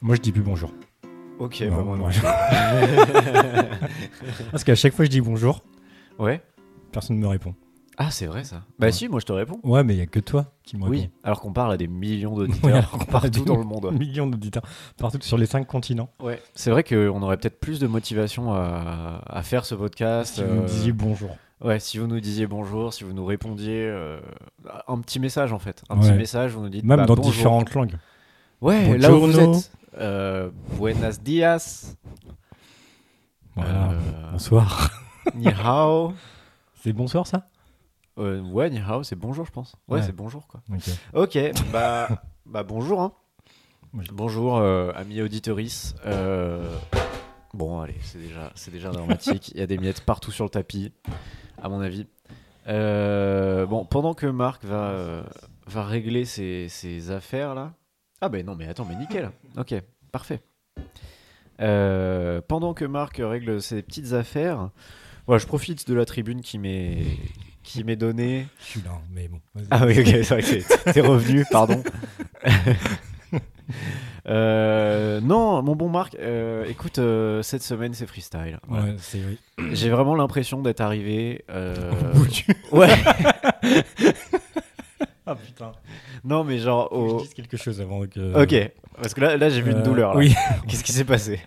Moi, je dis plus bonjour. Ok, Non, bah moi non. ouais. Parce qu'à chaque fois, je dis bonjour, ouais. personne ne me répond. Ah, c'est vrai ça. Bah Ouais. si, moi je te réponds. Ouais, mais il n'y a que toi qui me Oui, réponds. alors qu'on parle à des millions Oui, d'auditeurs alors qu'on parle à partout des dans le monde. Bah, Millions d'auditeurs partout sur les cinq continents. Ouais. C'est vrai qu'on aurait peut-être plus de motivation à, à faire ce podcast. Si vous me euh, disiez bonjour. Ouais, si vous nous disiez bonjour, si vous nous répondiez euh, un petit message en fait, un Ouais. petit message, vous nous dites Même bah, dans bonjour. différentes langues. Ouais, là où vous Buongiorno. êtes. Euh, buenas dias. Voilà. Euh, Bonsoir. ni hao. C'est bonsoir, ça Euh, ouais, ni hao, c'est bonjour, je pense. Ouais, Ouais. c'est bonjour quoi. Ok. Ok, bah, bah bonjour. Hein. Oui. Bonjour, euh, amis auditoris. Euh, bon, allez, c'est déjà, c'est déjà dramatique. Il y a des miettes partout sur le tapis, à mon avis. Euh, bon, pendant que Marc va, euh, va régler ses, ses affaires là. Ah, ben non, mais attends, mais nickel. Ok, parfait. Euh, pendant que Marc règle ses petites affaires, voilà, je profite de la tribune qui m'est qui m'est donnée Je suis là, mais bon. vas-y. ah oui, ok, c'est vrai que t'es- t'es revenu, pardon. Euh, non, mon bon Marc, euh, écoute, euh, cette semaine c'est freestyle. Voilà. Ouais, c'est oui. J'ai vraiment l'impression d'être arrivé. euh, Au bout du- Ouais, Ah putain. non, mais genre. Faut que au- Je dise quelque chose avant que. Ok, parce que là, là j'ai vu une Euh, douleur. là. Oui. Qu'est-ce qui s'est passé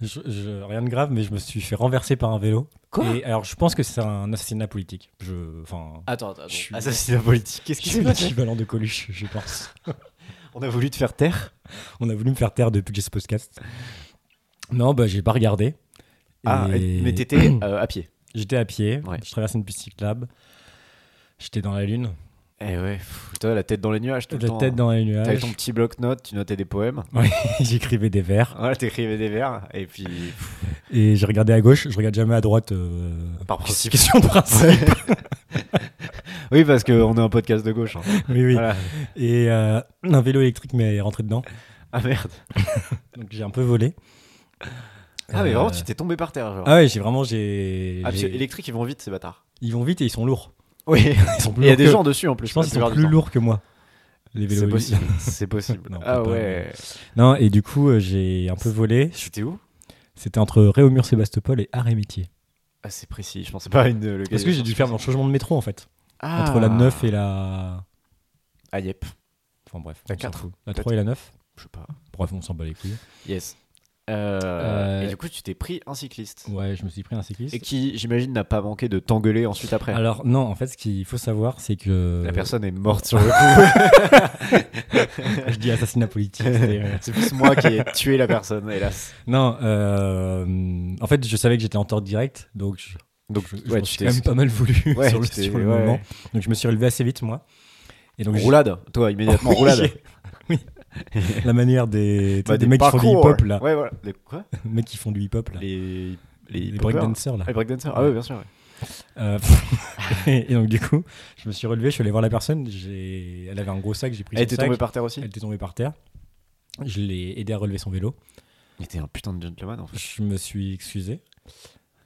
Je- je- rien de grave, mais je me suis fait renverser par un vélo. et alors, je pense que c'est un assassinat politique. Je, enfin, Attends, attends. Je suis- Assassinat politique, Ah, qu'est-ce je qui suis s'est passé l'équivalent de Coluche, je pense. On a voulu te faire taire On a voulu me faire taire depuis que j'ai ce podcast. Non, bah, j'ai pas regardé. Et Ah, et- mais t'étais euh, à pied. J'étais à pied, Ouais. je traversais une piste cyclable. J'étais dans la lune, Eh ouais, pff, toi, la tête dans les nuages tout la le temps. hein. tête dans les T'avais nuages. ton petit bloc-notes, tu notais des poèmes. J'écrivais des vers Voilà, t'écrivais des vers, et puis pff, et j'ai regardé à gauche. Je regarde jamais à droite. euh, par principe. Question de principe. Oui, parce qu'on est un podcast de gauche. hein. oui, oui. Voilà. Et euh, un vélo électrique m'est rentré dedans, Ah merde. donc j'ai un peu volé. Ah, mais Euh, vraiment, tu t'es tombé par terre. Genre. Ah ouais, j'ai vraiment j'ai. Ah, parce que j'ai- électriques, ils vont vite, ces bâtards. Ils vont vite et ils sont lourds. Oui. Ils sont plus Il y a lourds des que- gens dessus en plus. Je pense la qu'ils sont plupart plus du temps. lourds que moi. Les vélos. C'est électriques. possible. C'est possible. Non, on peut ah pas, ouais. Non et du coup euh, j'ai un peu volé. C'était où C'était entre Réaumur, Sébastopol et Arémétier. Ah, c'est précis. Je pensais pas à une. le Parce que j'ai dû faire mon changement de métro en fait. Ah. Entre la 9 et la. Ah, yep. Enfin bref. La on s'en 4. fout. La peut-être. 3 et la 9. Je sais pas. Bref, on s'en bat les couilles. Yes. Euh, Et du coup, tu t'es pris un cycliste. Ouais, je me suis pris un cycliste. Et qui, j'imagine, n'a pas manqué de t'engueuler ensuite après. Alors euh, non, en fait, ce qu'il faut savoir, c'est que. La personne est morte sur le coup. je dis assassinat politique. c'était, euh, c'est plus moi qui ai tué la personne, hélas. Non, euh, en fait, je savais que j'étais en tort direct, donc je, Donc, je- je ouais, m'en tu suis t'es quand même pas mal voulu Ouais, sur le, tu t'es- sur le ouais. moment. Donc je me suis relevé assez vite, moi. Et donc j'ai- roulade, toi, immédiatement Oui, roulade. j'ai- Oui. La manière des, tu sais, Bah, des, mecs qui font parcours. du hip-hop là. Ouais, voilà. Les quoi Les mecs qui font du hip-hop là. Les. Les hip-hoppers. breakdancers là. Ah, Les breakdancers. Ah, ouais, bien sûr. ouais. Euh, et, et donc du coup, je me suis relevé, je suis allé voir la personne. j'ai- Elle avait un gros sac, j'ai pris Elle son était sac. tombée par terre aussi. Elle était tombée par terre. Je l'ai aidé à relever son vélo. Il était un putain de gentleman en fait. Je me suis excusé.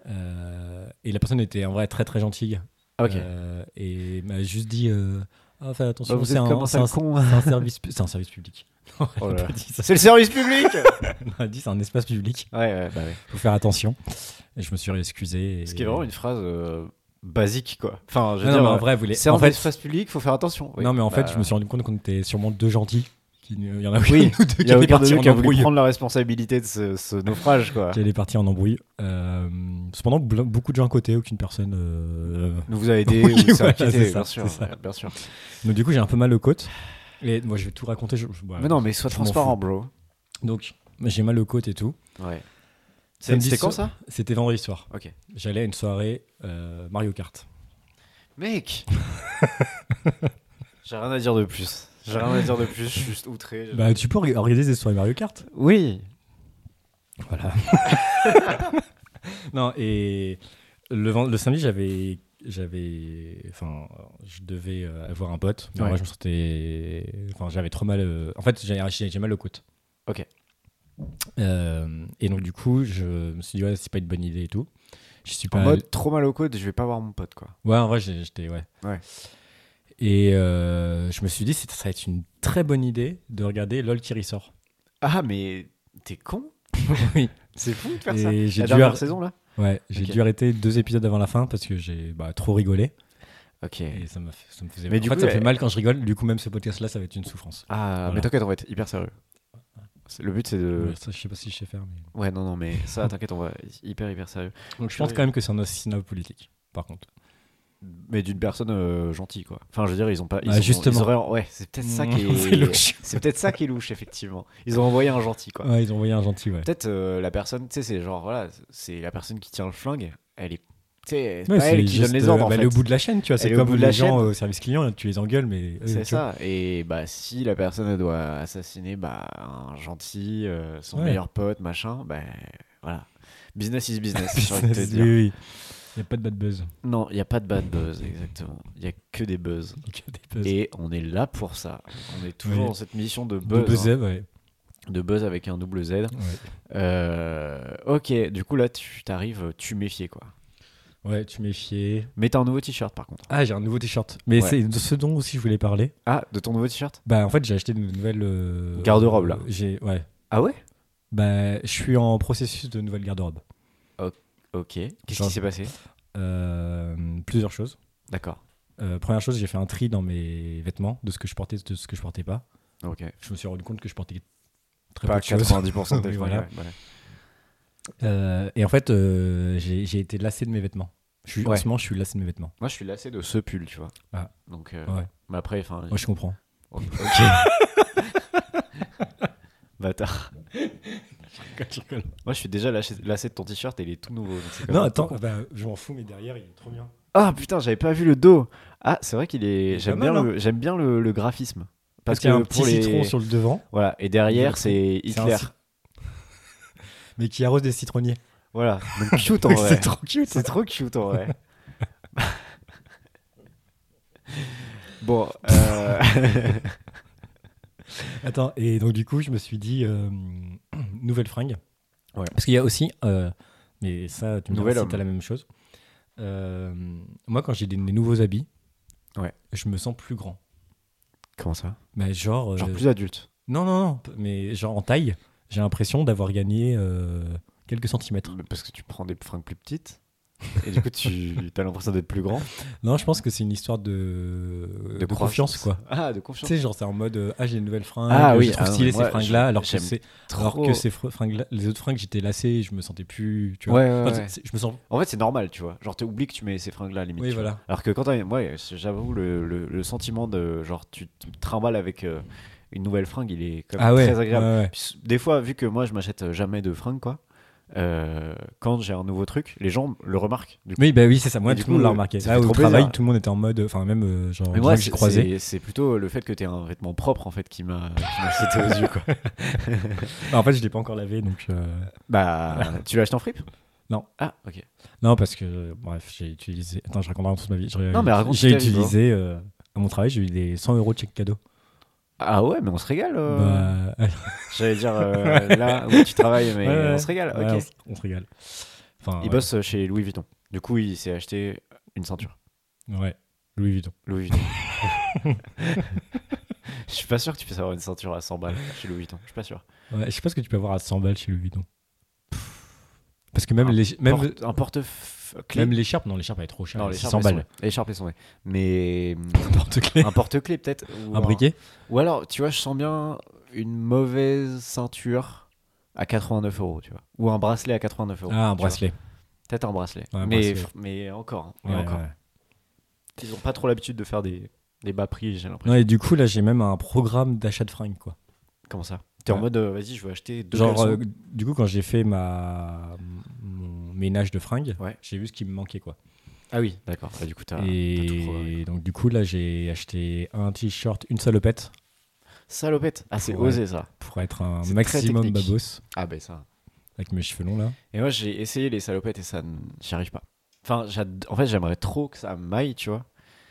Euh, et la personne était en vrai très très gentille. Ah, Ok. Euh, et m'a juste dit euh, Ah, fais attention, Bah, vous c'est êtes un, comme un c'est un- sale c'est con. un service, pu- c'est un service public. Non, elle Oh a là pas là. dit ça. C'est le service public Elle a dit c'est un espace public, Ouais, ouais, bah ouais. faut faire attention. Et je me suis excusé. et- Ce qui est vraiment une phrase euh, basique quoi. Enfin, je veux Non, non, dire, mais en euh, vrai, elle voulait- c'est en un fait- espace public, faut faire attention. Oui. non, mais en fait, Bah, je me suis rendu compte qu'on était sûrement deux gentils. qu'il- Il y en a aucun Oui, de nous deux Il qui y allait a aucun de partir nous en qui a voulu embrouille. prendre la responsabilité de ce, ce naufrage quoi. Qui allait partir en embrouille. Euh, cependant, bl- beaucoup de gens à côté, aucune personne. euh, Nous vous a aidé, Oui, vous voilà, inquiété, c'est ça, bien sûr, c'est ça. ouais, bien sûr. Donc, du coup, j'ai un peu mal aux côtes. Et moi, je vais tout raconter. je- je- voilà. Mais non, mais sois Je m'en transparent, bro. Donc, j'ai mal aux côtes et tout. Ouais. C'est- Samedi C'était quand soir- ça C'était vendredi soir. Ok. J'allais à une soirée euh, Mario Kart. Mec J'ai rien à dire de plus. J'ai rien à dire de plus, je suis juste outré. Bah, tu peux orga- organiser des soirées Mario Kart. Oui Voilà. non, et le, vend- le samedi, j'avais. J'avais. Enfin, je devais euh, avoir un pote. Mais en Ouais. vrai, je me sentais. Enfin, j'avais trop mal. euh, En fait, j'ai j'ai- j'ai mal aux côtes. Ok. Euh, et donc, du coup, je me suis dit, ouais, c'est pas une bonne idée et tout. Je suis pas. En mode trop mal au code, je vais pas voir mon pote quoi. Ouais, en vrai, j'ai- j'étais. Ouais. Ouais. Et euh, je me suis dit, c'est- ça va être une très bonne idée de regarder LOL qui ressort. Ah mais T'es con Oui. C'est fou de faire ça. Et j'ai La dû, dernière arr- saison là ouais, j'ai Ok. dû arrêter deux épisodes avant la fin parce que j'ai bah, trop rigolé. Ok. Et ça, m'a fait- ça me faisait Mais en du fait, coup, eh, ça elle- fait mal quand je rigole. Du coup, même ce podcast-là, ça va être une souffrance. Ah, mais Voilà. t'inquiète, on va être hyper sérieux. C'est- Le but c'est de. Ouais, Euh, Ça, je sais pas si je sais faire. mais- Ouais, non, non, mais ça, t'inquiète, on va être hyper, hyper sérieux. Donc, je pense quand même que c'est un assassinat politique, par contre. Mais d'une personne euh, gentille, quoi. Enfin, je veux dire, ils ont pas. Ils Ah, ont- justement. ils auraient- Ouais, c'est peut-être ça qui est. C'est louche. C'est peut-être ça qui est louche, effectivement. Ils ont envoyé un gentil, quoi. Ouais, ils ont envoyé un gentil, ouais. Bah. Peut-être euh, la personne, tu sais, c'est genre, voilà, c'est la personne qui tient le flingue, elle est. Tu sais, c'est Ouais, pas elle qui juste, donne les ordres, euh, en bah, fait. Elle est au bout de la chaîne, tu vois. Elle C'est est au comme bout de les la gens chaîne. au service client, tu les engueules, mais. euh, C'est tu vois. ça. Et bah si la personne elle doit assassiner bah, un gentil, euh, son Ouais. meilleur pote, machin, bah voilà. Business is business. j'ai envie de te Business, dire. oui, oui. Il n'y a pas de bad buzz. Non, il n'y a pas de bad buzz, exactement. Il n'y a que des buzz. Il y a que des buzz. Et on est là pour ça. On est toujours Oui. dans cette mission de De buzz. hein. De buzz, buzz, ouais. avec un double Z. ouais. Euh, ok, du coup là tu t'arrives, tu méfies quoi. Ouais, tu méfiais. Mais t'as un nouveau t-shirt par contre. Ah, j'ai un nouveau t-shirt. Mais Ouais. c'est de ce dont aussi je voulais parler. Ah, de ton nouveau t-shirt Bah, en fait, j'ai acheté une nouvelle. euh, Garde-robe, là. J'ai, ouais. Ah ouais Bah, je suis en processus de nouvelle garde-robe. Ok. Qu'est-ce Genre- qui s'est passé Euh, plusieurs choses. D'accord. Euh, première chose, j'ai fait un tri dans mes vêtements, de ce que je portais, de ce que je portais pas. Ok. Je me suis rendu compte que je portais très Pas peu de choses. 90% Oui, des fois, voilà. ouais, ouais. Euh, et en fait, euh, j'ai, j'ai été lassé de mes vêtements. Je suis, En Ouais. ce moment, je suis lassé de mes vêtements. Moi, je suis lassé de ce pull, tu vois. Ah. Donc, euh, Ouais. mais après, enfin. Moi, je comprends. Ok. Bâtard. Moi, je suis déjà lâché- lassé de ton t-shirt et il est tout nouveau. donc c'est quand Non, même- attends, bah, je m'en fous, mais derrière, il est trop bien. Ah putain, j'avais pas vu le dos. Ah, c'est vrai qu'il est. est J'aime pas bien, mal, hein. le... j'aime bien le, le graphisme. Parce Parce qu'il y a un que petit pour les- citron sur le devant, Voilà. Et derrière, Je- c'est c'est un Hitler. citron. mais qui arrose des citronniers. Voilà. Donc, cute en vrai. c'est trop cute. C'est trop cute en vrai. bon. euh, Attends, et donc du coup, je me suis dit, euh, nouvelle fringue. Ouais. Parce qu'il y a aussi, euh, mais ça, tu me Nouvel diras si homme. t'as la même chose. Euh, moi, quand j'ai des, des nouveaux habits, Ouais. je me sens plus grand. Comment ça Mais genre, euh, Genre plus adulte. non, non, non, p- mais genre en taille, j'ai l'impression d'avoir gagné euh, quelques centimètres. Mais Parce que tu prends des fringues plus petites. Et du coup, tu as l'impression d'être plus grand. Non, je pense que c'est une histoire de, confiance, quoi. Ah, de Tu confiance. sais, genre, c'est en mode, euh, ah, j'ai une nouvelle fringue, Ah oui, je trouve ah non, stylé mais ces moi, fringues-là, je- alors que j'aime c'est. Trop. Alors que ces fr- fringues-là- les autres fringues, j'étais lassé, et je me sentais plus. Tu vois. Ouais, ouais, Enfin, c'est- ouais. c'est- Je me sens. En fait, c'est normal, tu vois. Genre, t'oublies que tu mets ces fringues-là, limite. Oui, tu vois. voilà. Alors que quand t'as. Moi, j'avoue, le, le- le sentiment de. Genre, tu te trimbales avec euh, une nouvelle fringue, il est quand même Ah ouais. très agréable. ouais, ouais. Puis, Des fois, vu que moi, je m'achète jamais de fringues, quoi. euh, quand j'ai un nouveau truc, les gens le remarquent. Du coup. Oui, bah oui, c'est ça. Moi, Et tout du le monde coup, euh, l'a remarqué. ça Là, fait au trop travail, plaisir. tout le monde était en mode. Enfin, même, euh, genre, Mais les moi, gens que j'ai c'est croisé. c'est- c'est plutôt le fait que t'aies un vêtement propre en fait qui m'a qui m'a sauté aux yeux. Quoi. Bah, en fait, je l'ai pas encore lavé, donc. euh, Bah, tu l'as acheté en fripe Non. Ah, ok. Non, parce que, euh, bref, j'ai utilisé. Attends, je raconte un truc de ma vie. J'ai- Non, mais raconte J'ai ta vie, utilisé. euh, à mon travail, j'ai eu des 100 euros de chèque cadeau. Ah ouais, mais on se régale. euh. Bah, J'allais dire euh, là où tu travailles, mais Ouais, ouais. on se régale. ouais, ah, ok. on, se- on se régale. Enfin, Il ouais. bosse chez Louis Vuitton. Du coup, il s'est acheté une ceinture. Ouais, Louis Vuitton. Louis Vuitton. Je suis pas sûr que tu puisses avoir une ceinture à 100 balles chez Louis Vuitton. Je suis pas sûr. Ouais, je sais pas ce que tu peux avoir à 100 balles chez Louis Vuitton. Parce que même Un les. Même, Porte- un porte-clé. même l'écharpe, non, l'écharpe elle est trop chère. Non, elle est l'écharpe 100 est Ah, balles. sondée. L'écharpe est sondée. Mais Porte-clés. un porte-clé peut-être. ou Un briquet Ou alors, tu vois, je sens bien une mauvaise ceinture à 89 euros, tu vois. Ou un bracelet à 89 euros. Ah, un tu vois. bracelet. Peut-être un bracelet. Ouais, un mais, bracelet. mais encore. hein, mais Ouais, encore. ouais. Ils ont pas trop l'habitude de faire des, des bas prix, j'ai l'impression. Non, et du coup, là, j'ai même un programme d'achat de fringues, quoi. Comment ça T'es en Ouais. mode, euh, vas-y, je vais acheter deux Genre, caleçons. euh, du coup, quand j'ai fait ma... mon ménage de fringues, Ouais. j'ai vu ce qui me manquait, quoi. Ah oui, d'accord. Ah, du coup, t'as t'as tout programmé. et donc, du coup, là, j'ai acheté un t-shirt, une salopette, Salopette Ah, c'est Ouais. osé, ça. pour être un C'est maximum très technique. babos, Ah ben ça. avec mes cheveux longs, là. Et moi, j'ai essayé les salopettes et ça, n- j'y arrive pas. Enfin, j'ad- en fait, j'aimerais trop que ça m'aille, tu vois.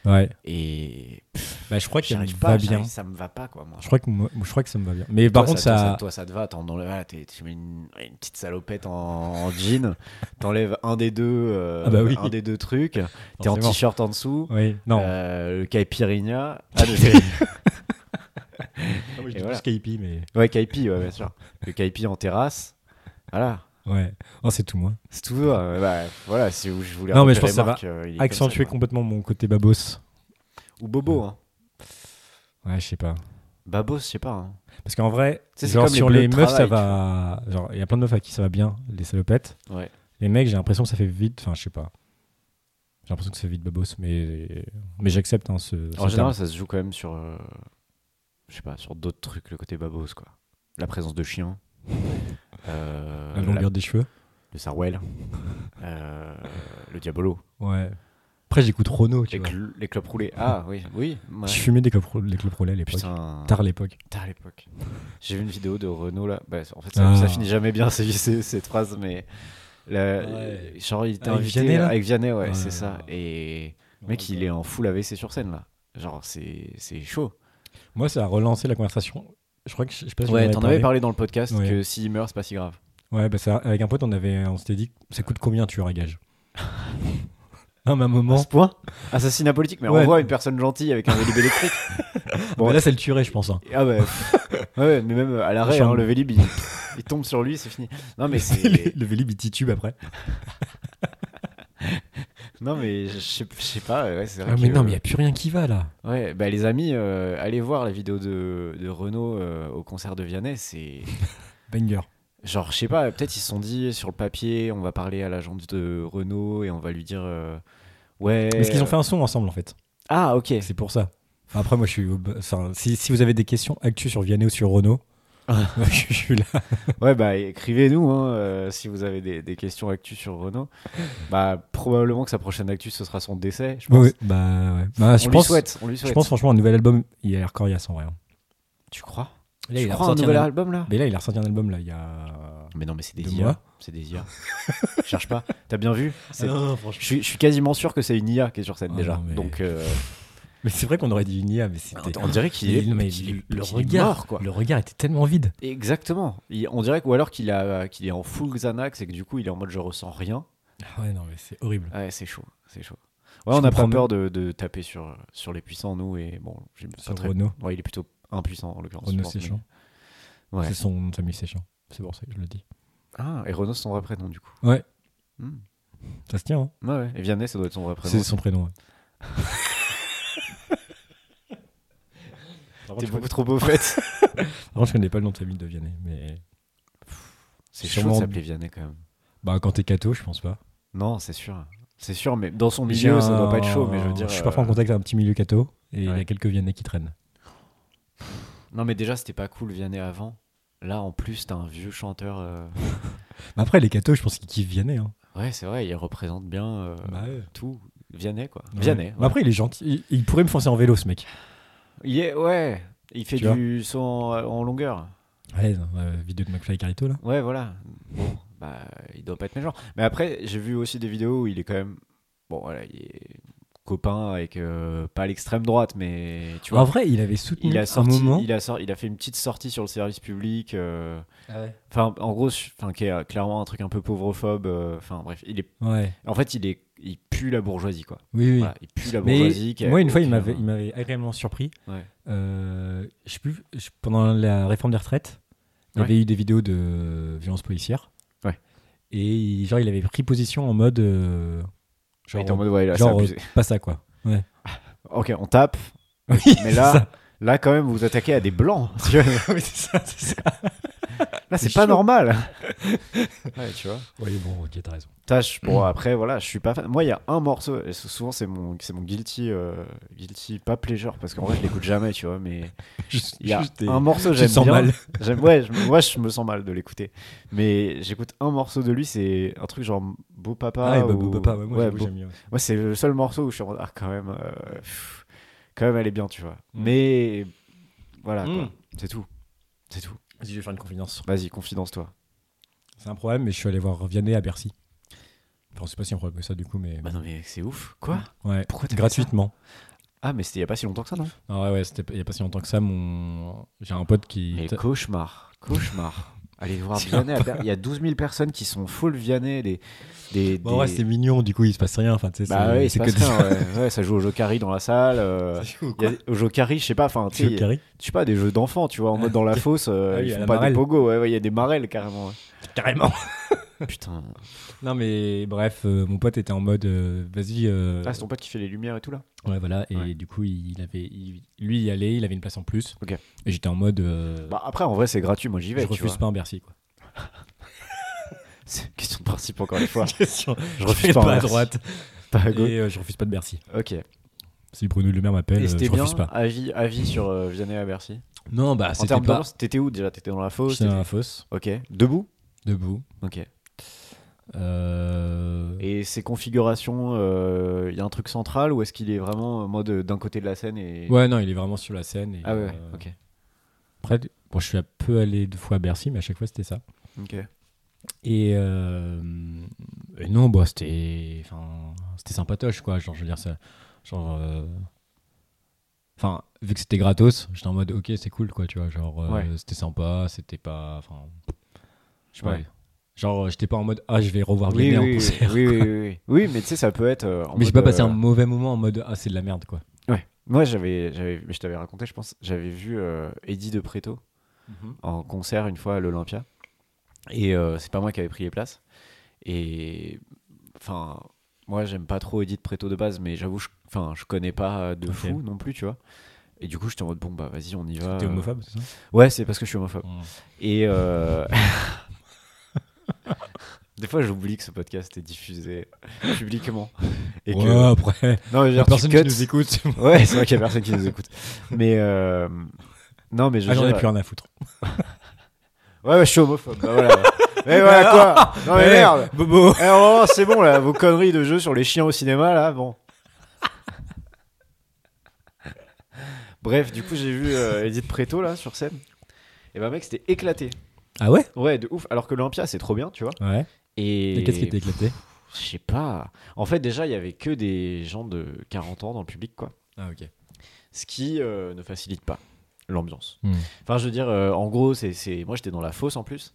Ouais. Et Bah, je crois j'y qu'il me arrive va pas, bien. j'arrive- ça me va pas, quoi, moi. Je crois, que moi- je crois que ça me va bien. Mais par Toi, contre, ça... Toi, toi, ça te va, t'en enlèves- voilà, t'es- tu mets une, une petite salopette en, en jean, t'enlèves un des deux, euh, Ah bah oui. un des deux trucs, t'es en forcément. t-shirt en dessous, Oui, non. euh, le caipirinha. Ah, mais c'est- moi, je Et dis voilà. plus KP, mais. Ouais, Kaipi, ouais, bien sûr. Le Kaipi en terrasse. Voilà. Ouais. Oh, c'est tout moi. C'est tout. euh, bah, voilà, si vous- je voulais. Non, mais je repérer pense que ça Marc, euh, il est comme Accentuer ça, quoi. complètement mon côté babos. Ou Bobo, hein. Ouais, je sais pas. Babos, je sais pas. hein. Parce qu'en vrai, Tu sais, c'est genre comme les sur bleus les, de meufs, ça travail, va. Genre, il y a plein de meufs à qui ça va bien, les salopettes. Ouais. Les mecs, j'ai l'impression que ça fait vite. Enfin, je sais pas. J'ai l'impression que c'est vite babos, mais, mais j'accepte hein, ce. ce En terme. général, ça se joue quand même sur. euh, je sais pas, sur d'autres trucs, le côté Babos, quoi. La présence de chiens. euh, la longueur des cheveux. la- le Sarwell. euh, le Diabolo. Ouais. Après, j'écoute Renault, tu Les, vois. cl- les clubs roulés. Ah, oui, oui. ouais. Je fumais des clopes les clopes roulées à l'époque. Putain. Tard à l'époque. Tard à l'époque. J'ai vu une vidéo de Renault là. Bah, en fait, ça, Ah. ça finit jamais bien ces- ces- cette phrase, mais la- Ouais. genre il était Avec invité Vianney, là avec Vianney, ouais, Ouais. c'est ça. Et le mec, il est en full AVC sur scène là. Genre, c'est c'est chaud. Moi, ça a relancé la conversation. Je crois que je je sais pas si Ouais, j'en t'en avais parlé dans le podcast Ouais. que s'il meurt, c'est pas si grave. Ouais, bah ça, avec un pote, on, avait, on s'était dit ça coûte combien tu à gage Non, mais à un À moment. ce point Assassinat politique, mais Ouais. on voit une personne gentille avec un Vélib électrique. Bon, Bah, là, c'est le tuerait, je pense. hein. ah bah, pff. ouais, ouais, mais même à l'arrêt, Genre- hein, le Vélib, il, il tombe sur lui, c'est fini. Non, mais c'est. le Vélib, il titube après. non, mais je sais je sais pas, ouais, c'est vrai. Ah, mais que- non, mais il n'y a plus rien qui va là. Ouais, bah les amis, euh, allez voir la vidéo de, de Renaud euh, au concert de Vianney. C'est Banger. genre, je sais pas, peut-être ils se sont dit sur le papier, on va parler à l'agent de Renaud et on va lui dire euh, ouais. Parce qu'ils ont fait un son ensemble en fait. Ah, ok. C'est pour ça. Enfin, après, moi, je suis. au- enfin, si, si vous avez des questions actuelles sur Vianney ou sur Renault, Ah. moi, je, je suis là. Ouais, bah écrivez-nous hein, euh, si vous avez des, des questions actu sur Renaud. Bah probablement que sa prochaine actu ce sera son décès, je pense. Ouais, Bah, ouais. Bah, je on pense, lui souhaite, on lui souhaite. Je pense franchement, un nouvel album, il a l'air coriace en vrai. hein. Tu crois Là, Tu il a crois un ressorti un nouvel al- Ah, album là Mais là, il a ressorti un album là, il y a. Mais non, mais c'est des De IA. moi C'est des IA. Cherche pas. T'as bien vu C'est- franchement. Je suis, je suis quasiment sûr que c'est une IA qui est sur scène Ah déjà. non, mais- Donc euh, Mais c'est vrai qu'on aurait dit une IA, mais c'était. on dirait qu'il est, Il- mais qu'il est- le qu'il est regard, mort, quoi. Le regard était tellement vide. Exactement. Il- on dirait que- ou alors qu'il a qu'il est en full Xanax et que du coup il est en mode je ressens rien. Ah ouais, non, mais c'est horrible. Ouais, c'est chaud, c'est chaud. Ouais, Je on n'a pas comprends peur de, de taper sur sur les puissants nous et bon, j'aime pas Sur très. Renault. Ouais, il est plutôt impuissant en l'occurrence. je Renault pense, mais- Séchant. Ouais. C'est son nom de famille Séchant. C'est pour ça que je le dis. Ah, et Renaud c'est son vrai prénom du coup. Ouais. Hmm. Ça se tient, hein Ouais, ouais. Et Vianney ça doit être son vrai prénom. C'est son prénom. ouais. Par T'es contre, je beaucoup trop beau fait. connais- par contre, je connais pas le nom de famille de Vianney, mais. c'est chaud Sûrement- de s'appeler Vianney quand même. Bah, quand t'es catho, je pense pas. Non, c'est sûr. C'est sûr, mais dans son J'ai milieu, ça un- doit pas être chaud, mais je veux dire. Je suis parfois en euh, contact avec un petit milieu catho, et il y ouais. a quelques Vianney qui traînent. Non, mais déjà, c'était pas cool Vianney avant. Là, en plus, t'as un vieux chanteur. euh, Mais après, les cathos, je pense qu'ils kiffent Vianney. Hein. Ouais, c'est vrai, il représente bien euh, tout. Vianney, quoi. Bah. Ouais. Bah, Vianney. Mais après, il est gentil. Il, il pourrait me foncer en vélo, ce mec. Il est, ouais, il fait Tu vois du son en, en longueur. Ouais, dans la vidéo de McFly et Carito, là. Ouais, voilà. Bon, bah, il doit pas être méchant. Mais après, j'ai vu aussi des vidéos où il est quand même. Bon, voilà, il est copain avec. euh, pas l'extrême droite, mais tu vois. en vrai, il avait soutenu il a un sorti, moment. il a sorti, il a fait une petite sortie sur le service public. euh, Enfin, en gros, je- enfin, qui est euh, clairement un truc un peu pauvrophobe. euh, Enfin, bref, il est. Ouais. En fait, il est, il pue la bourgeoisie, quoi. Oui, oui. Voilà, il pue la Mais bourgeoisie. qui a moi, une fois, il aucun- m'avait il m'avait agréablement surpris. Ouais. Euh, je sais plus, je- pendant la réforme des retraites, il y Ouais. avait eu des vidéos de violences policières. Ouais. Et il- genre, il avait pris position en mode. euh, Il genre, euh, était en mode, ouais, là, c'est genre, abusé. pas ça, quoi. Ok, on tape. Oui, Mais c'est là, ça. Là, quand même, vous vous attaquez à des blancs. tu vois. Oui, c'est ça, c'est ça. Là, c'est C'est pas chaud. normal. ouais, tu vois. Oui, bon, ok, t'as raison. Putain, je- bon, Mm. après, voilà, je suis pas fan. Moi, il y a un morceau, et sou- souvent, c'est mon, c'est mon guilty, euh, guilty, pas pleasure, parce qu'en vrai, je l'écoute jamais, tu vois, mais Juste, il y a juste des- un morceau, tu te j'aime sens bien. mal. J'aime, ouais, je, moi, je me sens mal de l'écouter. Mais j'écoute un morceau de lui, c'est un truc genre Beau Papa. Ah, ouais, bah, ou- beau papa, ouais, moi, Ouais, j'avoue, Beau- j'aime bien. moi, c'est le seul morceau où je suis en mode, ah, quand même, euh, pff, quand même, elle est bien, tu vois. Mais voilà, quoi. Mm. c'est tout. C'est tout. Vas-y, je vais faire une confidence. Vas-y, confidence-toi. C'est un problème, mais je suis allé voir Vianney à Bercy. Enfin, c'est pas si un problème que ça, du coup, mais. Bah non, mais c'est ouf. Quoi ouais. Pourquoi t'as fait Gratuitement. ça Ah, mais c'était il y a pas si longtemps que ça, non Ah ouais, ouais, c'était il y a pas si longtemps que ça, mon j'ai un pote qui Mais cauchemar. Cauchemar. Allez voir Tiens, Vianney. à Ber- Il y a 12 000 personnes qui sont full Vianney. Des, des, Bon, Bah ouais, des- c'est mignon, du coup, il se passe rien. Enfin, tu sais, Bah c'est- ouais, il se c'est passe que des- rien, ouais. Ouais, ça joue au Jokari dans la salle. euh, C'est fou, il quoi. y a- au Jokari, je sais pas, enfin, tu sais, Tu il veux y a- carré je sais pas, des jeux d'enfants, tu vois, en mode dans la fosse, euh, Ah oui, ils à font la pas marelle. des pogos, ouais, ouais, il y a des marelles carrément. ouais. Ah, Carrément. Putain. Non, mais bref, euh, mon pote était en mode euh, vas-y. euh, Ah, c'est ton pote qui fait les lumières et tout là Ouais, voilà. Et Ouais. du coup, il avait, il- lui, il y allait, il avait une place en plus. Ok. Et j'étais en mode. euh, Bah après, en vrai, c'est gratuit, moi j'y vais, je tu refuse vois. pas un Bercy, quoi. C'est une question de principe encore une fois. Question. Je Je refuse refuse pas un pas à Bercy. droite. Pas à gauche. Et euh, je refuse pas de Bercy. Ok. Si Bruno Le Maire m'appelle, Et euh, c'était je bien, refuse pas. avis, avis sur euh, Vianney à Bercy. Non, bah, en c'était termes pas. d'ambiance, t'étais où déjà T'étais dans la fosse J'étais dans la fosse, t'étais- Ok. Debout debout. Ok. Euh, Et ses configurations, il y a un truc central ou est-ce qu'il est vraiment en mode d'un côté de la scène et... Ouais, non, il est vraiment sur la scène. et, Ah ouais, ouais, euh, ok. Après, bon, je suis un peu allé deux fois à Bercy, mais à chaque fois, c'était ça. Ok. Et, euh, et non, bah, c'était enfin, c'était sympatoche, quoi. Genre, je veux dire, ça, genre, euh, enfin, vu que c'était gratos, j'étais en mode, ok, c'est cool, quoi, tu vois. Genre, euh, Ouais. c'était sympa, c'était pas, enfin, je sais pas. Ouais. Genre, euh, j'étais pas en mode, ah, je vais revoir Oui, Vianney en oui, oui, concert. oui, oui, oui, oui. Oui, mais tu sais, ça peut être. euh, en Mais j'ai pas mode, passé euh, un mauvais moment en mode, ah, c'est de la merde, quoi. Ouais. Moi, j'avais, j'avais, mais je t'avais raconté, je pense, j'avais vu euh, Eddie de Preto en concert une fois à l'Olympia. Et euh, c'est pas moi qui avais pris les places. Et enfin, moi, j'aime pas trop Eddie de Preto de base, mais j'avoue, je, enfin, je connais pas euh, de Ok. fou non plus, tu vois. Et du coup, j'étais en mode bon, bah vas-y, on y va. T'es homophobe, c'est ça Ouais, c'est parce que je suis homophobe. Et euh, des fois, j'oublie que ce podcast est diffusé publiquement. Et Ouais, que... après, Non, mais la genre, tu personne qui cuts. nous écoute, Ouais, c'est vrai qu'il y a personne qui nous écoute. Mais euh, non, mais je. ah, j'en veux ai dire- plus rien à foutre. Ouais, ouais, je suis homophobe. Bah voilà. Mais voilà quoi. Non mais Eh, Ah merde. Bobo Eh, oh, c'est bon là, vos conneries de jeu sur les chiens au cinéma là, bon. Bref, du coup, j'ai vu euh, Edith Preto là sur scène. Et bah mec, c'était éclaté. Ah ouais Ouais, de ouf. Alors que l'Olympia, c'est trop bien, tu vois. Ouais. Et Et qu'est-ce qui t'a éclaté Je sais pas. En fait, déjà, il y avait que des gens de 40 ans dans le public, quoi. Ah, ok. ce qui euh, ne facilite pas l'ambiance. Hmm. Enfin, je veux dire, euh, en gros, c'est, c'est... moi j'étais dans la fosse en plus,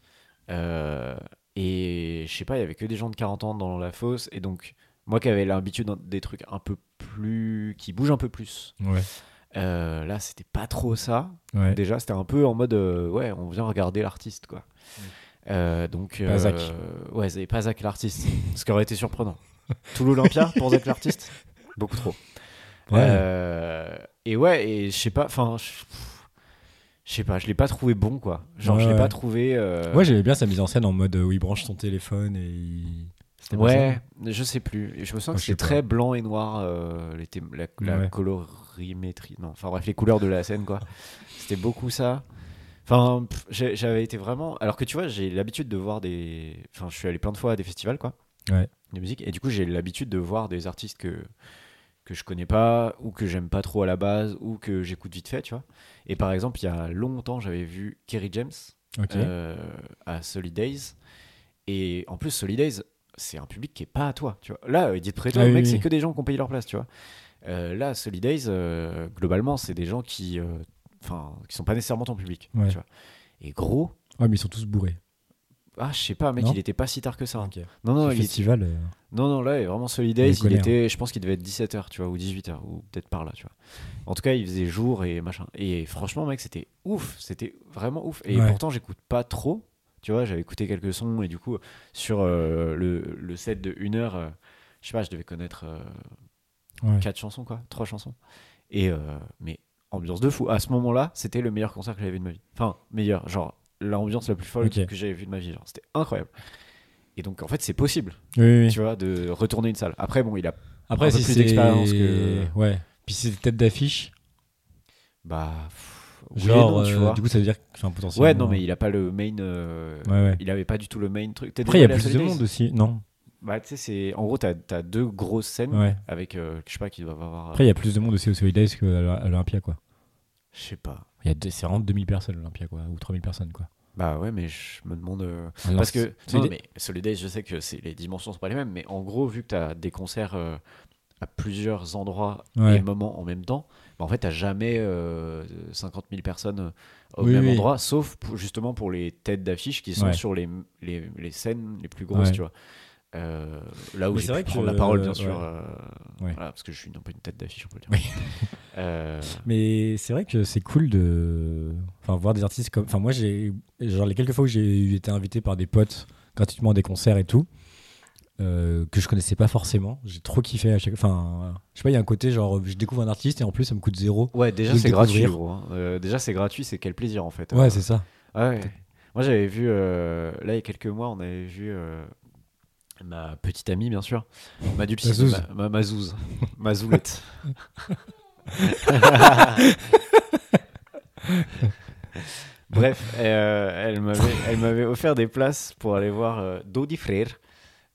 Euh, et je sais pas, il y avait que des gens de 40 ans dans la fosse, et donc moi qui avais l'habitude d'un- des trucs un peu plus. qui bougent un peu plus, Ouais. euh, là c'était pas trop ça. Ouais. Déjà, c'était un peu en mode, euh, ouais, on vient regarder l'artiste, quoi. Euh, donc, Pas Zach. euh, ouais, c'est pas Zach l'artiste, ce qui aurait été surprenant. Tout l'Olympia pour Zach l'artiste, beaucoup trop. Ouais. Euh, et ouais, et je sais pas, enfin, je je sais pas, je l'ai pas trouvé bon quoi. Genre, Ouais, je l'ai ouais. pas trouvé. euh, Moi j'aimais bien sa mise en scène en mode euh, où il branche son téléphone et il... C'était pas ouais, je sais plus. Et je me sens Ah, que je sais c'est pas. très blanc et noir, euh, les thém- la, la Ouais. colorimétrie. Non, enfin bref, les couleurs de la scène quoi. C'était beaucoup ça. Enfin, pff, j'ai- j'avais été vraiment. Alors que tu vois, j'ai l'habitude de voir des. Enfin, je suis allé plein de fois à des festivals quoi. Ouais. De musique. Et du coup, j'ai l'habitude de voir des artistes que que je connais pas ou que j'aime pas trop à la base ou que j'écoute vite fait, tu vois. Et par exemple, il y a longtemps, j'avais vu Kerry James ça. Ok. euh, à Solidays. Et en plus, Solidays, c'est un public qui est pas à toi. Tu vois. Là, Edith Preto, Ah le oui, mec, oui. c'est que des gens qui ont payé leur place. Tu vois. Euh, là, Solidays, euh, globalement, c'est des gens qui, euh, enfin, qui sont pas nécessairement ton public. Ouais. Tu vois. Et gros, Ouais mais ils sont tous bourrés. ah, je sais pas, mec, Non il était pas si tard que ça. hein. Ok. Non, non, Le il était- festival. euh, non, non, là, vraiment On Solidays, les il connaît, était, je pense qu'il devait être 17h, tu vois, ou 18h, ou peut-être par là, tu vois. En tout cas, il faisait jour et machin. Et franchement, mec, c'était ouf, c'était vraiment ouf. Et Ouais. pourtant, j'écoute pas trop, tu vois, j'avais écouté quelques sons, et du coup, sur euh, le, le set de 1 heure, euh, je sais pas, je devais connaître euh, Ouais. quatre chansons, quoi, trois chansons. Et, euh, mais ambiance de fou. À ce moment-là, c'était le meilleur concert que j'avais vu de ma vie. Enfin, meilleur, genre, l'ambiance la plus folle Ok. que j'avais vue de ma vie, genre, c'était incroyable. Et donc, en fait, c'est possible Oui, oui, oui. tu vois, de retourner une salle. Après, bon, il a. un Après peu si plus c'est d'expérience que- Ouais. Puis si c'est des têtes d'affiche. Bah. pff, oui et Genre non, tu euh, vois. du coup ça veut dire que enfin potentiellement. ouais, non, mais il a pas le main. euh, hein. Ouais ouais. Il avait pas du tout le main truc. T'es Après il y a déjà allé à plus de Solidays monde aussi. Non. Bah, tu sais, c'est. En gros, t'as as deux grosses scènes Ouais. avec. euh, je sais pas, qui doivent avoir. euh, Après il y a plus de monde aussi au Solidays qu'à l'O- à l'Olympia quoi. Je sais pas. Il y a des- c'est vraiment 2000 personnes l'Olympia quoi ou 3000 personnes quoi. Bah, ouais, mais je me demande. euh, Alors, Parce que. c'est- Non, Solidays- mais Solidays, je sais que c'est- les dimensions sont pas les mêmes, mais en gros, vu que t'as des concerts. euh, à plusieurs endroits Ouais. et moments en même temps, bah, en fait, t'as jamais euh, 50 000 personnes euh, au Oui, même oui. endroit, sauf pour- justement pour les têtes d'affiche qui sont Ouais. sur les, les, les scènes les plus grosses, Ouais. tu vois. Euh, là où Mais j'ai c'est pu vrai que, prendre la parole, bien euh, sûr, ouais. euh, Ouais. voilà, parce que je suis un peu une tête d'affiche, on peut le Oui. dire. Euh, Mais c'est vrai que c'est cool de enfin, voir des artistes comme. Enfin, moi, j'ai. Genre, les quelques fois où j'ai eu- été invité par des potes gratuitement à des concerts et tout, euh, que je connaissais pas forcément, j'ai trop kiffé à chaque. Enfin, je sais pas, il y a un côté genre, je découvre un artiste et en plus, ça me coûte zéro. ouais, déjà De le c'est gratuit, découvrir. gros, hein. Euh, déjà c'est gratuit, c'est quel plaisir en fait. Ouais, Euh, c'est ça. Ah ouais. Moi, j'avais vu, euh, là, il y a quelques mois, on avait vu euh, ma petite amie, bien sûr, ma dulcine, Mazouz. ma, ma, ma zouze, ma zoulette. Bref, euh, elle m'avait- elle m'avait offert des places pour aller voir euh, Dodi Frère.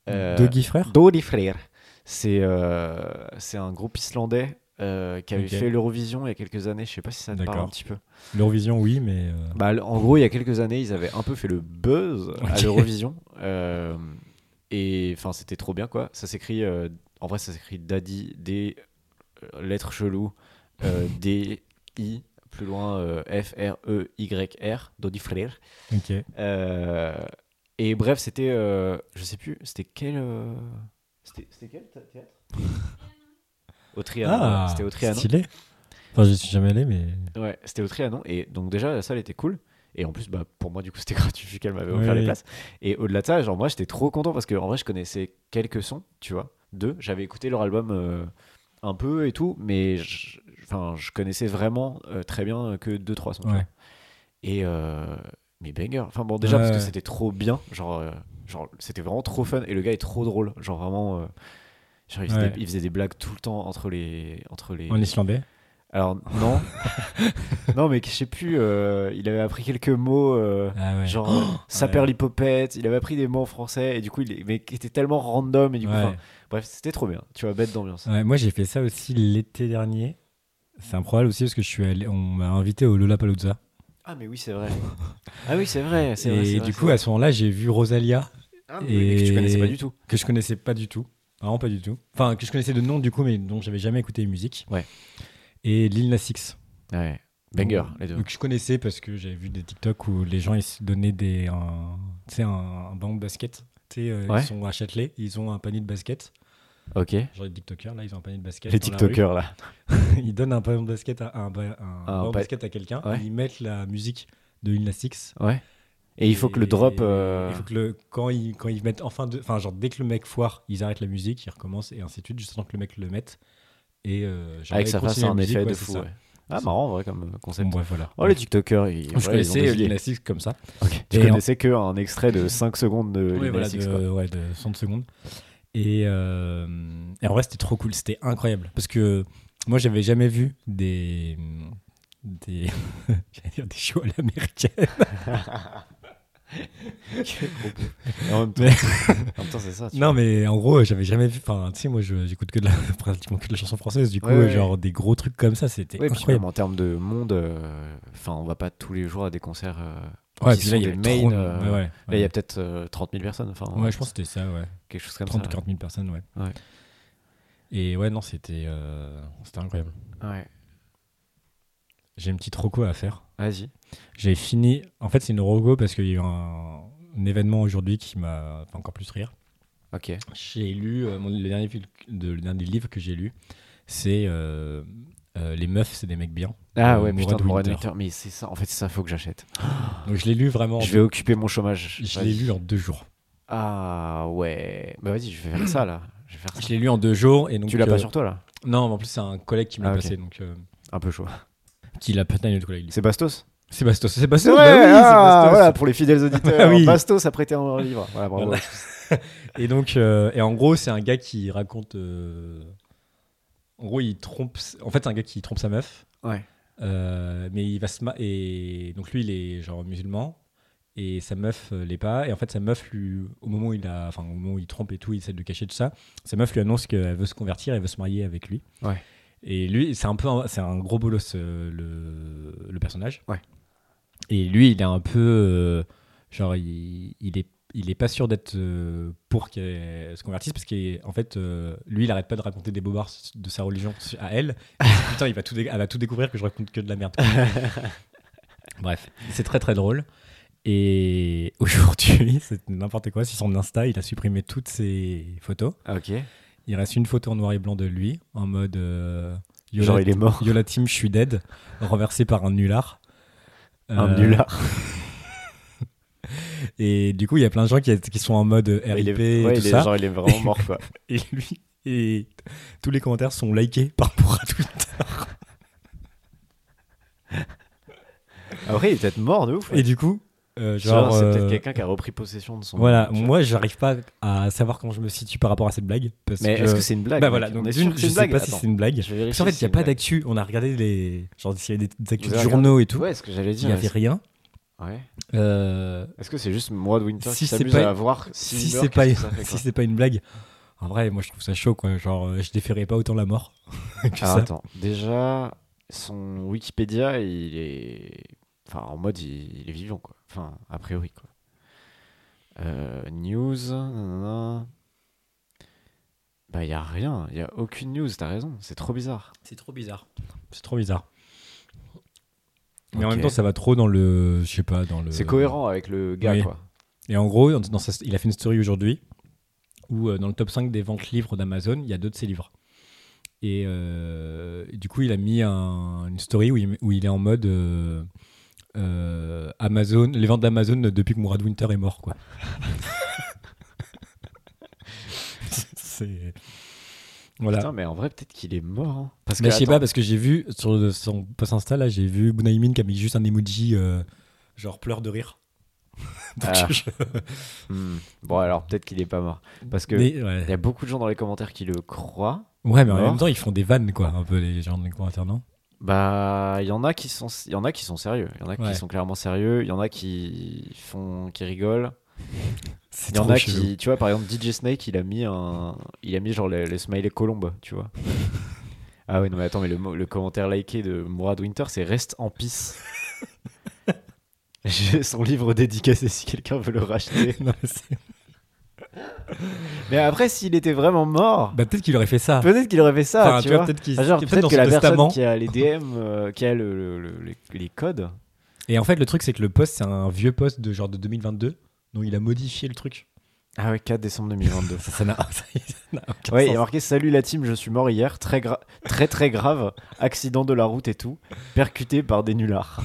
Euh, Doggy Frère Dodi Frère. C'est euh, c'est un groupe islandais euh, qui avait Ok. fait l'Eurovision il y a quelques années. Je sais pas si ça te parle un D'accord. petit peu. L'Eurovision, oui, mais. euh, Bah, le- en gros, il y a quelques années, ils avaient un peu fait le buzz à Ok. l'Eurovision. Euh, et enfin, c'était trop bien, quoi. Ça s'écrit, euh, en vrai, ça s'écrit Daddy, D, euh, lettres cheloues, euh, D, I, plus loin, euh, F, R, E, Y, R, Dodi Frère. Ok. Euh, et bref, c'était, euh, je sais plus, c'était quel. euh, c'était c'était quel thé- théâtre Au Trianon. ouais, euh, c'était au Trianon. Ah, Stylé. Enfin, je suis jamais allé, mais. Ouais, c'était au Trianon. Et donc, déjà, la salle était cool. Et en plus, bah, pour moi, du coup, c'était gratuit vu qu'elle m'avait offert Ouais. les places. Et au-delà de ça, genre, moi, j'étais trop content parce que, en vrai, je connaissais quelques sons, tu vois, d'eux. J'avais écouté leur album euh, un peu et tout, mais je, enfin, je connaissais vraiment euh, très bien que deux, trois sons. tu vois. Ouais. Et. euh, mais banger. Enfin, bon, déjà, Ouais, parce que ouais. c'était trop bien. Genre, euh, genre c'était vraiment trop fun. Et le gars est trop drôle. Genre, vraiment. euh, genre, il, faisait Ouais. des, il faisait des blagues tout le temps entre les. Entre les En islandais alors non, non mais je sais plus. euh, il avait appris quelques mots, euh, Ah ouais. genre euh, saperlipopette. Il avait appris des mots en français et du coup, il est- mais qui était tellement random et du coup, Ouais. enfin, bref, c'était trop bien. Tu vois, bête d'ambiance. Ouais, moi j'ai fait ça aussi l'été dernier. C'est improbable aussi parce que je suis allé, on m'a invité au Lollapalooza. Ah mais oui, c'est vrai. Ah oui, c'est vrai. C'est Et vrai, c'est du vrai, c'est coup vrai. à ce moment-là j'ai vu Rosalia Ah, mais oui, mais que tu connaissais pas du tout. que je connaissais pas du tout, vraiment pas du tout. Enfin que je connaissais de nom du coup mais dont j'avais jamais écouté les musiques. Ouais. Et Lil Nas X. Ouais. Banger, les deux. Donc, que je connaissais parce que j'avais vu des TikTok où les gens ils se donnaient des un, tu sais un, un banc de basket. Tu sais, euh, Ouais. Ils sont à Châtelet, ils ont un panier de basket. Ok. Genre les TikTokers là, ils ont un panier de basket. Les dans la rue. TikTokers là. ils donnent un ballon de basket à, un, ba- un ballon de pa- basket à quelqu'un, Ouais. ils mettent la musique de Lil Nas X. Ouais. Et il faut que le drop. euh, Il faut que le, quand, ils, quand ils mettent enfin. de- Enfin, genre, dès que le mec foire, ils arrêtent la musique, ils recommencent et ainsi de suite, juste avant que le mec le mette. Et euh, genre, Avec ils sa face, continuent c'est la un musique, effet ouais, de c'est fou. ça. ouais. Ah C'est- marrant en vrai comme Bon, concept. bref, voilà. Oh les TikTokers, ils, je ouais, ils ont connaissais euh, des idées. Lil Nas X comme ça. Tu Et connaissais que un extrait de 5 secondes de Ouais, Lil voilà, Nas X, de, quoi. ouais, de 60 secondes. Et, euh, et en vrai, c'était trop cool, c'était incroyable. Parce que moi, j'avais jamais vu des. des. j'allais dire des shows à l'américaine. Et en même temps, Mais- en même temps, c'est ça. tu non, mais en gros, j'avais jamais vu. Enfin, tu sais, moi, je- j'écoute que de la, pratiquement que de la chanson française. Du coup, Ouais, ouais. genre, des gros trucs comme ça, c'était vois. Ouais, puis même incroyable. en termes de monde, euh, enfin, on va pas tous les jours à des concerts. euh, Ouais, qui puis là, il sont y des avait mains, trop. de- euh, ouais, ouais, Là, il y a ouais. peut-être euh, 30 000 personnes. Enfin, Ouais, je pense que c'était ça, ouais. quelque chose comme 30 ou ça. 40 000 personnes, ouais. Ouais. Et ouais, non, c'était euh, c'était incroyable. Ouais. J'ai une petite roco à faire. Vas-y. J'ai fini. En fait, c'est une rogo parce qu'il y a eu un, un événement aujourd'hui qui m'a fait encore plus rire. Ok. J'ai lu euh, mon- le, dernier, fil- de- le dernier livre que j'ai lu, c'est euh, euh, Les meufs, c'est des mecs bien. Ah Euh, ouais, putain, Mourad de Mourad Winter. Winter. Mais c'est ça. En fait, c'est ça. Faut que j'achète. Donc je l'ai lu vraiment. en Je deux- vais occuper mon chômage. je Vas-y. l'ai lu en deux jours. Ah ouais. Bah vas-y, je vais faire ça là. Je vais faire Je ça. l'ai lu en deux jours et donc. Tu l'as euh, pas sur toi là Non, mais en plus c'est un collègue qui me l'a Ah, ok. passé donc. euh, Un peu chaud. qui l'a pas le collègue. C'est Bastos C'est Bastos. C'est C'est Bastos. vrai, bah oui, c'est ah, Bastos. voilà, pour les fidèles auditeurs, Ah oui. Bastos a prêté un livre. Voilà, bravo. Voilà. Et donc, euh, et en gros, c'est un gars qui raconte. euh, en gros, il trompe. En fait, c'est un gars qui trompe sa meuf. Ouais. Euh, mais il va se. ma- Et donc, lui, il est genre musulman. Et sa meuf euh, l'est pas. Et en fait, sa meuf, lui, au moment où il a, enfin, au moment où il trompe et tout, il essaie de le cacher tout ça. Sa meuf lui annonce qu'elle veut se convertir, elle veut se marier avec lui. Ouais. Et lui, c'est un peu, un- c'est un gros bolos euh, le, le personnage. Ouais. Et lui, il est un peu, euh, genre, il, il est, il est pas sûr d'être euh, pour qu'elle se convertisse parce qu'en fait, euh, lui, il arrête pas de raconter des bobards de sa religion à elle. Et il se dit, Putain, il va tout dé- elle va tout découvrir que je raconte que de la merde. Bref, c'est très très drôle. Et aujourd'hui, c'est n'importe quoi. Sur son Insta, il a supprimé toutes ses photos. Ok. Il reste une photo en noir et blanc de lui, en mode euh, Yola, Genre, il est mort. Yola Team, je suis dead, renversé par un nulard. Un Euh, nulard. Et du coup, il y a plein de gens qui, qui sont en mode euh, RIP Il est, et ouais, tout il est- ça. genre, il est vraiment mort, quoi. Et lui, et tous les commentaires sont likés par rapport à Twitter. Après, il est peut-être mort de ouf. ouais. Et du coup, euh, Genre, genre. c'est euh, peut-être quelqu'un qui a repris possession de son. Voilà, tu vois. moi, j'arrive pas à savoir quand je me situe par rapport à cette blague. Parce Mais que... est-ce que c'est une blague Bah mec voilà, On donc est d'une, sûr que je c'est une sais blague pas si c'est une blague. Je vais vérifier Parce qu'en fait, si il n'y a c'est pas une blague. d'actu. On a regardé les. Genre, s'il y avait des, des actus Vous du avez journaux et tout. Ouais, ce que j'allais Il dire. n'y avait rien. Ouais. Euh, Est-ce que c'est juste moi de Winter Si qui c'est s'amuse pas- à voir si, s'il meurt, c'est pas, qu'est-ce que ça fait, si quoi c'est pas une blague, en vrai, moi je trouve ça chaud quoi. Genre, euh, je déférerais pas autant la mort que Alors, ça. Ah, attends, déjà, son Wikipédia, il est. Enfin, en mode, il, il est vivant, quoi. Enfin, a priori, quoi. Euh, news. nanana. Bah, il n'y a rien. Il n'y a aucune news, t'as raison. C'est trop bizarre. C'est trop bizarre. C'est trop bizarre. Mais en Ok. même temps, ça va trop dans le. Je sais pas, dans le. C'est cohérent avec le gars, Euh, oui. quoi. Et en gros, dans- dans sa- il a fait une story aujourd'hui où euh, dans le top 5 des ventes livres d'Amazon, il y a deux de ses livres. Et euh, du coup, il a mis un- une story où il, où il est en mode euh, euh, Amazon, les ventes d'Amazon depuis que Mourad Winter est mort, quoi. C'est- Voilà. Putain, mais en vrai, peut-être qu'il est mort. hein. Parce Mais que, je sais pas, attends, parce que j'ai vu sur le- son post Insta, là, j'ai vu Bunaimin qui a mis juste un emoji, euh, genre pleure de rire. Donc, Ah. je- hmm, Bon, alors, peut-être qu'il est pas mort. Parce que. Mais, ouais. Il y a beaucoup de gens dans les commentaires qui le croient. Ouais, mais en Mort. même temps, ils font des vannes, quoi, un peu, les gens de commentaires, non Bah, il y en a qui sont, il y en a qui sont sérieux. Il y en a Ouais. qui sont clairement sérieux. Il y en a qui font, qui rigolent. C'est Il y en trop a chelou. qui, tu vois, par exemple, DJ Snake, il a mis un, il a mis genre les, les smileys colombes, tu vois. ah ouais, non mais attends, mais le, mo- le commentaire liké de Mourad Winter, c'est reste en pisse. J'ai son livre dédicacé si quelqu'un veut le racheter. Non, mais c'est- Mais après, s'il était vraiment mort, bah, peut-être qu'il aurait fait ça. peut-être qu'il aurait fait ça, Enfin, tu vois. peut-être qu'il Ah, genre, peut-être peut-être dans que son la personne testament. qui a les DM, euh, qui a le- le- le- les, les codes. Et en fait, le truc, c'est que le post, c'est un vieux post de genre de 2022, dont il a modifié le truc. Ah ouais, 4 décembre 2022. Ça ça n'a ça n'a aucun ouais, il y a sens. marqué Salut la team, je suis mort hier, très, gra- très très grave, accident de la route et tout, percuté par des nullards.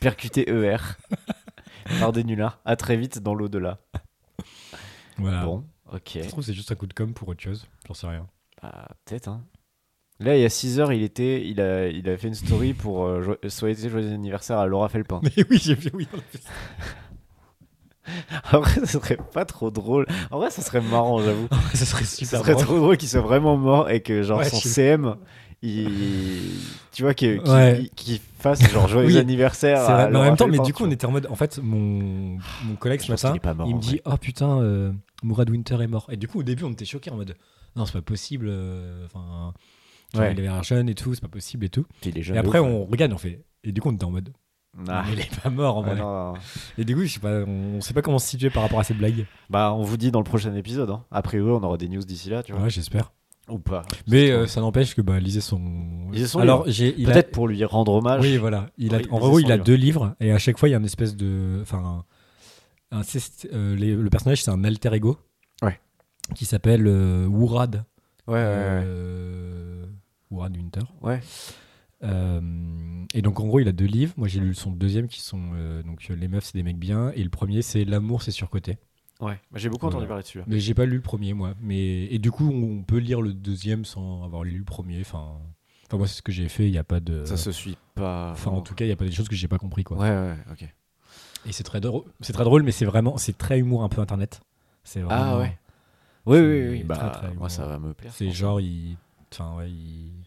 percuté ER par des nullards, à très vite dans l'au-delà. Voilà. Bon, ok. Je trouve que c'est juste un coup de com' pour autre chose, j'en sais rien. Bah, peut-être, hein. Là, il y a 6 heures, il, était, il, a, il a fait une story pour euh, jo- souhaiter joyeux anniversaire à Laura Felpin. Mais oui, j'ai vu, oui, on a fait ça. En vrai, ce serait pas trop drôle. En vrai, ça serait marrant, j'avoue. Ça serait Ce super serait drôle. trop drôle qu'il soit vraiment mort et que genre Ouais, son je- CM, il... tu vois, qu'il qu'il- Ouais. qu'il fasse genre joyeux Oui, anniversaire. C'est à vrai, mais en Laura même temps, mais Felpin, du tu coup, on vois. était en mode. En fait, mon, mon collègue Je ce pense matin, qu'il est pas mort, il en me dit Oh putain, euh, Mourad Winter est mort. Et du coup, au début, on était choqués en mode Non, c'est pas possible. euh, Enfin, genre, Ouais. il avait l'air jeune et tout, c'est pas possible et tout. Puis il est jeune Et de après, ouf, on regarde, on fait. Et du coup, on était en mode ouais. Ah, Il est pas mort en ouais, vrai. non, non. et du coup, je sais pas, on, on sait pas comment se situer par rapport à ces blagues. Bah, on vous dit dans le prochain épisode. Hein. A priori, on aura des news d'ici là, tu vois. Ouais, j'espère. Ou pas. Mais C'est euh, trop- ça n'empêche que bah, lisez son. Lisez son Alors, j'ai. il a- peut-être pour lui rendre hommage. Oui, voilà. Il a, Oui, en lisez gros, son il a livre. deux livres et à chaque fois, il y a une espèce de. Enfin, un- un cest- euh, les- le personnage, c'est un alter ego. Ouais. Qui s'appelle euh, Wourad. Ouais, ouais, ouais. Euh, Wourad Winter. Ouais. Euh, et donc, en gros, il a deux livres. Moi, j'ai lu son deuxième qui sont euh, donc euh, Les meufs, c'est des mecs bien. Et le premier, c'est L'amour, c'est surcoté. Ouais. Bah, J'ai beaucoup entendu Voilà. parler dessus. là. Mais j'ai pas lu le premier, moi. Mais, et du coup, on peut lire le deuxième sans avoir lu le premier. Enfin, enfin moi, c'est ce que j'ai fait. Il n'y a pas de. Ça se suit pas. euh, Enfin, en tout cas, il n'y a pas des choses que j'ai pas compris, quoi. Ouais, ouais, ok. Et c'est très drôle, c'est très drôle, mais c'est vraiment, c'est très humour un peu internet. C'est vraiment. Ah ouais. Oui, oui, c'est oui. très, Bah, très moi, bon. ça va me plaire. C'est genre, il, enfin ouais, il-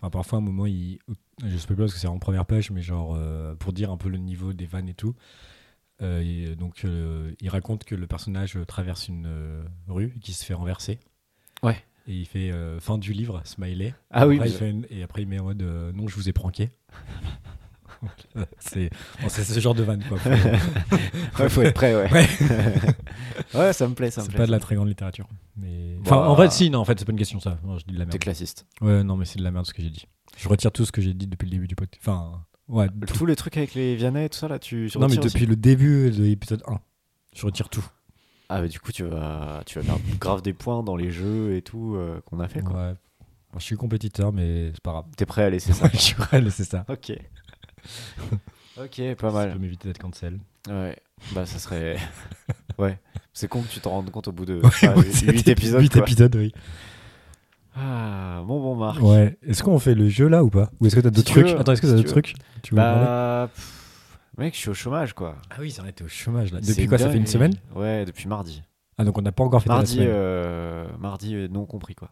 enfin, parfois à un moment, il, je sais pas parce que c'est en première page, mais genre euh, pour dire un peu le niveau des vannes et tout. euh, et donc, euh, il raconte que le personnage traverse une euh, rue qui se fait renverser. Ouais. Et il fait euh, fin du livre, smiley. Ah oui, Après, mais- il fait une- et après il met en mode euh, non, je vous ai pranké. c'est bon, c'est ce genre de vanne, quoi. Faut- Ouais, faut être prêt, ouais. Ouais. ouais, ça me plaît, ça me C'est plaît. pas ça de la me plaît. très grande littérature. Mais... Bon, Enfin, en bah- vrai, si, non, en fait, c'est pas une question, ça. Non, je dis de la merde. T'es classiste. Ouais, non, mais c'est de la merde ce que j'ai dit. Je retire tout ce que j'ai dit depuis le début du podcast. Enfin, ouais, tout. Tous les trucs avec les Vianney et tout ça, là, tu. tu Non, mais retires depuis aussi le début de l'épisode 1, je retire tout. Ah, mais du coup, tu vas, tu vas perdre grave des points dans les jeux et tout euh, qu'on a fait, quoi. Ouais. Bon, je suis compétiteur, mais c'est pas grave. T'es prêt à laisser ça je suis prêt à laisser ça. Ok. ok, pas Ça mal. peut m'éviter d'être cancel. Ouais. Bah, ça serait. ouais. C'est con que tu t'en rendes compte au bout de Ouais, ouais, 8 c'était épisodes. huit quoi. épisodes, oui. Ah, bon, bon, Marc. Ouais. Est-ce qu'on fait le jeu là ou pas Ou est-ce que t'as Si d'autres tu trucs veux. Attends, est-ce que Si t'as tu d'autres veux. trucs Tu veux en parler Bah. pff, Mec, je suis au chômage, quoi. Ah oui, ça en était au chômage là. Depuis C'est quoi Ça fait une dingue. semaine Ouais, depuis mardi. Ah, donc on n'a pas encore fait la Mardi, semaine. euh, mardi euh, non compris, quoi.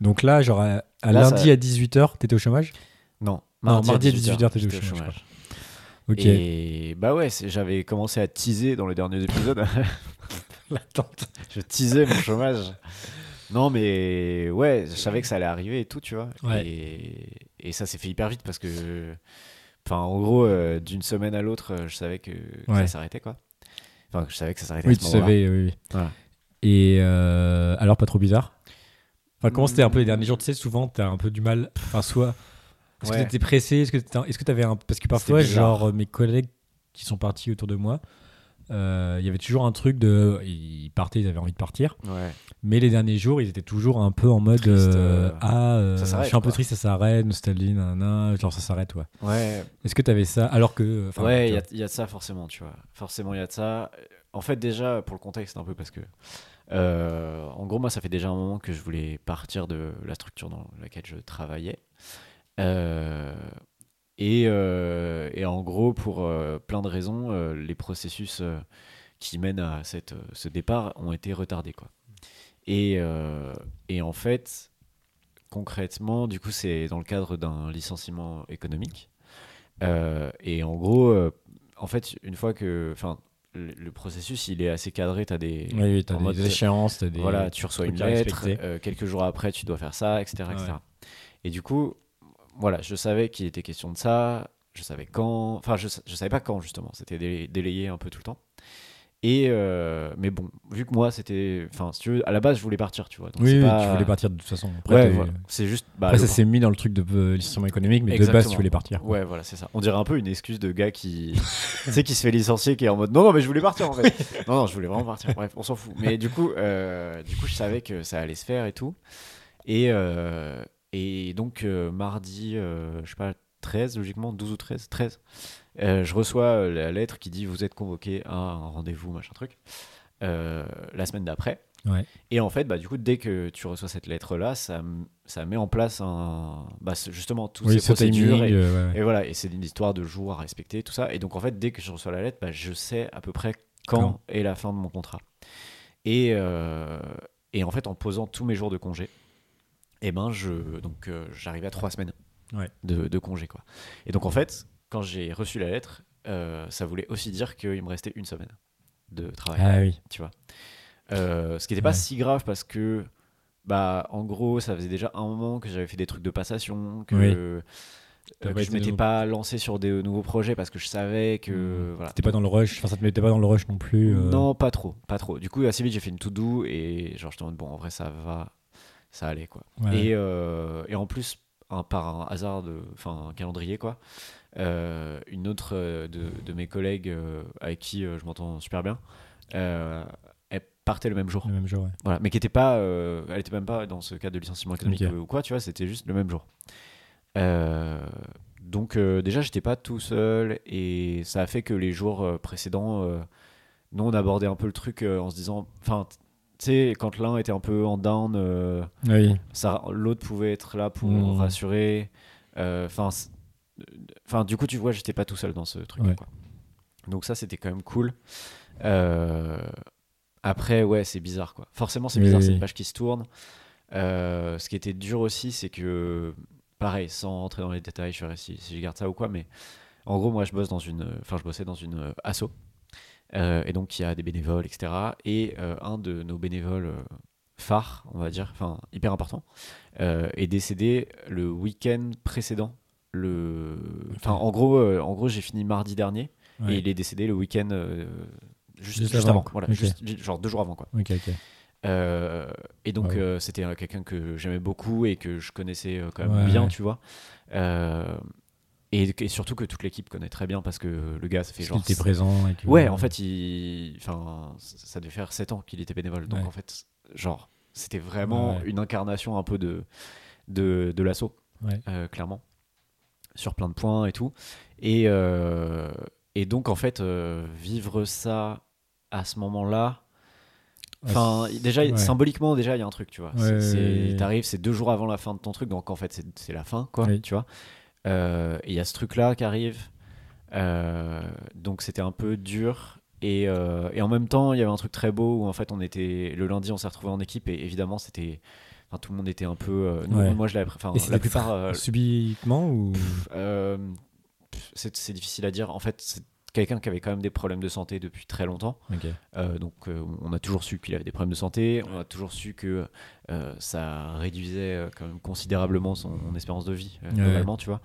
Donc là, genre à, à Là, ça- lundi à 18h, t'étais au chômage Non, Non, mardi à 18 18 heures, t'étais au j'étais chômage, Ok. Et bah ouais, c'est- j'avais commencé à teaser dans le dernier épisode. L'attente. je teasais mon chômage. Non, mais ouais, je savais que ça allait arriver et tout, tu vois. Ouais. Et, et ça s'est fait hyper vite parce que. Enfin, en gros, euh, d'une semaine à l'autre, euh, je savais que, que Ouais. ça s'arrêtait, quoi. Enfin, que je savais que ça s'arrêtait. à Oui, ce tu moment-là. savais, oui. oui. Voilà. Et euh, alors, pas trop bizarre Enfin, comment c'était un peu les Mm. derniers jours Tu sais, souvent, t'as un peu du mal. Enfin, soit. Est-ce Ouais. que t'étais pressé Est-ce que t'étais- est-ce que t'avais un. Parce que parfois, C'était bizarre. genre, euh, mes collègues qui sont partis autour de moi, euh, il y avait toujours un truc de. Ils partaient, ils avaient envie de partir. Ouais. Mais les derniers jours, ils étaient toujours un peu en mode. Triste, euh, euh, ah, euh, ça je s'arrête, suis un peu quoi. triste, ça s'arrête, nostalgie, nanana, genre, ça s'arrête, ouais. Ouais, Est-ce que t'avais ça Alors que. enfin, euh, ouais, tu il y vois. a- il y, a de ça forcément, tu vois. Forcément, il y a de ça. En fait, déjà, pour le contexte, un peu, parce que. euh, en gros, moi, ça fait déjà un moment que je voulais partir de la structure dans laquelle je travaillais. Euh, et, euh, et en gros, pour euh, plein de raisons, euh, les processus euh, qui mènent à cette, euh, ce départ ont été retardés, quoi. Et, euh, et en fait, concrètement, du coup, c'est dans le cadre d'un licenciement économique. Euh, et en gros, euh, en fait, une fois que. Enfin, le, le processus, il est assez cadré. Tu as des. Oui, oui, t'as en des, mode- échéances, t'as des. voilà, tu reçois une trucs à lettre. respecter. euh, quelques jours après, tu dois faire ça, etc. etc. Ouais. Et du coup, voilà, je savais qu'il était question de ça. Je savais quand. Enfin, je, sa- je savais pas quand, justement. C'était délai- délayé un peu tout le temps. Et euh, mais bon, vu que moi c'était, enfin, si tu veux, à la base je voulais partir, tu vois. donc Oui, c'est oui, pas- tu voulais partir de toute façon. Après, Ouais, t'as eu- voilà. c'est juste. bah, Après, ça le- s'est mis dans le truc de euh, licenciement économique, mais de base, Exactement. tu voulais partir. Ouais, voilà, c'est ça. On dirait un peu une excuse de gars qui, tu sais, qui se fait licencier, qui est en mode non, non, mais je voulais partir en fait. non, non, je voulais vraiment partir. Bref, on s'en fout. Mais du coup, euh, du coup, je savais que ça allait se faire et tout. Et, euh, et donc, euh, mardi, euh, je sais pas, 13, logiquement, 12 ou 13, 13, euh, je reçois euh, la lettre qui dit vous êtes convoqué à un rendez-vous, machin truc, euh, la semaine d'après. Ouais. Et en fait, bah, du coup, dès que tu reçois cette lettre-là, ça, m- ça met en place un, bah, ce- justement toutes Oui, ces ce procédures timing. et- euh, ouais, ouais. et voilà, et c'est une histoire de jours à respecter, tout ça. Et donc, en fait, dès que je reçois la lettre, bah, je sais à peu près quand, Quand. est la fin de mon contrat. Et, euh, et en fait, en posant tous mes jours de congé, et ben, je, donc, euh, j'arrivais à trois semaines Ouais. de, de congé. Quoi. Et donc, en fait, quand j'ai reçu la lettre, euh, ça voulait aussi dire qu'il me restait une semaine de travail. Ah oui. Tu vois. Euh, ce qui n'était pas Ouais. si grave parce que, bah, en gros, ça faisait déjà un moment que j'avais fait des trucs de passation, que, Oui. euh, T'as que pas je été m'étais dans- pas lancé sur des euh, nouveaux projets parce que je savais que. Voilà. T'étais pas dans le rush. Enfin, ça te mettait pas dans le rush non plus. Hmm. euh. Non, pas trop, pas trop. Du coup, assez vite, j'ai fait une to do et genre, je te demande, bon, en vrai, ça va, ça allait quoi. Ouais. Et, euh, et en plus, un- par un hasard, de, enfin un calendrier, quoi, euh, une autre euh, de, de mes collègues euh, avec qui euh, je m'entends super bien, euh, elle partait le même jour. Le même jour, ouais. Voilà, mais qui était pas, euh, elle était même pas dans ce cas de licenciement économique Ok. ou quoi, tu vois, c'était juste le même jour. Euh, donc euh, déjà, j'étais pas tout seul et ça a fait que les jours euh, précédents, euh, nous on abordait un peu le truc euh, en se disant, enfin, t- tu sais, quand l'un était un peu en down, euh, Oui. ça, l'autre pouvait être là pour Mhm. rassurer. Euh, Enfin, enfin, du coup, tu vois, j'étais pas tout seul dans ce truc. Ouais. Quoi. Donc ça, c'était quand même cool. Euh, après, ouais, c'est bizarre, quoi. Forcément, c'est Oui, bizarre, oui, c'est oui. une page qui se tourne. Euh, ce qui était dur aussi, c'est que, pareil, sans rentrer dans les détails, je sais pas si, si je garde ça ou quoi, mais en gros, moi, je bosse dans une, enfin, je bossais dans une euh, asso, Euh, et donc il y a des bénévoles, etc. Et euh, un de nos bénévoles euh, phares, on va dire, enfin hyper important, euh, est décédé le week-end précédent le. Enfin, en gros, euh, en gros, j'ai fini mardi dernier Ouais. et il est décédé le week-end euh, juste, Juste juste avant, avant. quoi. Voilà, Ok. juste- ju- genre deux jours avant quoi. Ok, ok. Euh, et donc Ah ouais. euh, c'était euh, quelqu'un que j'aimais beaucoup et que je connaissais euh, quand même Ouais, bien, ouais. tu vois. Euh, et, et surtout que toute l'équipe connaît très bien parce que le gars, ça fait Parce genre qu'il était présent. et que- Ouais, en fait, il... enfin, c- ça devait faire 7 ans qu'il était bénévole. Donc, Ouais. en fait, genre, c'était vraiment Ouais. une incarnation un peu de, de, de l'assaut, Ouais. euh, clairement, sur plein de points et tout. Et, euh, et donc, en fait, euh, vivre ça à ce moment-là, Ouais, enfin, c'est- déjà, ouais. symboliquement, déjà, il y a un truc, tu vois. C'est- Ouais, c'est- ouais, ouais. T'arrives, c'est deux jours avant la fin de ton truc, donc en fait, c'est- c'est la fin, quoi, Oui. tu vois. Euh, et il y a ce truc-là qui arrive. Euh, donc c'était un peu dur. Et, euh, et en même temps, il y avait un truc très beau où en fait, on était le lundi, on s'est retrouvé en équipe et évidemment, c'était. Enfin, tout le monde était un peu. euh, nous, Ouais. Moi, je l'avais. Enfin, Et c'est la des- plupart. euh, Subitement ou. euh, pff, c'est c'est difficile à dire. En fait, c'est quelqu'un qui avait quand même des problèmes de santé depuis très longtemps. Ok. Euh, donc euh, on a toujours su qu'il avait des problèmes de santé, on a toujours su que euh, ça réduisait euh, quand même considérablement son, son espérance de vie, euh, Ouais. globalement, tu vois.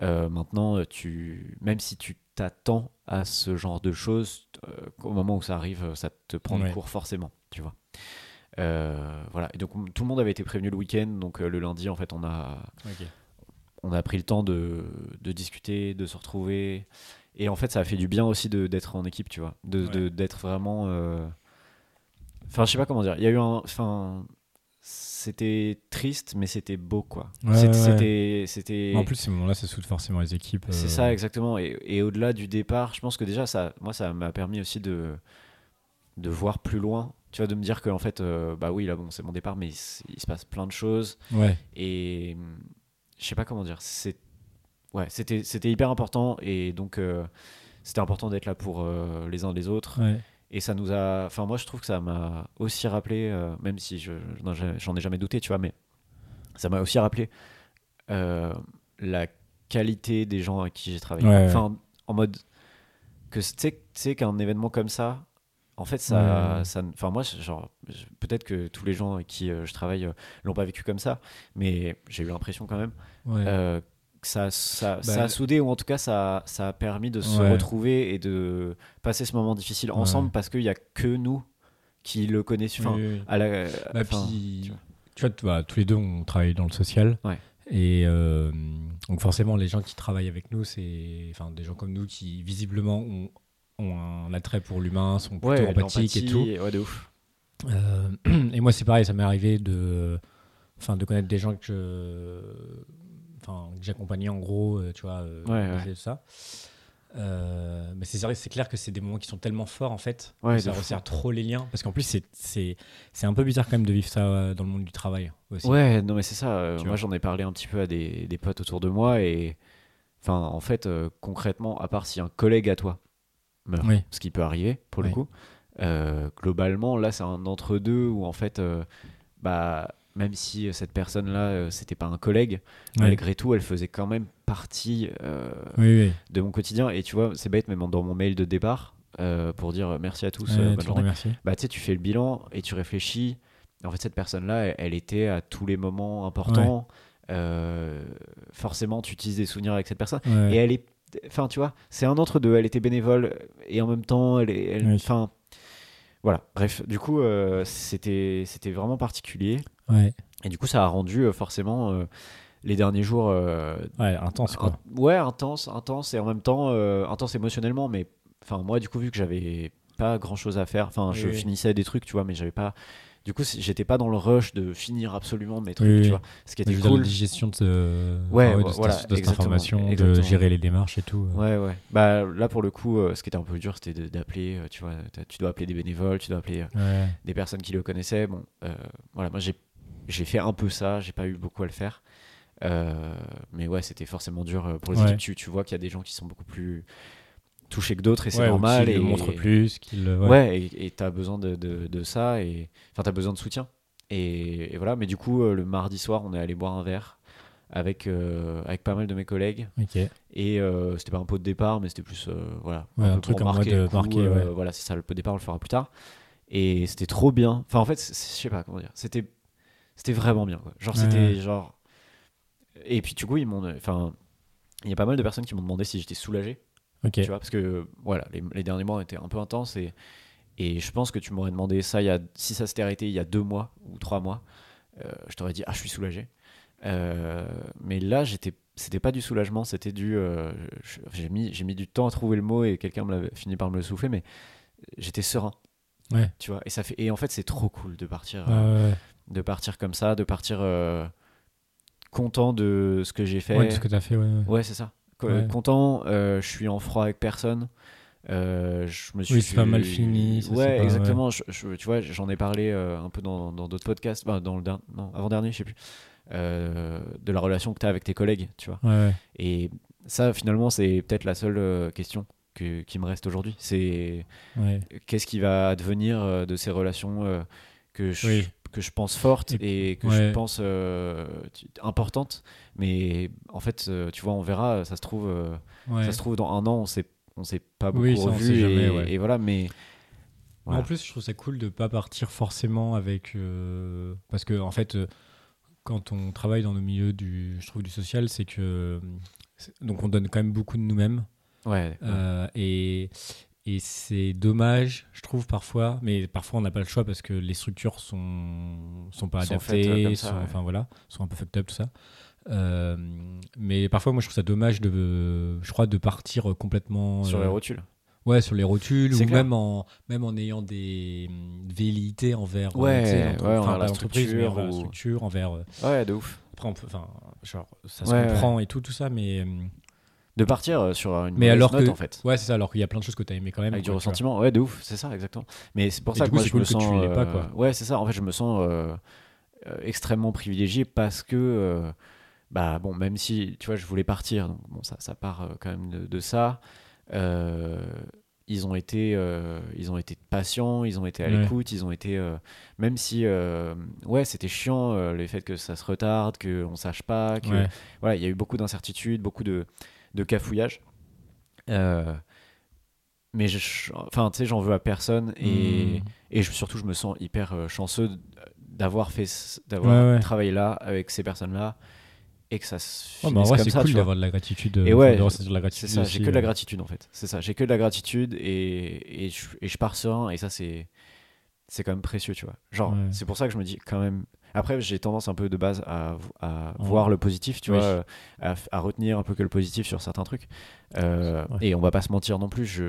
Euh, maintenant, euh, tu, même si tu t'attends à ce genre de choses, euh, au moment où ça arrive, euh, ça te prend de Ouais. court forcément, tu vois. Euh, voilà, et donc m- tout le monde avait été prévenu le week-end, donc euh, le lundi, en fait, on a, on a pris le temps de, de discuter, de se retrouver. Et en fait, ça a fait du bien aussi de- d'être en équipe, tu vois. De- de- Ouais. D'être vraiment. euh, Enfin, je sais pas comment dire. Il y a eu un. Enfin. C'était triste, mais c'était beau, quoi. Ouais, C'était- ouais. C'était. c'était- En plus, ces moments-là, ça soude forcément les équipes. C'est euh, ça, exactement. Et, et au-delà du départ, je pense que déjà, ça, moi, ça m'a permis aussi de, de voir plus loin. Tu vois, de me dire que, en fait, euh, bah oui, là, bon, c'est mon départ, mais il s- il se passe plein de choses. Ouais. Et hum, je sais pas comment dire. C'est ouais, c'était c'était hyper important et donc euh, c'était important d'être là pour euh, les uns les autres. ouais. Et ça nous a. Enfin moi je trouve que ça m'a aussi rappelé, euh, même si je non, j'ai- j'en ai jamais douté, tu vois, mais ça m'a aussi rappelé euh, la qualité des gens à qui j'ai travaillé. Ouais, ouais. Enfin en mode que c'est- tu sais- tu sais qu'un événement comme ça. En fait, ça, Ouais. ça, enfin moi, je- genre, je- peut-être que tous les gens avec qui euh, je travaille euh, l'ont pas vécu comme ça, mais j'ai eu l'impression quand même Ouais. euh, que ça, ça, Bah, ça a le- soudé ou en tout cas ça, ça a permis de se Ouais. retrouver et de passer ce moment difficile Ouais. ensemble parce qu'il n'y a que nous qui le connaissons. Enfin, Oui, oui, oui. à la, Bah, euh, enfin, puis, tu tu vois. vois, tu vois, bah, tous les deux, on travaille dans le social. Ouais. Et euh, donc, forcément, les gens qui travaillent avec nous, c'est enfin, des gens comme nous qui, visiblement, ont, ont un attrait pour l'humain, sont plutôt ouais, empathiques et l'empathie, tout. ouais, de ouf. Euh, et moi, c'est pareil, ça m'est arrivé de, enfin, de connaître des gens que je- enfin, que j'accompagnais en gros, euh, tu vois, euh, Ouais, ouais. et ça. Euh, mais c'est vrai- c'est clair que c'est des moments qui sont tellement forts en fait, Ouais, que de ça fou. resserre trop les liens. Parce qu'en plus, c'est- c'est c'est un peu bizarre quand même de vivre ça euh, dans le monde du travail aussi. Ouais, non mais c'est ça. euh, Tu moi vois. j'en ai parlé un petit peu à des, des potes autour de moi et enfin en fait euh, concrètement, à part si un collègue à toi meurt, Oui. ce qui peut arriver pour le Oui. coup, euh, globalement là c'est un entre deux où en fait euh, bah même si euh, cette personne là c'était pas un collègue Ouais. malgré tout, elle faisait quand même partie euh, Oui, oui. de mon quotidien. Et tu vois, c'est bête, même dans mon mail de départ, euh, pour dire euh, merci à tous, euh, Ouais, bonne te journée. remercie. Bah, tu sais, tu fais le bilan et tu réfléchis. En fait, cette personne-là, elle, elle était à tous les moments importants. Euh, forcément, tu utilises des souvenirs avec cette personne. Ouais. Et elle est. Enfin, tu vois, c'est un entre deux. Elle était bénévole et en même temps, elle. est- elle- Oui. Enfin. Voilà, bref, du coup, euh, c'était c'était vraiment particulier. Ouais. Et du coup, ça a rendu euh, forcément euh, les derniers jours euh, Ouais, intense quoi. un- ouais, intense, intense et en même temps euh, intense émotionnellement. Mais enfin, moi, du coup, vu que j'avais pas grand chose à faire, enfin, Oui, je oui. finissais des trucs, tu vois, mais j'avais pas. Du coup, c'est- j'étais pas dans le rush de finir absolument mes trucs, Oui, tu oui. vois. Ce Je qui était veux dire, la cool. digestion de, ce... Ouais, enfin, ouais, de, cette- voilà, de cette exactement, information, de exactement. gérer les démarches et tout. euh. Ouais, ouais. Bah, là, pour le coup, euh, ce qui était un peu dur, c'était de- d'appeler, euh, tu vois, t'as- tu dois appeler des bénévoles, tu dois appeler euh, Ouais. des personnes qui le connaissaient. Bon, euh, voilà, moi, j'ai j'ai fait un peu ça, j'ai pas eu beaucoup à le faire. Euh, mais ouais, c'était forcément dur euh, pour les Ouais. équipes. Tu, tu vois qu'il y a des gens qui sont beaucoup plus touchés que d'autres et c'est Ouais, ou normal. qu'il et le montre plus, qu'il. euh, Ouais, ouais. et et t'as besoin de, de- de ça, et enfin t'as besoin de soutien. Et, et voilà, mais du coup, euh, le mardi soir, on est allé boire un verre avec, euh, avec pas mal de mes collègues. Ok. Et euh, c'était pas un pot de départ, mais c'était plus euh, voilà, Ouais, un peu truc pour en marquer mode le coup, marquer, euh, ouais. Voilà, c'est ça, le pot de départ, on le fera plus tard. Et c'était trop bien. Enfin, en fait, c'est- c'est- je sais pas comment dire. C'était c'était vraiment bien. Quoi. Genre, Ouais, c'était ouais. genre. Et puis, du coup, ils m'ont. Enfin, il y a pas mal de personnes qui m'ont demandé si j'étais soulagé, Ok. tu vois, parce que voilà, les, les derniers mois ont été un peu intenses et, et je pense que tu m'aurais demandé ça il y a, si ça s'était arrêté il y a deux mois ou trois mois, euh, je t'aurais dit ah je suis soulagé. Euh, mais là j'étais c'était pas du soulagement, c'était du euh, je- j'ai mis j'ai mis du temps à trouver le mot et quelqu'un me l'avait fini par me le souffler, mais j'étais serein. Ouais. Tu vois, et ça fait et en fait c'est trop cool de partir. Ouais, euh, ouais, de partir comme ça, de partir euh, content de ce que j'ai fait. ouais. Ouais, de ce que t'as fait, ouais, ouais. Ouais, c'est ça. Co- Ouais. Content, euh, je suis en froid avec personne. Euh, je me suis Oui, c'est pas mal fini, ça, c'est ouais, pas- exactement. Je, je- tu vois, j'en ai parlé euh, un peu dans dans d'autres podcasts, enfin, dans le dernier, non, avant dernier, je sais plus, euh, de la relation que tu as avec tes collègues, tu vois. Ouais, ouais. Et ça, finalement, c'est peut-être la seule euh, question que, qui me reste aujourd'hui. C'est ouais. qu'est-ce qui va advenir euh, de ces relations euh, que, je, Oui. que je pense fortes et, que ouais. je pense euh, tu- importantes. Mais en fait, euh, tu vois, on verra. Ça se trouve, euh, Ouais. ça se trouve dans un an, on s'est on s'est pas beaucoup Oui, ça, on revu sait et, jamais, ouais. et voilà. Mais Mais Voilà. En plus, je trouve ça cool de pas partir forcément avec. euh, Parce que, en fait, euh, quand on travaille dans le milieu du, je trouve, du social, c'est que. euh, c'est- Donc, on donne quand même beaucoup de nous-mêmes. ouais, Euh, et et c'est dommage, je trouve, parfois. Mais parfois, on n'a pas le choix parce que les structures sont, sont pas Sont adaptées, faites, euh, comme ça, sont- ouais. enfin, voilà, sont un peu fucked up, tout ça. Euh, mais parfois, moi, je trouve ça dommage de, je crois, de partir complètement sur les euh, rotules. Ouais, sur les rotules C'est ou clair. même en, même en ayant des mm, velléités envers euh, Ouais, tu sais, l'entre- ouais, enfin, envers pas la l'entreprise, mais structure envers la ou- structure, envers. euh, Ouais, de ouf. Après, on peut- enfin, genre, ça se Ouais, ouais. comprend et tout, tout ça, mais. mm, De partir euh, sur une Mais mauvaise alors note, que- en fait. Ouais, c'est ça, alors qu'il y a plein de choses que t'as aimé quand même. Avec du quoi, tu vois. ressentiment, ouais, de ouf, c'est ça, exactement. Mais c'est pour Et ça du que coup, moi, c'est je cool me que sens. tu l'aies pas, euh, quoi. Ouais, c'est ça. En fait, je me sens euh, euh, extrêmement privilégié parce que, euh, bah, bon, même si, tu vois, je voulais partir, donc bon, ça, ça part euh, quand même de, de ça. euh, ils ont été, euh, ils ont été patients, ils ont été à Ouais. l'écoute, ils ont été, euh, même si, euh, ouais, c'était chiant euh, les faits que ça se retarde, que on sache pas, que Ouais. voilà, il y a eu beaucoup d'incertitudes, beaucoup de, de cafouillages. Euh, mais je- je- enfin, tu sais, j'en veux à personne et, Mm. et je- surtout, je me sens hyper euh, chanceux d'avoir fait, ce- d'avoir Ouais, ouais. travaillé là avec ces personnes-là et que ça se Ouais, finisse bah, en vrai, comme c'est ça. cool tu vois. d'avoir de la gratitude. euh, Et ouais, de ressentir de la C'est gratitude. ça, j'ai aussi, que de la euh. gratitude en fait. C'est ça, j'ai que de la gratitude et, et, je, et je pars serein et ça c'est c'est quand même précieux, tu vois. Genre, Ouais. c'est pour ça que je me dis quand même. Après, j'ai tendance un peu de base à, à Ouais. voir le positif, tu Oui. vois, à, f- à retenir un peu que le positif sur certains trucs. Euh, Ouais. Et on va pas se mentir non plus, je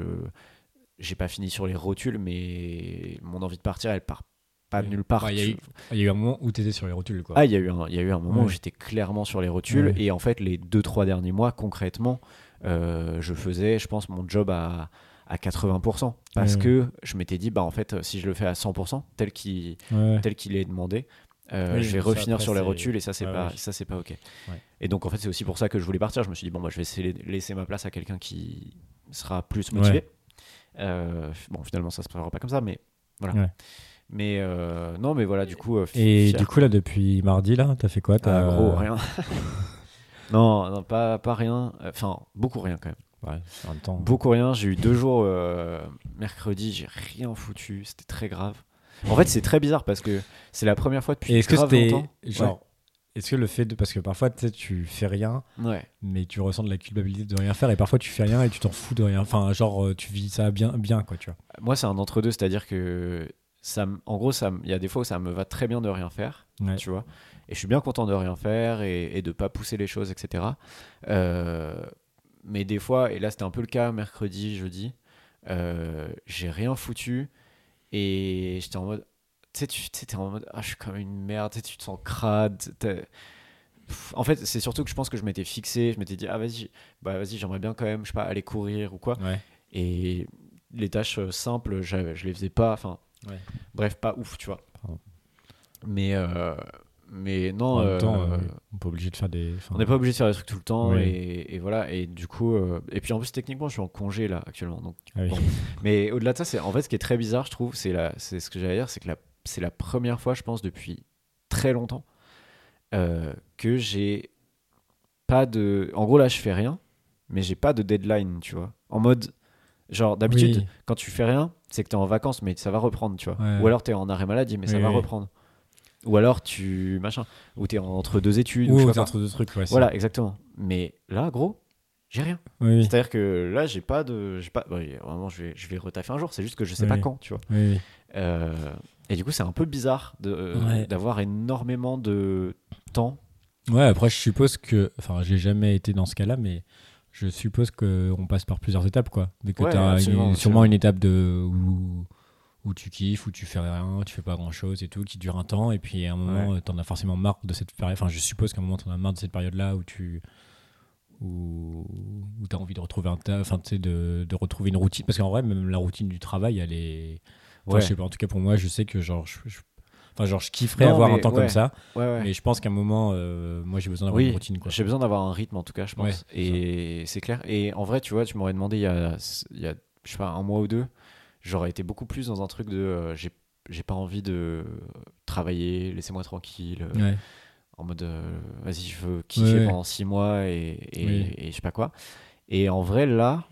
j'ai pas fini sur les rotules, mais mon envie de partir, elle part pas de Ouais. nulle part. Ouais, il y a tu- eu- Il y a eu un moment où t'étais sur les rotules, quoi. ah, il y, a eu un- il y a eu un moment où Ouais. j'étais clairement sur les rotules. Ouais. Et en fait, les deux, trois derniers mois, concrètement, euh, je faisais, je pense, mon job à, à 80%. Parce Ouais. que je m'étais dit, bah, en fait, si je le fais à 100%, tel qu'il Ouais. tel qu'il est demandé, euh, Oui, je vais ça, refinir après, sur les c'est- rotules. Et ça, c'est ouais, pas, ouais. ça, c'est pas OK. Ouais. Et donc, en fait, c'est aussi pour ça que je voulais partir. Je me suis dit, bon, bah, je vais essayer de laisser ma place à quelqu'un qui sera plus motivé. Euh, bon, finalement, ça se passera pas comme ça, mais voilà. Ouais. Mais euh, non, mais voilà, du coup. euh, fi- Et fier. du coup, là, depuis mardi, là, t'as fait quoi Ah, t'as- gros, rien. non, non, pas, pas rien. Enfin, beaucoup rien quand même. Ouais, en même temps. Beaucoup rien. J'ai eu deux jours euh, mercredi, j'ai rien foutu. C'était très grave. En fait, c'est très bizarre parce que c'est la première fois depuis Et est-ce que grave c'était. longtemps. Genre, est-ce que le fait de. Parce que parfois, tu sais, tu fais rien. Ouais. Ouais. mais tu ressens de la culpabilité de rien faire et parfois tu fais rien et tu t'en fous de rien enfin genre euh, tu vis ça bien bien quoi tu vois Moi, c'est un entre deux, c'est-à-dire que ça, me- en gros, ça, me- il y a des fois où ça me va très bien de rien faire. Ouais. tu vois. Et je suis bien content de rien faire et, et de pas pousser les choses, etc. Euh, mais des fois, et là c'était un peu le cas mercredi, jeudi, euh, j'ai rien foutu et j'étais en mode, tu sais, tu tu sais, t'es en mode, ah, je suis comme une merde, tu sais, tu te sens crade. t'es- Pff, En fait, c'est surtout que je pense que je m'étais fixé, je m'étais dit, ah vas-y, bah vas-y, j'aimerais bien quand même, je sais pas, aller courir ou quoi. ouais Et les tâches euh, simples, j'avais- je les faisais pas. Enfin, Ouais. bref, pas ouf, tu vois. Pardon. Mais, euh, mais non, en même temps euh, euh, on n'est pas obligé de faire des enfin, on n'est pas obligé de faire des trucs tout le temps. Oui. Et, et voilà. Et du coup, euh, et puis en plus, techniquement, je suis en congé là actuellement. Donc, ah oui. mais au-delà de ça, c'est en fait ce qui est très bizarre, je trouve, c'est la, c'est ce que j'allais dire, c'est que la, c'est la première fois, je pense, depuis très longtemps, euh, que j'ai pas de. En gros, là, je fais rien, mais j'ai pas de deadline, tu vois. En mode, genre, d'habitude, Oui. quand tu fais rien, c'est que t'es en vacances, mais ça va reprendre, tu vois. Ouais. Ou alors t'es en arrêt maladie, mais ça Oui, va oui. reprendre. Ou alors tu machin, ou t'es en- entre deux études. ou je sais t'es pas. entre deux trucs ouais, c'est- Voilà, exactement. Mais là, gros, J'ai rien. Oui, oui, C'est-à-dire que là, j'ai pas de. j'ai Pas, bah, vraiment, je vais, je vais retaffer un jour. C'est juste que je sais pas Oui. quand, tu vois. oui, oui. Euh, et du coup, c'est un peu bizarre de, euh, Ouais. d'avoir énormément de temps. Ouais, après, je suppose que. Enfin, j'ai jamais été dans ce cas-là, mais je suppose qu'on passe par plusieurs étapes, quoi. Dès que Ouais, t'as une- absolument, absolument. sûrement une étape de, où, où tu kiffes, où tu fais rien, tu fais pas grand-chose et tout, qui dure un temps, et puis à un moment, euh, t'en as forcément marre de cette période. Enfin, je suppose qu'à un moment, t'en as marre de cette période-là où tu. Où, où t'as envie de retrouver un taf, enfin, tu sais, de, de retrouver une routine. Parce qu'en vrai, même la routine du travail, elle est. Enfin, Ouais. je sais pas, en tout cas, pour moi, je sais que genre. Je, je- Enfin, genre, je kifferais Non, avoir un mais temps ouais. comme ça. Ouais, ouais. Mais je pense qu'à un moment, euh, moi j'ai besoin d'avoir Oui, une routine. Quoi. j'ai besoin d'avoir un rythme en tout cas, je pense. Ouais, et c'est clair. Et en vrai, tu vois, tu m'aurais demandé il y a, il y a, je sais pas, un mois ou deux, j'aurais été beaucoup plus dans un truc de euh, j'ai, j'ai pas envie de travailler, laissez-moi tranquille, euh, Ouais. en mode euh, vas-y, je veux kiffer Ouais, ouais. pendant six mois et, et, Oui. et je sais pas quoi. Et en vrai, là,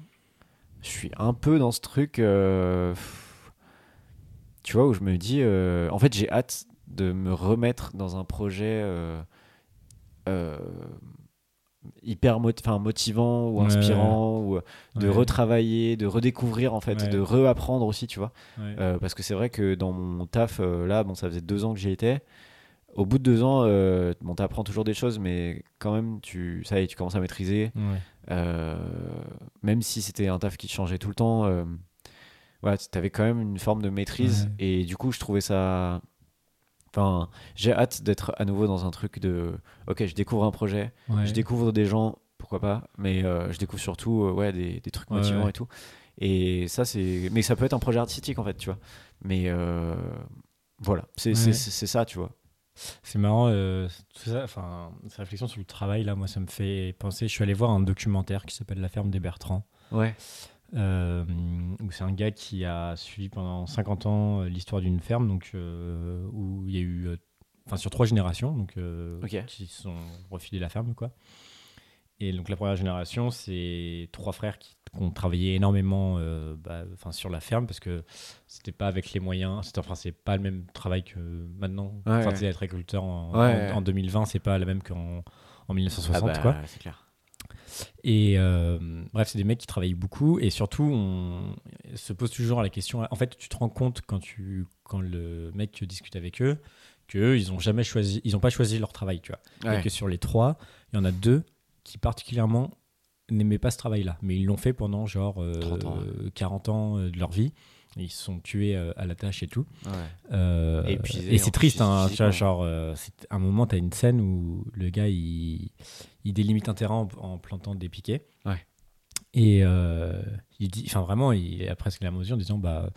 je suis un peu dans ce truc, euh, pff, tu vois, où je me dis, euh, en fait, j'ai hâte de me remettre dans un projet euh, euh, hyper mot- enfin, motivant ou Ouais. inspirant, ou euh, de Ouais. retravailler, de redécouvrir, en fait, Ouais. de reapprendre aussi, tu vois. Ouais. Euh, parce que c'est vrai que dans mon taf, euh, là, bon, ça faisait deux ans que j'y étais. Au bout de deux ans, euh, bon, t'apprends toujours des choses, mais quand même, tu, ça y est, tu commences à maîtriser. Ouais. Euh, même si c'était un taf qui changeait tout le temps, euh, voilà, tu avais quand même une forme de maîtrise. Et du coup, je trouvais ça. Enfin, j'ai hâte d'être à nouveau dans un truc de. Ok, je découvre un projet, Ouais. je découvre des gens, pourquoi pas, mais euh, je découvre surtout euh, ouais, des, des trucs Ouais, motivants ouais. et tout. Et ça, c'est. Mais ça peut être un projet artistique, en fait, tu vois. Mais euh, voilà, c'est c'est- Ouais. c'est- c'est ça, tu vois. C'est marrant, euh, tout ça, enfin, cette réflexion sur le travail, là, moi ça me fait penser. Je suis allé voir un documentaire qui s'appelle La ferme des Bertrands, Ouais, euh, où c'est un gars qui a suivi pendant 50 ans euh, l'histoire d'une ferme, donc euh, où il y a eu. euh, Enfin, sur trois générations, donc euh, Ok. qui se sont refilés la ferme, quoi. Et donc la première génération, c'est trois frères qui, qui ont travaillé énormément euh, bah, enfin, sur la ferme parce que c'était pas avec les moyens. C'était enfin c'est pas le même travail que maintenant. Ouais, enfin, ouais. tu sais, être agriculteur en, Ouais, en- ouais. en 2020, c'est pas la même qu'en en 1960 Ah bah, quoi. c'est clair. Et euh, bref, c'est des mecs qui travaillent beaucoup et surtout on se pose toujours la question. En fait, tu te rends compte quand tu quand le mec discute avec eux que ils ont jamais choisi, ils ont pas choisi leur travail, tu vois et Ouais. que sur les trois, il y en a deux qui particulièrement n'aimaient pas ce travail-là, mais ils l'ont fait pendant genre euh, 30 ans, 40 ans euh, de leur vie. Ils se sont tués euh, à la tâche et tout. Ouais. Euh, Épuisés, et c'est en plus, triste, hein, tu vois, physiquement. genre, euh, c'est- à un moment, tu as une scène où le gars, il, il délimite un terrain en, en plantant des piquets. Ouais. Et euh, il dit, enfin vraiment, il est presque la mesure en disant, bah,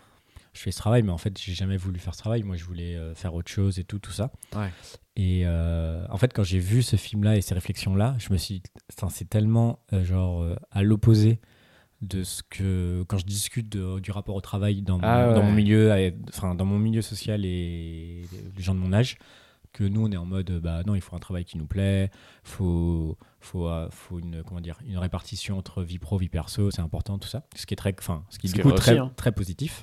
je fais ce travail, mais en fait, j'ai jamais voulu faire ce travail. Moi, je voulais euh, faire autre chose et tout, tout ça. Ouais. Et euh, en fait, quand j'ai vu ce film-là et ces réflexions-là, je me suis dit, Putain, c'est tellement euh, genre euh, à l'opposé de ce que quand je discute de- du rapport au travail dans, mon- Ah ouais. dans mon milieu, à- enfin dans mon milieu social et les gens de mon âge, que nous on est en mode euh, bah non, il faut un travail qui nous plaît, faut faut euh, faut une comment dire une répartition entre vie pro vie perso, c'est important tout ça, ce qui est très enfin ce qui est Ce du qui coup est très aussi, hein. très positif.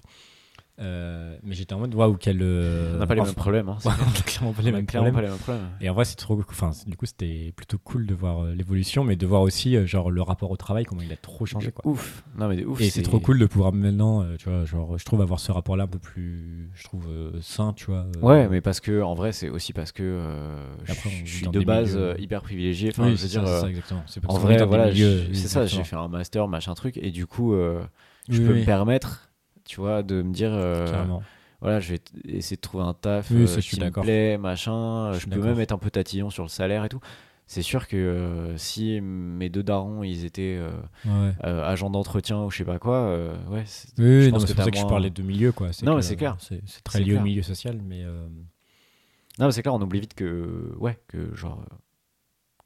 Euh, mais j'étais en mode waouh quel euh, On n'a pas les enfin, mêmes problèmes. Hein, c'est on clair. a clairement pas les On a mêmes clairement problèmes. pas les mêmes problèmes. Et en vrai, c'est trop. Enfin, c'est- du coup, c'était plutôt cool de voir euh, l'évolution, mais de voir aussi euh, genre le rapport au travail, comment il a trop changé. Quoi. De Ouf. Non mais de ouf. Et c'est trop cool de pouvoir maintenant, euh, tu vois, genre, je trouve avoir ce rapport-là un peu plus, je trouve euh, sain, tu vois. euh, Ouais, mais parce que en vrai, c'est aussi parce que euh, je- Après, on je vit suis dans de des base milieux- euh, hyper privilégié. Enfin, oui, je veux c'est ça, dire, c'est euh, ça, exactement. C'est parce en qu'on est vrai, dans des voilà, milieux, je- oui, c'est ça. J'ai exactement. fait un master, machin truc, et du coup, euh, je Oui, peux oui, me permettre, tu vois, de me dire, euh, Clairement. voilà, je vais t- essayer de trouver un taf Oui, euh, ça, je suis qui me d'accord. plaît, machin. euh, Je Je, suis peux d'accord. même être un peu tatillon sur le salaire et tout. C'est sûr que euh, si mes deux darons, ils étaient euh, Ouais. euh, agents d'entretien ou je sais pas quoi, euh, ouais, c'est- Oui, je oui, pense non, que c'est t'as pour ça que je moins- parlais de milieu, quoi. Non, que, mais c'est clair. euh, C'est c'est très C'est lié clair. au milieu social, mais. euh, Non, mais c'est clair, on oublie vite que, ouais, que genre, euh,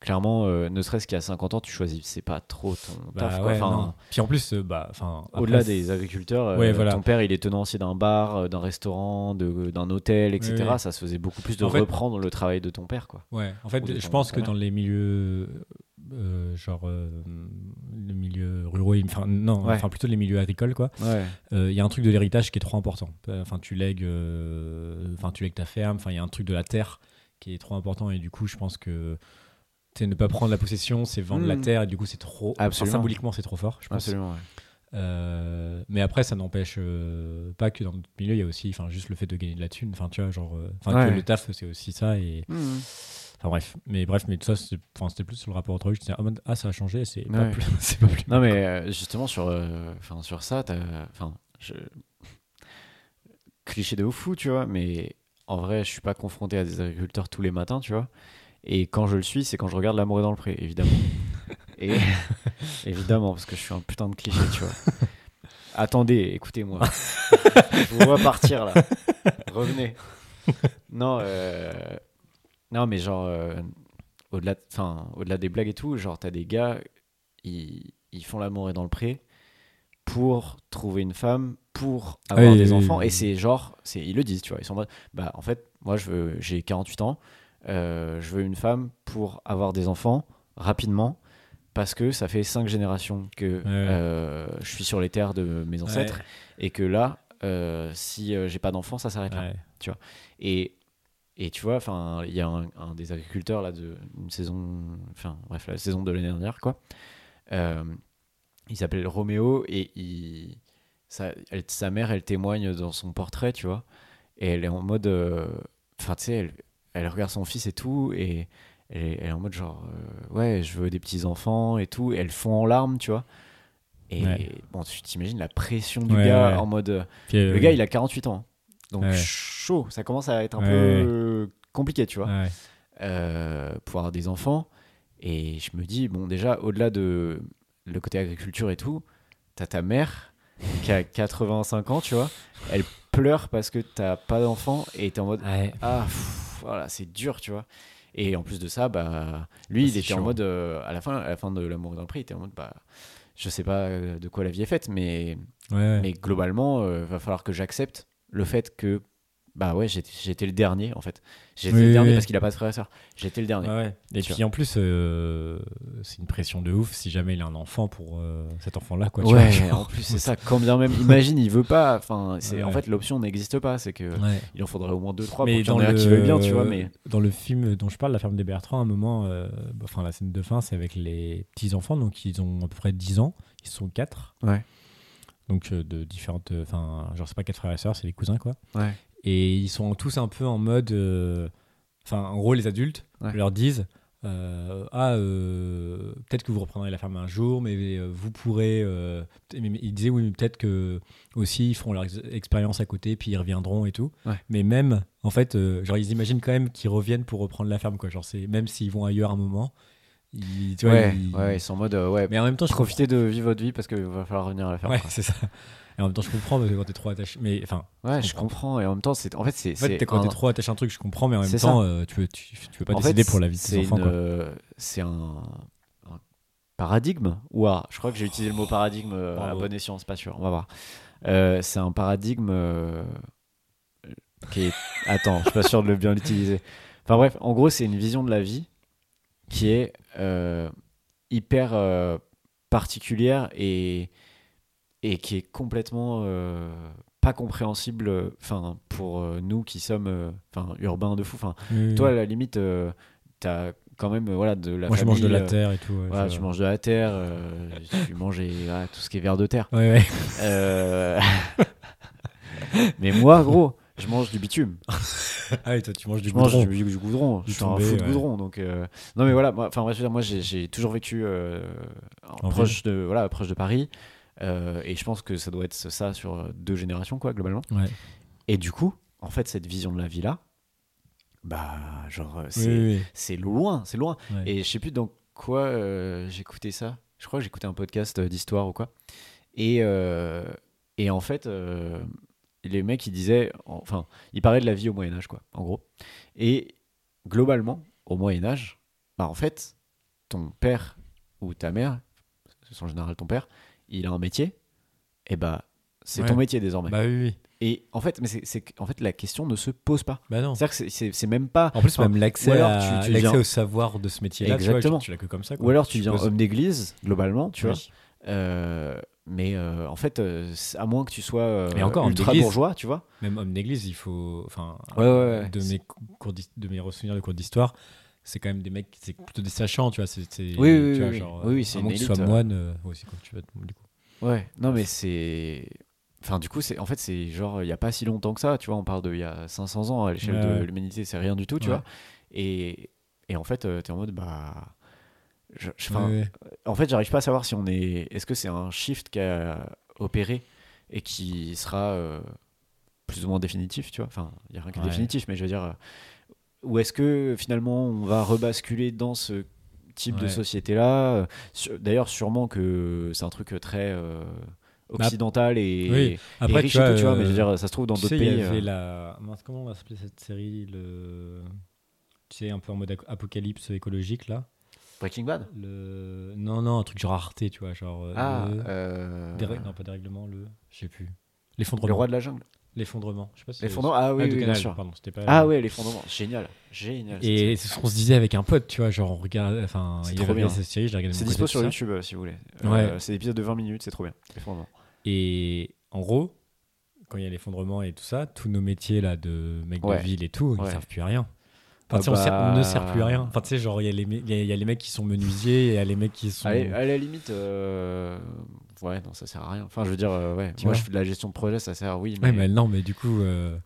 clairement, euh, ne serait-ce qu'à 50 ans, tu choisis, c'est pas trop ton bah, taf. quoi. ouais, Enfin, non. Puis en plus, euh, bah, enfin. après, Au-delà des agriculteurs, euh, Ouais, voilà. ton père, il est tenancier d'un bar, euh, d'un restaurant, de- euh, d'un hôtel, etc. Oui, oui. Ça se faisait beaucoup plus de En fait- reprendre le travail de ton père, quoi. Ouais, en fait, Ou des je gens pense de que salaire. dans les milieux, euh, genre, euh, les milieux ruraux, et- enfin, non, Ouais. enfin plutôt les milieux agricoles, quoi, Ouais. euh, il y a un truc de l'héritage qui est trop important. Euh, Enfin, tu lègues, euh, enfin, tu lègues ta ferme, enfin, il y a un truc de la terre qui est trop important, et du coup, je pense que. tu C'est ne pas prendre la possession, c'est vendre la Mm. terre, et du coup, c'est trop. enfin, Absolument. symboliquement, c'est trop fort, je pense. Absolument. ouais. Euh, mais après, ça n'empêche euh, pas que dans notre milieu, il y a aussi enfin, juste le fait de gagner de la thune. Enfin, tu vois, genre. euh, Enfin, que Ouais. le taf, c'est aussi ça. Et... Enfin, bref. Mais bref, mais tout ça, c'est- enfin, c'était plus sur le rapport au travail. J'étais en mode, ah, ça a changé, c'est pas, Ouais. plus... c'est pas plus. Non, mais euh, justement, sur, euh, enfin, sur ça, t'as- enfin, je... cliché de ouf fou, tu vois, mais en vrai, je suis pas confronté à des agriculteurs tous les matins, tu vois. Et quand je le suis, c'est quand je regarde L'amour est dans le pré, évidemment. Et évidemment, parce que je suis un putain de cliché, tu vois. Attendez, écoutez-moi. je vous vois partir là. Revenez. Non, euh, non, mais genre, euh, au-delà, de- enfin, au-delà des blagues et tout, genre, t'as des gars, ils, ils font l'amour et dans le pré pour trouver une femme, pour avoir Ah oui, des oui, enfants. oui. Et c'est genre, c'est, ils le disent, tu vois. Ils sont en mode, bah, en fait, moi, je veux, j'ai 48 ans, euh, je veux une femme pour avoir des enfants rapidement. Parce que ça fait cinq générations que euh, je suis sur les terres de mes ancêtres et que là, euh, si euh, j'ai pas d'enfant, ça s'arrête Ouais. là. Ouais. Et, et tu vois, enfin, il y a un, un des agriculteurs là de une saison, enfin bref, la saison de l'année dernière quoi. Euh, il s'appelle Roméo et il, sa, elle- sa mère, elle témoigne dans son portrait, tu vois. Et elle est en mode, euh, enfin tu sais, elle, elle regarde son fils et tout et elle est, elle est en mode genre euh, ouais, je veux des petits enfants et tout. Et elle fond en larmes, tu vois. Et Ouais. bon, tu t'imagines la pression du Ouais, gars ouais. en mode. euh, Puis, euh, le gars, il a 48 ans. hein. Donc Ouais. chaud, ça commence à être un Ouais. peu compliqué, tu vois, ouais. euh, pour avoir des enfants. Et je me dis, bon, déjà, au-delà de le côté agriculture et tout, t'as ta mère qui a 85 ans, tu vois, elle pleure parce que t'as pas d'enfant et t'es en mode, Ouais. ah, pff, voilà, c'est dur, tu vois. Et en plus de ça, bah, lui, Ah, il c'est était en chiant. mode, euh, à, la fin, à la fin de L'amour est dans le prix, il était en mode, bah, je sais pas euh, de quoi la vie est faite, mais Ouais. mais globalement, euh, va falloir que j'accepte le fait que, bah ouais, j'étais j'étais le dernier en fait. J'étais Oui, le oui, dernier oui. parce qu'il a pas de frère et sœur. J'étais le dernier. Ouais, ouais. Et Tu puis en plus, euh, c'est une pression de ouf si jamais il a un enfant pour euh, cet enfant-là. Quoi, tu vois, Ouais, genre. en plus c'est ça. Quand bien même, imagine, il veut pas. Enfin, c'est en Ouais. fait l'option n'existe pas. C'est que Ouais. il en faudrait au moins deux, trois Mais pour qu'il y en dans ait un le, qui veut bien, tu vois. Mais dans le film dont je parle, La ferme des Bertrands, à un moment, euh, bah, enfin la scène de fin, c'est avec les petits-enfants, donc ils ont à peu près 10 ans, ils sont 4. Ouais. Donc euh, de différentes. euh, Enfin, genre, c'est pas 4 frères et sœurs, c'est les cousins, quoi. ouais, Et ils sont tous un peu en mode. euh, Enfin, en gros, les adultes Ouais. leur disent euh, Ah, euh, peut-être que vous reprendrez la ferme un jour, mais euh, vous pourrez. euh, mais- mais ils disaient Oui, mais peut-être que aussi ils feront leur ex- expérience à côté, puis ils reviendront et tout. Ouais. Mais même, en fait, euh, genre, ils imaginent quand même qu'ils reviennent pour reprendre la ferme, quoi. Genre, c'est, même s'ils vont ailleurs un moment, ils, tu vois, ouais, ils- ouais, ils sont en mode euh, ouais. Mais en même temps, je comprends. Profitez de vivre votre vie parce que va falloir revenir à la ferme. Ouais, c'est ça. Et en même temps, je comprends, parce que quand t'es trop attaché. Mais enfin, Ouais, je comprends. Et en même temps, c'est en fait c'est En fait, c'est t'es- quand un- t'es trop attaché à un truc, je comprends, mais en même C'est temps, euh, tu, peux, tu, tu peux pas En fait, décider pour la vie de c'est tes enfants. une, quoi. euh, C'est un, un paradigme. Ouah, je crois que j'ai utilisé le mot paradigme euh, à Bravo. bon escient, c'est pas sûr. On va voir. Euh, c'est un paradigme euh, qui est. Attends, je suis pas sûr de le bien l'utiliser. Enfin bref, en gros, c'est une vision de la vie qui est euh, hyper euh, particulière et, et qui est complètement euh, pas compréhensible euh, enfin, pour euh, nous qui sommes euh, enfin, urbains de fou. Enfin, Oui, oui. toi, à la limite, euh, t'as quand même euh, voilà, de la Mm. moi je mange de famille, la euh, terre et tout. Ouais, voilà, je- tu manges de la terre, euh, tu manges et, voilà, tout ce qui est vers de terre. Ouais, ouais. Euh, Mais moi, gros, je mange du bitume. Ah oui, toi tu manges du je mange goudron. du, du goudron. Du Je suis un tombé, fou de ouais. goudron. Donc, euh, Non, mais voilà, moi- enfin, moi, je veux dire, moi j'ai- j'ai toujours vécu euh, en En proche, de, voilà, proche de Paris. euh, et je pense que ça doit être ça sur deux générations, quoi, globalement. Ouais. Et du coup, en fait, cette vision de la vie-là, bah, genre, euh, c'est Oui, oui, c'est loin, c'est loin. oui. Ouais. Et je sais plus dans quoi euh, j'écoutais ça. Je crois que j'écoutais un podcast euh, d'histoire ou quoi. Et, euh, et en fait, euh, les mecs, ils disaient. Enfin, ils parlaient de la vie au Moyen-Âge, quoi, en gros. Et globalement, au Moyen-Âge, bah, en fait, ton père ou ta mère, c'est en général ton père, il a un métier, et bah, c'est Ouais. ton métier désormais. Bah oui, oui. Et en fait, mais c'est- c'est que- en fait, la question ne se pose pas. Bah non. C'est-à-dire que c'est- c'est c'est même pas. En plus, Enfin, même l'accès ou alors à- tu- tu l'accès viens- au savoir de ce métier-là, tu vois, Exactement. genre, tu l'as que comme ça. Quoi. Ou alors tu Je deviens suppose. homme d'église, globalement, tu Oui. vois. Euh, mais euh, en fait, euh, c'est- à moins que tu sois euh, Mais encore, en ultra église. bourgeois, tu vois. Même homme d'église, il faut. Enfin, Ouais, ouais, ouais. De, mes cours d'his- de mes souvenirs de cours d'histoire, c'est quand même des mecs, c'est plutôt des sachants, tu vois. C'est, c'est- Oui, oui, tu vois, oui, oui. genre, Oui, oui, c'est à une moins que tu élite, sois euh. moine, euh, aussi, quoi, tu vas te- du coup. Ouais, non mais c'est... Enfin du coup, c'est en fait, c'est genre il n'y a pas si longtemps que ça, tu vois, on parle d'il y a 500 ans à l'échelle Ouais, de ouais. l'humanité, c'est rien du tout, tu Ouais. vois. Et, et en fait, tu t'es en mode, bah... je- je- 'fin, Ouais, ouais. En fait, j'arrive pas à savoir si on est... Est-ce que c'est un shift qui a opéré et qui sera euh, plus ou moins définitif, tu vois. Enfin, il n'y a rien qui est Ouais. définitif, mais je veux dire... euh, Ou est-ce que finalement on va rebasculer dans ce type de Ouais. société-là euh, sur- D'ailleurs, sûrement que c'est un truc très euh, Bah, occidental et, oui. et riche et tout, tu vois, mais je veux dire, ça se trouve dans euh, tu d'autres sais, il pays. y avait euh, la. mince, comment on va s'appeler cette série le... Tu sais, un peu en mode ac- apocalypse écologique, là Breaking Bad le... Non, non, un truc genre Arte, tu vois, genre. euh, Ah, le- euh, dérè- Non, pas dérèglement, le. Je sais plus. le L'effondrement. roi de la jungle. L'effondrement. Je sais pas si Les fondants Ah oui, Ah, oui, de bien Canal, sûr. pardon, c'était pas- Ah ouais, les fondements. Génial, génial. cette Et c'est ce qu'on se disait avec un pote, tu vois, genre on regarde. Enfin, C'est il trop avait bien. cette série, je l'ai regardée de C'est mon dispo côté, sur tout ça. YouTube euh, si vous voulez. Ouais. C'est l'épisode de 20 minutes, c'est trop bien. C'est vraiment- Et en gros, quand il y a l'effondrement et tout ça, tous nos métiers là de mec Ouais. de ville et tout, Ouais. ils servent plus à rien. Enfin, Ah tu sais, on, sert- on ne sert bah. plus à rien. Enfin, tu sais, genre, il y, a les mé- il y a- il y a les mecs qui sont menuisiers, et il y a les mecs qui sont. Allez, à la limite, euh, ouais, non, ça sert à rien. Enfin, je veux dire, euh, ouais, Tu vois. moi je fais de la gestion de projet, ça sert, oui, mais, Ouais, mais non, mais du coup, euh,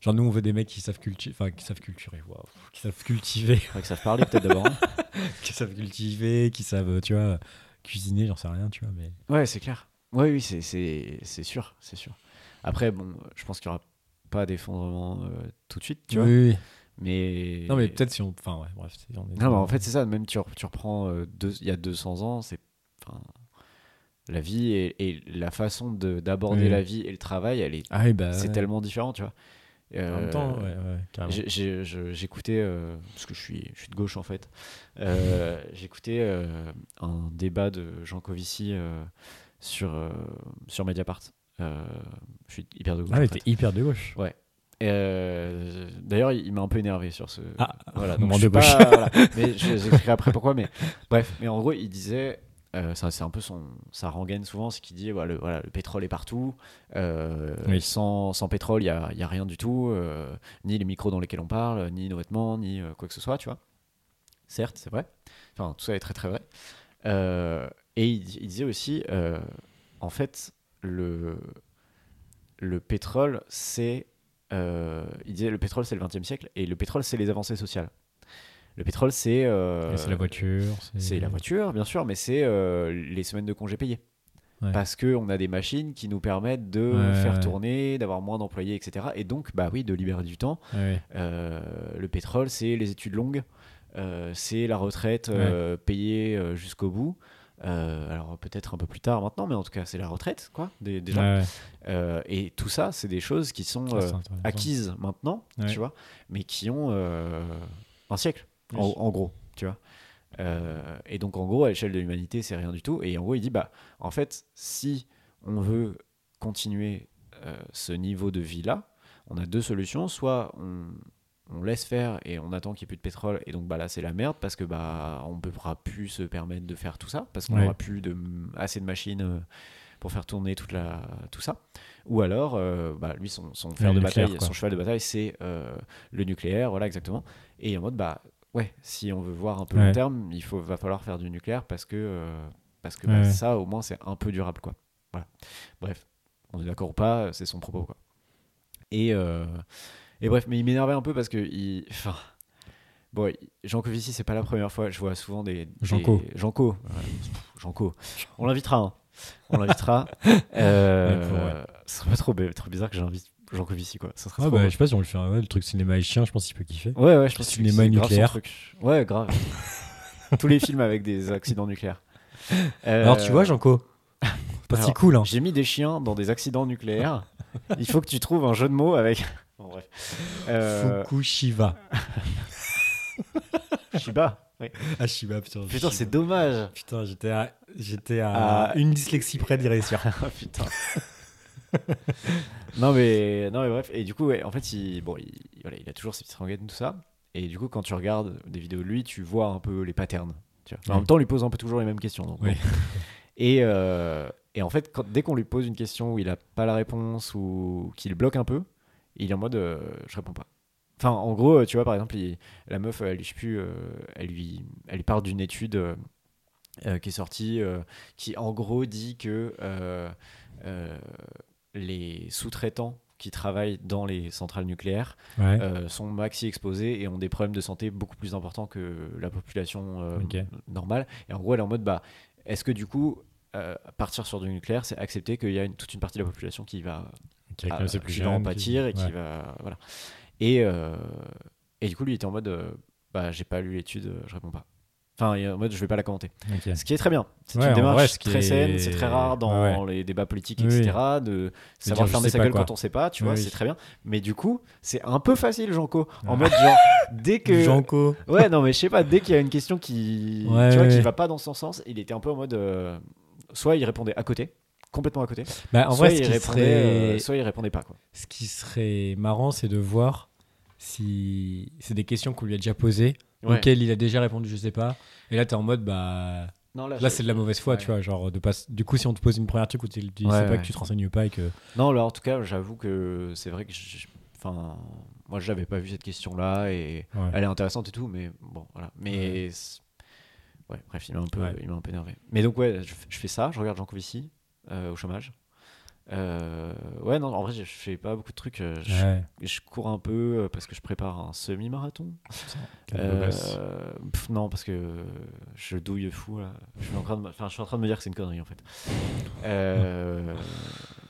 genre, nous, on veut des mecs qui savent cultiver. Enfin, qui savent culturer, waouh. Qui savent cultiver, faudrait que ça parle peut-être d'abord. hein. qui savent cultiver, qui savent, tu vois, cuisiner, j'en sais rien, tu vois, mais. ouais, c'est clair. Ouais, oui, c'est- c'est c'est sûr, c'est sûr. Après, bon, je pense qu'il y aura pas d'effondrement euh, tout de suite, tu vois. Oui, oui. Mais Non, mais peut-être si on. Enfin, ouais, bref. c'est- on est- Non, mais en fait, c'est ça. Même tu, re- tu reprends euh, deux- il y a 200 ans, c'est. Enfin, la vie et, et la façon de- d'aborder Oui. la vie et le travail, elle est, Ah, oui, bah. c'est ouais. tellement différent, tu vois. Euh, En même temps, ouais, ouais, carrément. J'ai- j'ai- je- J'écoutais, euh, parce que je suis, je suis de gauche en fait, euh, j'écoutais euh, un débat de Jean Covici euh, sur, euh, sur Mediapart. Euh, je suis hyper de gauche. Ah, en mais fait. t'es hyper de gauche. Euh, D'ailleurs, il, il m'a un peu énervé sur ce. Ah, voilà. moment je suis de gauche. pas- voilà. Mais je- j'expliquerai après pourquoi. Mais bref, mais en gros, il disait. euh, ça, c'est un peu son, sa rengaine souvent, c'est qu'il dit voilà le, voilà, le pétrole est partout, euh, Oui. sans, sans pétrole, il n'y a, il y a rien du tout, euh, ni les micros dans lesquels on parle, ni nos vêtements, ni euh, quoi que ce soit, tu vois. Certes, c'est vrai. Enfin, tout ça est très très vrai. Euh, et il, il disait aussi, euh, en fait, le, le pétrole, c'est. euh, il disait le pétrole, c'est le 20 siècle, et le pétrole, c'est les avancées sociales. Le pétrole, c'est. euh, Et C'est la voiture. C'est la voiture, bien sûr, mais c'est euh, les semaines de congés payés. Ouais. Parce qu'on a des machines qui nous permettent de Ouais, faire ouais. tourner, d'avoir moins d'employés, etc. Et donc, bah oui, de libérer du temps. Ouais, ouais. Euh, le pétrole, c'est les études longues, euh, c'est la retraite euh, payée euh, jusqu'au bout. Euh, alors peut-être un peu plus tard maintenant, mais en tout cas, c'est la retraite, quoi, dé- déjà. Ouais, ouais. Euh, et tout ça, c'est des choses qui sont Ça, euh, c'est intéressant. acquises maintenant, Ouais. tu vois, mais qui ont euh, un siècle, en, Oui. en gros, tu vois. Euh, et donc, en gros, à l'échelle de l'humanité, c'est rien du tout. Et en gros, il dit, bah, en fait, si on veut continuer euh, ce niveau de vie-là, on a deux solutions. Soit on, on laisse faire et on attend qu'il n'y ait plus de pétrole, et donc bah, là, c'est la merde, parce que bah, on ne pourra plus se permettre de faire tout ça, parce qu'on Ouais. n'aura plus de, assez de machines euh, pour faire tourner toute la, tout ça. Ou alors, euh, bah, lui, son, son, fer Ouais, de le nucléaire, bataille, quoi. son cheval de bataille, c'est euh, le nucléaire, voilà, exactement. Et en mode, bah, ouais, si on veut voir un peu Ouais. long terme, il faut, va falloir faire du nucléaire parce que, euh, parce que bah, Ouais. ça, au moins, c'est un peu durable, quoi. Voilà. Bref, on est d'accord ou pas, euh, c'est son propos, quoi. Et, euh, et bref, mais il m'énervait un peu parce que, il, enfin, bon, il- Jean Covici, c'est pas la première fois, je vois souvent des. Janco. des- Janco. voilà, pff, Janco. On l'invitera, hein. On l'invitera. Euh, Ouais, pour vrai. Ce serait pas trop, bi- trop bizarre que j'invite Jean Covici, quoi. Ça serait Ah trop bah, drôle. je sais pas si on le fait. ouais, le truc cinéma et chien, je pense qu'il peut kiffer. Ouais, ouais, je pense que Cinéma c'est grave son nucléaire. truc. Ouais, grave. Tous les films avec des accidents nucléaires. Euh, Alors tu vois, Janko, pas si alors, cool. Hein. J'ai mis des chiens dans des accidents nucléaires. Il faut que tu trouves un jeu de mots avec. Bon, bref. Euh, Fukushiva. Shiba. Oui. Ah Shiba, putain. Putain, Shiba. c'est dommage. Putain, j'étais à, j'étais à Ah. une dyslexie près d'y réussir. Ah, putain. non, mais, non, mais bref. Et du coup, ouais, en fait, il, bon, il, voilà, il a toujours ses petites rengaines, tout ça. Et du coup, quand tu regardes des vidéos de lui, tu vois un peu les patterns. Tu vois. Enfin, En Ouais. même temps, on lui pose un peu toujours les mêmes questions. donc bon. Ouais. et, euh, et en fait, quand, dès qu'on lui pose une question où il a pas la réponse ou qu'il bloque un peu, il est en mode euh, je réponds pas. Enfin, en gros, euh, tu vois, par exemple, il- la meuf, elle, je sais plus, euh, elle, lui, elle lui parle d'une étude euh, euh, qui est sortie, euh, qui en gros dit que euh, euh, les sous-traitants qui travaillent dans les centrales nucléaires Ouais. euh, sont maxi exposés et ont des problèmes de santé beaucoup plus importants que la population euh, Ok. normale. Et en gros, elle est en mode, bah, est-ce que du coup, euh, partir sur du nucléaire, c'est accepter qu'il y a une- toute une partie de la population qui va Qui ah, a commencé plus qui va en jeune, qui- pâtir et qui ouais. va voilà et euh, et du coup lui il était en mode euh, bah j'ai pas lu l'étude euh, je réponds pas enfin il est en mode je vais pas la commenter Ok. ce qui est très bien c'est Ouais, une en démarche vrai, ce qui très est- saine c'est très rare dans Ouais, les débats politiques Oui, oui. etc de savoir dire, je fermer sais sa pas, gueule quoi. quand on sait pas tu vois Oui. Ah. c'est très bien mais du coup c'est un peu facile Janko en Ouais. mode genre dès que Janko. ouais non mais je sais pas dès qu'il y a une question qui Ouais, tu vois ouais, qui ouais. va pas dans son sens il était un peu en mode euh, soit il répondait à côté complètement à côté Bah, en soit, vrai, ce il qui, répondait, serait... euh, soit il répondait pas quoi ce qui serait marrant, c'est de voir si c'est des questions qu'on lui a déjà posées, Ouais. auxquelles il a déjà répondu, je sais pas. Et là, t'es en mode, bah. Non, Là, c'est de la mauvaise foi, Ouais. tu vois. Genre, de pas... du coup, si on te pose une première truc où tu tu sais Ouais, pas ouais. que tu te renseignes pas et que. Non, là, en tout cas, j'avoue que c'est vrai que. je- Enfin, moi, j'avais pas vu cette question-là et Ouais. elle est intéressante et tout, mais bon, voilà. Mais. c'est- Ouais, bref, il m'a un, peu- Ouais. il m'a un peu énervé. Mais donc, ouais, je, je fais ça, je regarde Jean Covici euh, au chômage. Euh, ouais, non, en vrai, je je fais pas beaucoup de trucs. euh, Je, Ouais. je cours un peu euh, parce que je prépare un semi-marathon. Quelle besace. Euh, pff, non, parce que euh, je douille fou. Là. Je, suis en train de me... enfin, je suis en train de me dire que c'est une connerie en fait. Euh,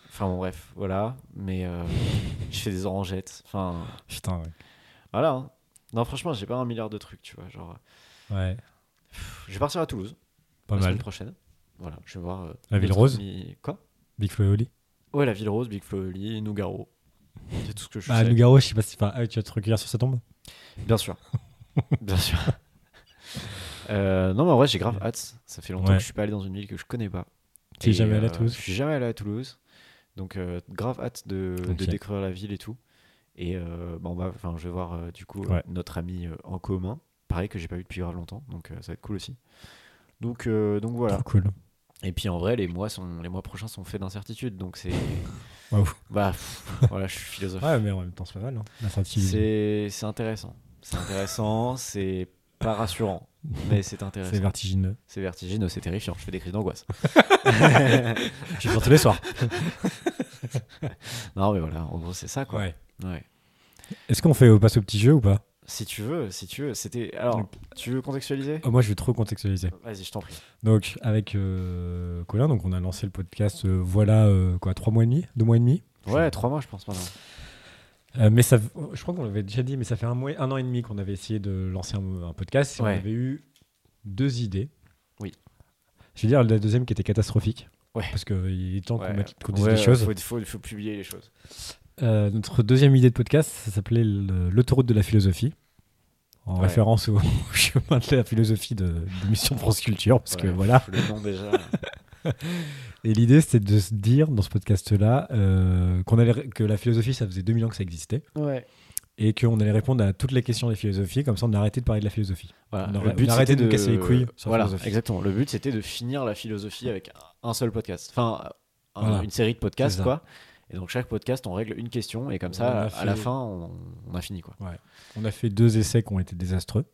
Enfin bon, bref, voilà. Mais euh, je fais des orangettes. Enfin, Putain, ouais. voilà. hein. Non, franchement, j'ai pas un milliard de trucs, tu vois. Genre, Ouais, pff, je vais partir à Toulouse pas la semaine mal. prochaine. Voilà, je vais voir. euh, La Ville notre Rose ami- Quoi Big Flo et Oli. Ouais, la Ville Rose, Big Flo Oli, Nougaro. C'est tout ce que je Ah, sais. Nougaro, je sais pas si. Enfin, ah, tu vas te recueillir sur sa tombe Bien sûr. Bien sûr. Euh, non, mais en vrai, j'ai grave hâte. Ça fait longtemps Ouais. que je suis pas allé dans une ville que je connais pas. T'es Et, jamais allé à euh, Toulouse Je suis jamais allé à Toulouse. Donc, euh, grave hâte de, de Ok. découvrir la ville et tout. Et euh, bah, on va- enfin, je vais voir euh, du coup Ouais. notre ami euh, en commun. Pareil que j'ai pas vu depuis grave longtemps. Donc, euh, ça va être cool aussi. Donc, euh, donc voilà. Trop cool. Et puis en vrai, les mois, sont, les mois prochains sont faits d'incertitudes. Donc, c'est. Waouh. Bah, pff, voilà, Bah, je suis philosophe. Ouais, mais en même temps, c'est pas mal. Hein. La sensibilité. C'est c'est intéressant. C'est intéressant, c'est pas rassurant, mais c'est C'est intéressant. vertigineux. C'est vertigineux, c'est terrifiant. Je fais des crises d'angoisse. Je sors tous les soirs. Non, mais voilà, en gros, c'est ça, quoi. Ouais. Ouais. Est-ce qu'on fait au passe au petit jeu ou pas Si tu veux, si tu veux, c'était. Alors, Donc- tu veux contextualiser Oh, Moi, je vais trop contextualiser. Vas-y, je t'en prie. Donc, avec euh, Colin, donc on a lancé le podcast, euh, voilà, euh, quoi, trois mois et demi Deux mois et demi Ouais, trois mois, je pense maintenant. Euh, mais ça, je crois qu'on l'avait déjà dit, mais ça fait un, mois, un an et demi qu'on avait essayé de lancer un, un podcast. et Ouais. On avait eu deux idées. Oui. Je vais dire la deuxième qui était catastrophique. Ouais. Parce qu'il est temps qu'on Ouais. mette- qu'on dise Ouais, des choses. Faut, faut, faut publier les choses. Euh, notre deuxième idée de podcast, ça s'appelait le- l'autoroute de la philosophie. En Ouais. référence au chemin de la philosophie de, de Mission France Culture. Parce que Ouais, voilà. pff, Le nom déjà. Et l'idée, c'était de se dire dans ce podcast-là euh, qu'on allait- que la philosophie, ça faisait 2000 ans que ça existait. ouais. et qu'on allait répondre à toutes les questions des philosophies, comme ça on arrêtait de parler de la philosophie. Voilà. On le aurait- but, on arrêtait c'était de nous casser les couilles sur la Voilà, philosophie. exactement. Le but, c'était de finir la philosophie avec un seul podcast. Enfin, un- Voilà. une série de podcasts, C'est ça. quoi. Et donc, chaque podcast, on règle une question, et comme On ça, a à fait- la fin, on, on a fini, quoi. On a fait deux essais qui ont été désastreux.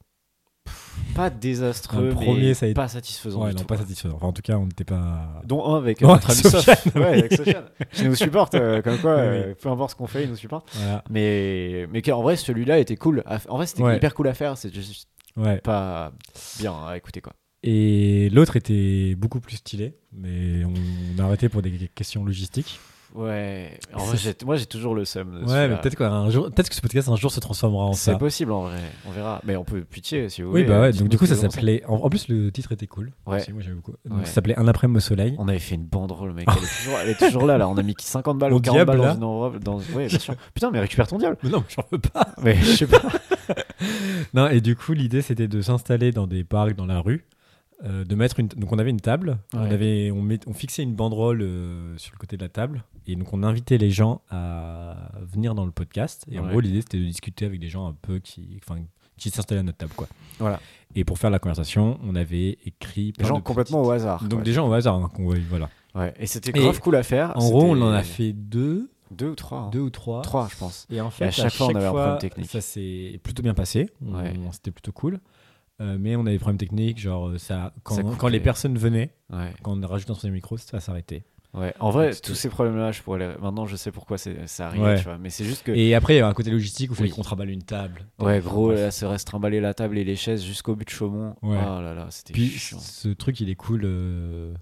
Pas désastreux, Le premier, mais ça a été- pas satisfaisant. ouais, du non, tout, pas quoi. satisfaisant. Enfin, en tout cas, on n'était pas. Dont un avec euh, Non, notre ami avec Sofiane. Sofiane, Ouais, oui. avec Sofiane. Qui nous supporte, euh, comme quoi, Oui, euh, peu importe ce qu'on fait, il nous supporte. Voilà. Mais, mais en vrai, celui-là était cool. à f- En vrai, c'était Ouais. hyper cool à faire. C'est juste Ouais. pas bien à écouter, quoi. Et l'autre était beaucoup plus stylé, mais on, on a arrêté pour des questions logistiques. Ouais. En vrai, j'ai- moi, j'ai toujours le seum. de Ouais, celui-là. mais peut-être quoi, un jour, peut-être que ce podcast un jour se transformera en C'est ça. possible en vrai, on verra. Mais on peut pitié si vous voulez. Oui, bah euh, ouais. dites-nous Donc du coup, ce que ça vous en pensez. s'appelait. En, en plus, le titre était cool. Ouais. Aussi, moi j'aimais beaucoup. Donc Ouais. ça s'appelait Un après-midi au soleil. On avait fait une banderole, mec. Elle est toujours, elle est toujours là, là. On a mis 50 balles Au ou 40 balles diable, dans là. une enveloppe. Dans... Ouais, bien sûr. Putain, mais récupère ton diable. Mais non, j'en veux pas. Mais je sais pas. Non, et du coup, l'idée, c'était de s'installer dans des parcs, dans la rue, euh, de mettre une... Donc, on avait une table, on, Ouais. avait, on, met- on fixait une banderole euh, sur le côté de la table, et donc on invitait les gens à venir dans le podcast. Et en Ouais. gros, l'idée, c'était de discuter avec des gens un peu qui... Enfin, qui s'installaient à notre table, quoi. Voilà. Et pour faire la conversation, on avait écrit... Des plein gens de complètement au hasard. petites- Donc, quoi. des gens au hasard, hein, qu'on voit, voilà. Ouais. Et c'était Et grave cool à faire. En gros, on Ah, C'était- en a fait deux. Deux ou trois hein. deux ou trois. Trois, je pense. Et en fait, à chaque fois, on avait un problème fois, technique. Ça s'est plutôt bien passé. On- Ouais. C'était plutôt cool. Euh, mais on avait des problèmes techniques, genre euh, ça, quand, Ça coupait. quand les personnes venaient, Ouais. quand on rajoutait un troisième micro, ça s'arrêtait. Ouais. En vrai, Donc, c'était- tous ces problèmes-là, je pourrais les- maintenant, je sais pourquoi c'est- ça arrive, Ouais. tu vois. Mais c'est juste que. Et après, il y a un côté logistique où il fallait Oui. qu'on travaille une table. Ouais, gros, Bref. là, se reste trimballer la table et les chaises jusqu'au but de Chaumont. Ouais. Ah là là, c'était Puis chiant. ce truc, il est cool euh,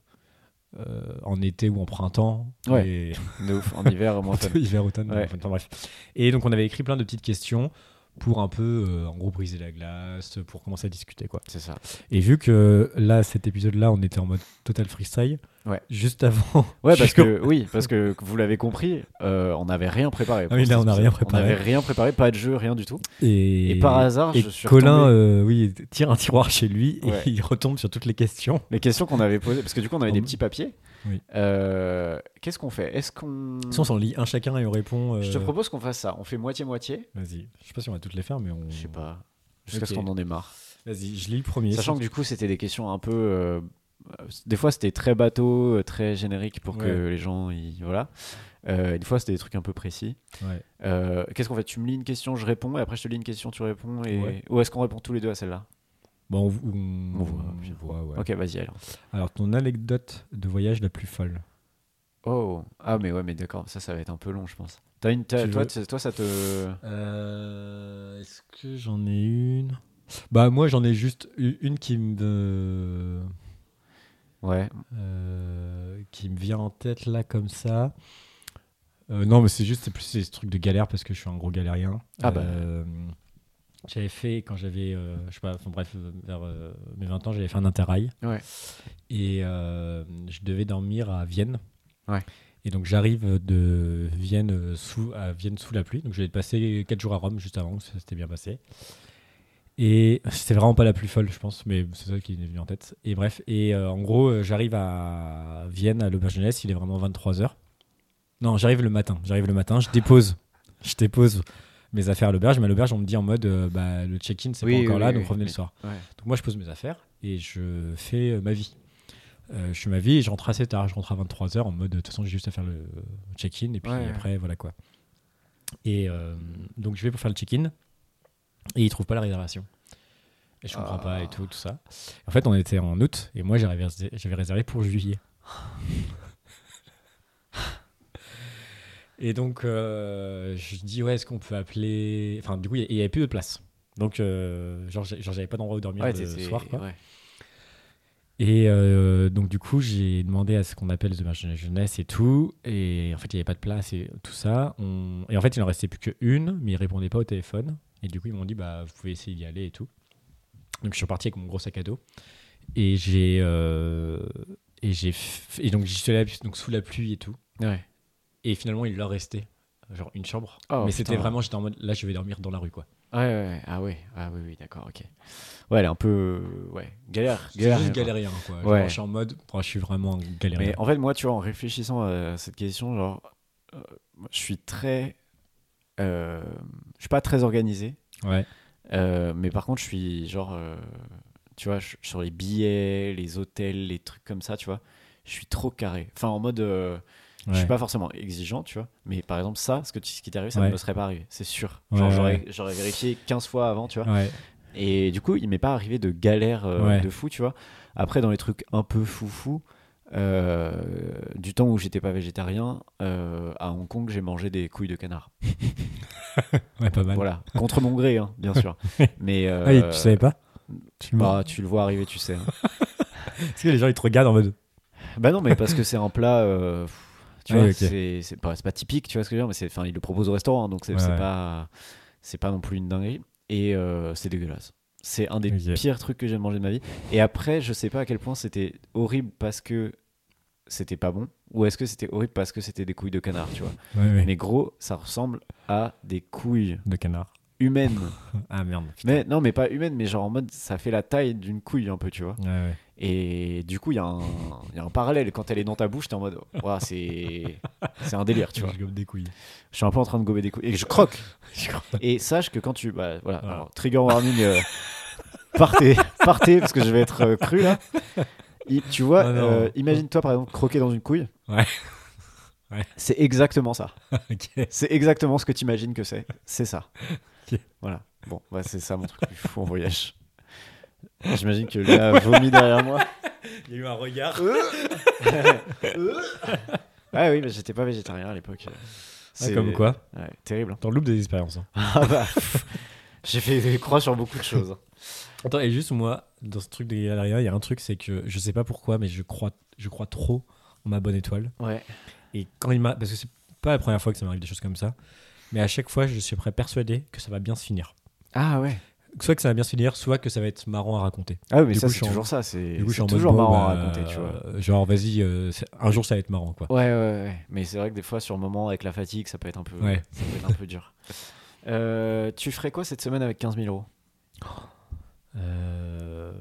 euh, en été ou en printemps. Ouais. Et- De ouf, en hiver, moins fun. hiver, automne, Ouais. enfin, enfin, bref. Et donc on avait écrit plein de petites questions pour un peu, euh, en gros, briser la glace, pour commencer à discuter, quoi. C'est ça. Et vu que là, cet épisode-là, on était en mode total freestyle, Ouais. juste avant. Ouais, parce juste- que, oui, parce que vous l'avez compris, euh, on n'avait rien préparé. pour Ah oui, là, cet on n'a rien épisode. préparé. On n'avait rien préparé, pas de jeu, rien du tout. Et, Et, par hasard, et je suis Colin, retombé- euh, oui, tire un tiroir chez lui Ouais. et il retombe sur toutes les questions. Les questions qu'on avait posées, parce que du coup, on avait On- des petits papiers. Oui. Euh, Qu'est-ce qu'on fait Est-ce qu'on. Si on s'en lit un chacun et on répond. euh, Mm. Je te propose qu'on fasse ça. On fait moitié-moitié. Vas-y. Je sais pas si on va toutes les faire, mais on. Je sais pas. Jusqu'à ce Ok. qu'on en ait marre. Vas-y, je lis le premier. Sachant que du coup, c'était des questions un peu. euh, euh, des fois, c'était très bateau, euh, très générique pour que Ouais. les gens. y- voilà. Euh, une fois, c'était des trucs un peu précis. Ouais. Euh, Qu'est-ce qu'on fait Tu me lis une question, je réponds, et après, je te lis une question, tu réponds. Et... Ouais. Ou est-ce qu'on répond tous les deux à celle-là Bon, on, on- On voit, puis- voit, ouais. Ok, vas-y alors. Alors, ton anecdote de voyage la plus folle. Oh Ah, mais ouais, mais d'accord, ça, ça va être un peu long, je pense. T'as une, t'as- Tu toi, veux- t- toi, ça te. Euh, Est-ce que j'en ai une Bah moi j'en ai juste eu- une qui me Ouais. euh, qui me vient en tête là comme ça. Euh, non mais c'est juste c'est plus c'est ce truc de galère parce que je suis un gros galérien. Ah bah. Euh, j'avais fait quand j'avais euh, je sais pas enfin bref vers euh, mes 20 ans j'avais fait un interrail. Ouais. Et euh, je devais dormir à Vienne. Ouais. Et donc j'arrive de Vienne euh, sous, à Vienne sous la pluie. Donc j'avais passé 4 jours à Rome juste avant, ça s'était bien passé. Et c'était vraiment pas la plus folle, je pense, mais c'est ça qui est venu en tête. Et bref, et euh, en gros, euh, j'arrive à Vienne, à l'auberge de jeunesse, il est vraiment 23h. Non, j'arrive le matin, j'arrive le matin, je dépose, je dépose mes affaires à l'auberge, mais à l'auberge, on me dit en mode, euh, bah, le check-in, c'est Oui, pas encore oui, là, oui, donc oui, revenez oui. le soir. Ouais. Donc moi, je pose mes affaires et je fais euh, ma vie. Euh, je fais ma vie et je rentre assez tard. Je rentre à 23h en mode, de toute façon, j'ai juste à faire le euh, check-in et puis Ouais. après, voilà quoi. Et euh, donc, je vais pour faire le check-in et ils trouvent pas la réservation. Et je comprends Ah. pas et tout, tout ça. En fait, on était en août et moi, j'avais réservé, j'avais réservé pour juillet. Et donc, euh, je dis, ouais, est-ce qu'on peut appeler. Enfin, du coup, il n'y avait plus de place. Donc, euh, genre, j'ai- genre, j'avais pas d'endroit où dormir Ouais, le t'étais- euh, soir. Quoi. ouais. Et euh, donc, du coup, j'ai demandé à ce qu'on appelle les auberges de jeunesse et tout. Et en fait, il n'y avait pas de place et tout ça. On- Et en fait, il en restait plus qu'une, mais ils répondaient pas au téléphone. Et du coup, ils m'ont dit, bah, vous pouvez essayer d'y aller et tout. Donc, je suis reparti avec mon gros sac à dos. Et j'ai. euh, Et, j'ai f- et donc, j'y suis allé donc, sous la pluie et tout. Ouais. Et finalement, il leur restait genre une chambre. Oh, mais c'était putain. vraiment, j'étais en mode là, je vais dormir dans la rue quoi. Ouais, ouais, ouais. Ah, ouais. Ah, oui, oui, d'accord, ok. Ouais, elle est un peu. euh, Ouais. Galère. J'étais Galère. juste quoi. galérien quoi. Ouais. Genre, je suis en mode, oh, je suis vraiment un galérien. Mais en fait, moi, tu vois, en réfléchissant à cette question, genre, euh, moi, je suis très. euh, je suis pas très organisé, Ouais. euh, mais par contre, je suis genre. euh, tu vois, je- sur les billets, les hôtels, les trucs comme ça, tu vois, je suis trop carré. Enfin, en mode. euh, Je suis ouais. pas forcément exigeant, tu vois, mais par exemple, ça, ce, que tu- ce qui t'est arrivé, ça Ouais. ne me serait pas arrivé, c'est sûr. Ouais, Genre, ouais, j'aurais- j'aurais vérifié 15 fois avant, tu vois. Ouais. Et du coup, il m'est pas arrivé de galère euh, Ouais. de fou, tu vois. Après, dans les trucs un peu foufou, euh, du temps où j'étais pas végétarien, euh, à Hong Kong, j'ai mangé des couilles de canard. Ouais, pas mal. Voilà, contre mon gré, hein, bien sûr. Mais euh, Ah, et tu savais pas Tu m'as- bah, tu le vois arriver, tu sais. hein. Parce que les gens ils te regardent en mode. bah non, mais parce que c'est un plat. euh, pff, tu Oui, vois, ok. c'est- c'est pas, c'est pas typique, tu vois ce que je veux dire, mais c'est, enfin, il le propose au restaurant, hein, donc c'est, Ouais, c'est ouais. pas, c'est pas non plus une dinguerie. Et euh, c'est dégueulasse. C'est un des Ok. pires trucs que j'ai mangé de ma vie. Et après, je sais pas à quel point c'était horrible parce que c'était pas bon, ou est-ce que c'était horrible parce que c'était des couilles de canard, tu vois. Ouais, ouais. Mais gros, ça ressemble à des couilles De canard. humaines. Ah merde. putain. mais non, mais pas humaines, mais genre en mode, ça fait la taille d'une couille un peu, tu vois. Ouais, ouais. Et du coup, il y, a un- il y a un parallèle. Quand elle est dans ta bouche, t'es en mode, Ouah, c'est c'est un délire, tu vois. Je gobe des couilles. Je suis un peu en train de gober des couilles. Et je croque. Je crois. Et sache que quand tu. Bah, voilà. Voilà. Alors, trigger warning, euh, partez, partez, parce que je vais être euh, cru là. Et tu vois, Ah, non. euh, imagine-toi par exemple croquer dans une couille. Ouais. Ouais. C'est exactement ça. ok. C'est exactement ce que tu imagines que c'est. C'est ça. Ok. Voilà. Bon, bah, c'est ça mon truc le plus fou en voyage. J'imagine que Léa vomit derrière moi. Il y a eu un regard. ah oui, mais j'étais pas végétarien à l'époque. C'est Ah, comme quoi, Ouais, terrible. hein. dans le loop des expériences. hein. Ah bah, J'ai fait des croix sur beaucoup de choses. hein. Attends, et juste moi, dans ce truc des galériens, il y a un truc, c'est que je sais pas pourquoi, mais je crois, je crois trop en ma bonne étoile. Ouais. Et quand il m'a. Parce que c'est pas la première fois que ça m'arrive des choses comme ça, mais à chaque fois, je suis prêt persuadé que ça va bien se finir. Ah ouais. Soit que ça va bien se finir, soit que ça va être marrant à raconter. Ah oui, mais Du ça coup, je c'est suis en- toujours ça. C'est Du coup, je suis c'est en mode, toujours bon, marrant à bah, raconter, tu vois. euh, Genre, vas-y, euh, c'est- un jour ça va être marrant, quoi. Ouais, ouais, ouais. Mais c'est vrai que des fois, sur le moment, avec la fatigue, ça peut être un peu, Ouais. ça peut être un peu dur. Euh, tu ferais quoi cette semaine avec 15 000 euros Euh,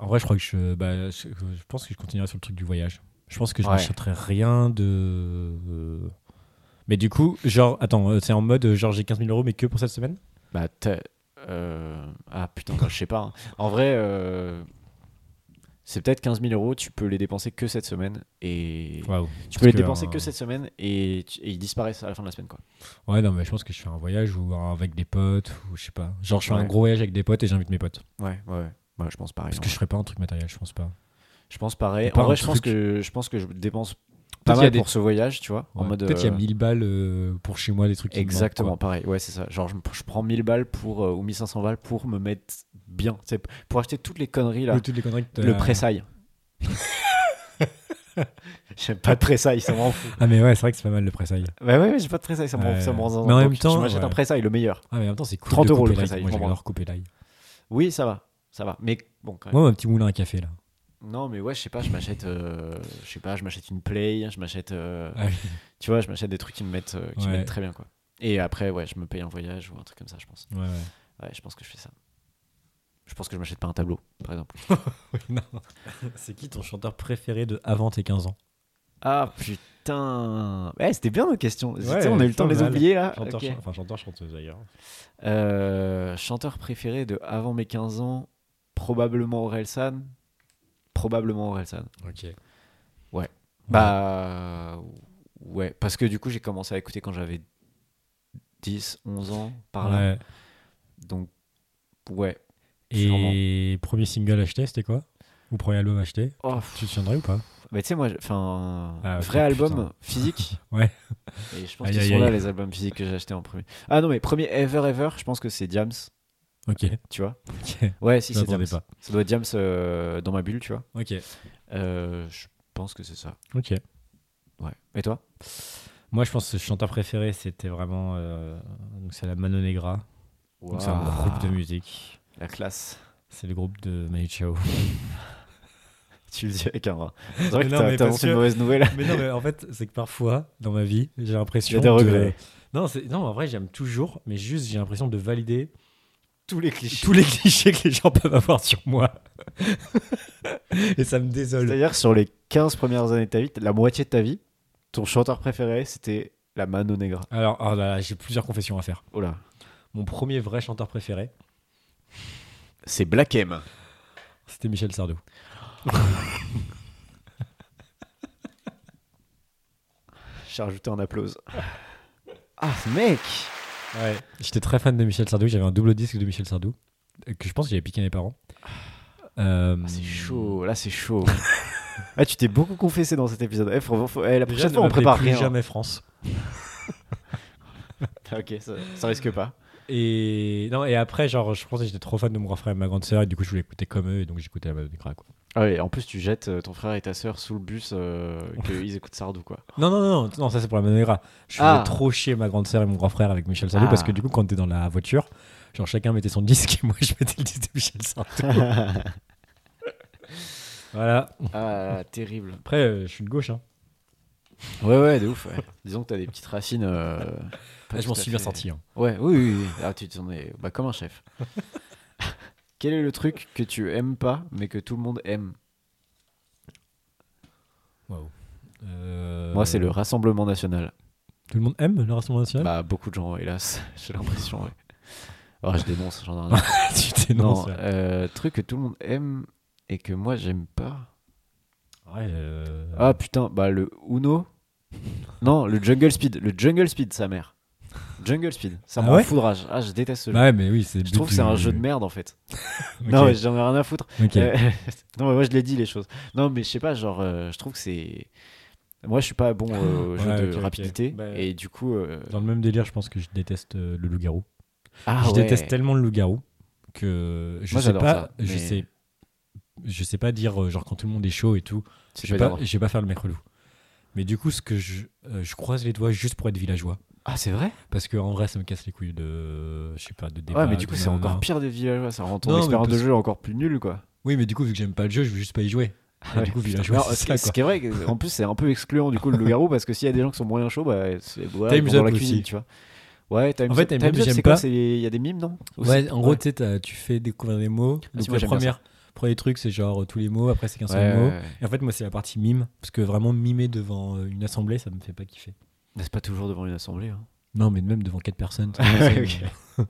En vrai, je crois que je, bah, je, je pense que je continuerai sur le truc du voyage. Je pense que je Ouais. n'achèterai rien de. euh, Mais du coup, genre, attends, euh, c'est en mode euh, genre j'ai 15 000 euros, mais que pour cette semaine Bah, t'as- euh, ah putain, bah, je sais pas. hein. En vrai, euh, c'est peut-être 15 000 euros. Tu peux les dépenser que cette semaine et Waouh. tu peux les que, dépenser que euh, cette semaine et, tu- et ils disparaissent à la fin de la semaine, quoi. Ouais, non, mais je pense que je fais un voyage ou un- avec des potes, ou je sais pas. Genre, je fais un Ouais. gros voyage avec des potes et j'invite mes potes. Ouais, ouais. ouais. Ouais, je pense pareil. Parce hein. que je ferais pas un truc matériel, je pense pas. Je pense pareil. Ou pas en vrai, un je pense truc. que je pense que je dépense Peut-être pas il y a mal des- pour ce voyage, tu vois. En Ouais. mode Peut-être il y a euh, 1000 balles euh, pour chez moi, des trucs qui me manquent, Exactement, quoi. pareil. Ouais, c'est ça. Genre, je, je prends 1000 balles pour, euh, ou 1500 balles pour me mettre bien. tu sais, p- Pour acheter toutes les conneries là. Le, euh, toutes les conneries que t'as- Le, pressail. J'aime pas de pressail, ça me rend fou. Ah, mais ouais, c'est vrai que c'est pas mal le pressail. Bah ouais, ouais, j'ai pas de pressail, ça me rend, Ouais. ça me rend zinzin. Mais en Donc, même temps, je m'achète ouais. un pressail, le meilleur. Ah, mais en même temps, c'est cool. 30 de euros, couper le l'ail. pressail, Moi, pour moi. j'adore couper l'ail. Oui, ça va, ça va. Mais bon, quand même. Moi, un petit moulin à café, là. Non, mais ouais, je sais pas, je m'achète, euh, je sais pas, je m'achète une play, je m'achète, euh, Ah oui. tu vois, je m'achète des trucs qui me mettent, euh, qui me Ouais. mettent très bien quoi. Et après, ouais, je me paye un voyage ou un truc comme ça, je pense. Ouais, ouais. Ouais, je pense que je fais ça. Je pense que je m'achète pas un tableau, par exemple. C'est qui ton chanteur préféré de avant tes 15 ans Ah putain ouais, C'était bien nos questions. Tu sais, Ouais, on a eu le pas temps de les mal. oublier là. chanteur, Ah, Ok. chan- Enfin, chanteur, chanteuse d'ailleurs. Euh, chanteur préféré de avant mes 15 ans, probablement Orelsan. Probablement Orelsan. Ok. Bah ouais, parce que du coup j'ai commencé à écouter quand j'avais 10, 11 ans par là. Ouais. Donc ouais. Et premier single acheté, c'était quoi Ou premier album acheté Oh, Tu te souviendrais ou pas Bah, tu sais, moi, j'ai- enfin, Ah, ok, vrai album putain. physique. Ouais. Et je pense Aïe, qu'ils aïe, sont là, aïe. les albums physiques que j'ai achetés en premier. Ah non, mais premier Ever Ever, je pense que c'est Diams, Ok. tu vois. Ok. Ouais, si, Je c'est Diams. m'attendais pas. Ça doit être Diams euh, dans ma bulle, tu vois. Ok. Euh, je pense que c'est ça. Ok. Ouais. Et toi Moi, je pense que le chanteur préféré, c'était vraiment. euh, donc, c'est la Mano Negra. Donc, c'est un Waouh. groupe de musique. La classe. C'est le groupe de Manu Chao. Tu le dis avec un. C'est vrai que Mais non, t'as mais t'as parce annoncé une que- mauvaise nouvelle. Mais non, mais en fait, c'est que parfois, dans ma vie, j'ai Il y l'impression. a des de- regrets. Non, c'est- non, en vrai, j'aime toujours, mais juste, j'ai l'impression de valider Tous les clichés. tous les clichés que les gens peuvent avoir sur moi. Et ça me désole. C'est-à-dire, sur les 15 premières années de ta vie, la moitié de ta vie, ton chanteur préféré, c'était la Mano Negra. Alors, oh là là, j'ai plusieurs confessions à faire. Oh là. Mon premier vrai chanteur préféré, C'est Black M. c'était Michel Sardou. J'ai rajouté un applause. Ah, ce mec Ouais. J'étais très fan de Michel Sardou, j'avais un double disque de Michel Sardou, euh, que je pense que j'avais piqué à mes parents. Euh, Ah, c'est chaud, là c'est chaud. ah, tu t'es beaucoup confessé dans cet épisode. Eh, faut- faut- eh, Déjà, la prochaine ne fois on m'appelez prépare plus rien. jamais France. Ah, Ok, ça, ça risque pas. Et, non, et après, genre, je pense que j'étais trop fan de mon grand frère et ma grande sœur, et du coup, je voulais écouter comme eux, et donc j'écoutais la Madonna Negra, quoi. Ah oui, en plus tu jettes euh, ton frère et ta sœur sous le bus euh, qu'ils écoutent Sardou quoi. Non, non, non, non, ça c'est pour la Manuera. Je faisais Ah. trop chier ma grande sœur et mon grand frère avec Michel Sardou Ah. parce que du coup, quand t'es dans la voiture, genre chacun mettait son disque et moi je mettais le disque de Michel Sardou. voilà. ah, terrible. Après, euh, je suis de gauche. Hein. Ouais, ouais, de ouf. ouais. Disons que t'as des petites racines. euh, pas Là, je m'en tout à suis bien fait- sorti. hein. Ouais, oui, oui, oui. Ah, tu t'en es bah, comme un chef. Quel est le truc que tu aimes pas mais que tout le monde aime Waouh. Euh, Moi, c'est le Rassemblement National. Tout le monde aime le Rassemblement National Bah, beaucoup de gens, hélas, j'ai l'impression, ouais. Oh, je dénonce, j'en ai rien à Tu t'énonces. Bah, Non, Ouais, euh, truc que tout le monde aime et que moi j'aime pas. Ouais, euh, Ah putain, bah le Uno, Non, le Jungle Speed. Le Jungle Speed, sa mère. Jungle Speed. Ça me Ah rend ouais fou de rage. Ah, je déteste ce jeu. Bah ouais, mais oui, c'est. le Je but trouve que c'est du- euh, un jeu de merde en fait. Ok, Non, mais j'en ai rien à foutre. ok. Euh, non, mais moi je l'ai dit les choses. Non, mais je sais pas, genre, euh, je trouve que c'est. Moi je suis pas bon euh, au jeu Ouais, de ok, ok. rapidité. Bah, Et du coup. euh, Dans le même délire, je pense que je déteste euh, le loup-garou. Ah, je ouais. déteste tellement le loup-garou que je Moi, sais j'adore pas, ça, je mais- sais, je sais pas dire euh, genre quand tout le monde est chaud et tout. C'est Je vais pas pas, drôle. je vais pas faire le mec relou. Mais du coup, ce que je, euh, je croise les doigts juste pour être villageois, Ah, c'est vrai parce que en vrai, ça me casse les couilles de, je sais pas, de débat. Ouais, mais du coup de c'est nanana. encore pire des villageois. Ça rend ton Non, mais expérience de parce- jeu encore plus nulle quoi. Oui, mais du coup, vu que j'aime pas le jeu, je veux juste pas y jouer. Et Ouais, Ah, du coup, putain. villageois, Non, c'est ce ça qui- Ce quoi. qui est vrai, que- en plus, c'est un peu excluant du coup le loup-garou parce que s'il y a des gens qui sont moyens chauds, bah, c'est ouais, Time's ils vont dans Up la cuisine, aussi. tu vois. Ouais, Time's En fait, Up- Time's Time's Up, Up, j'aime c'est quoi pas. c'est- Il y a des mimes, non Aussi Ouais, en gros, Ouais. tu sais, t'as- tu fais découvrir des mots. Ah, Donc, si, moi, le j'aime bien premier, premier truc, c'est genre euh, tous les mots, après, c'est qu'un Ouais, seul mot. ouais, ouais. Et en fait, moi, c'est la partie mime, parce que vraiment mimer devant euh, une assemblée, ça me fait pas kiffer. Mais c'est pas toujours devant une assemblée. hein. Non, mais même devant quatre personnes. ça Ouais, me- ok.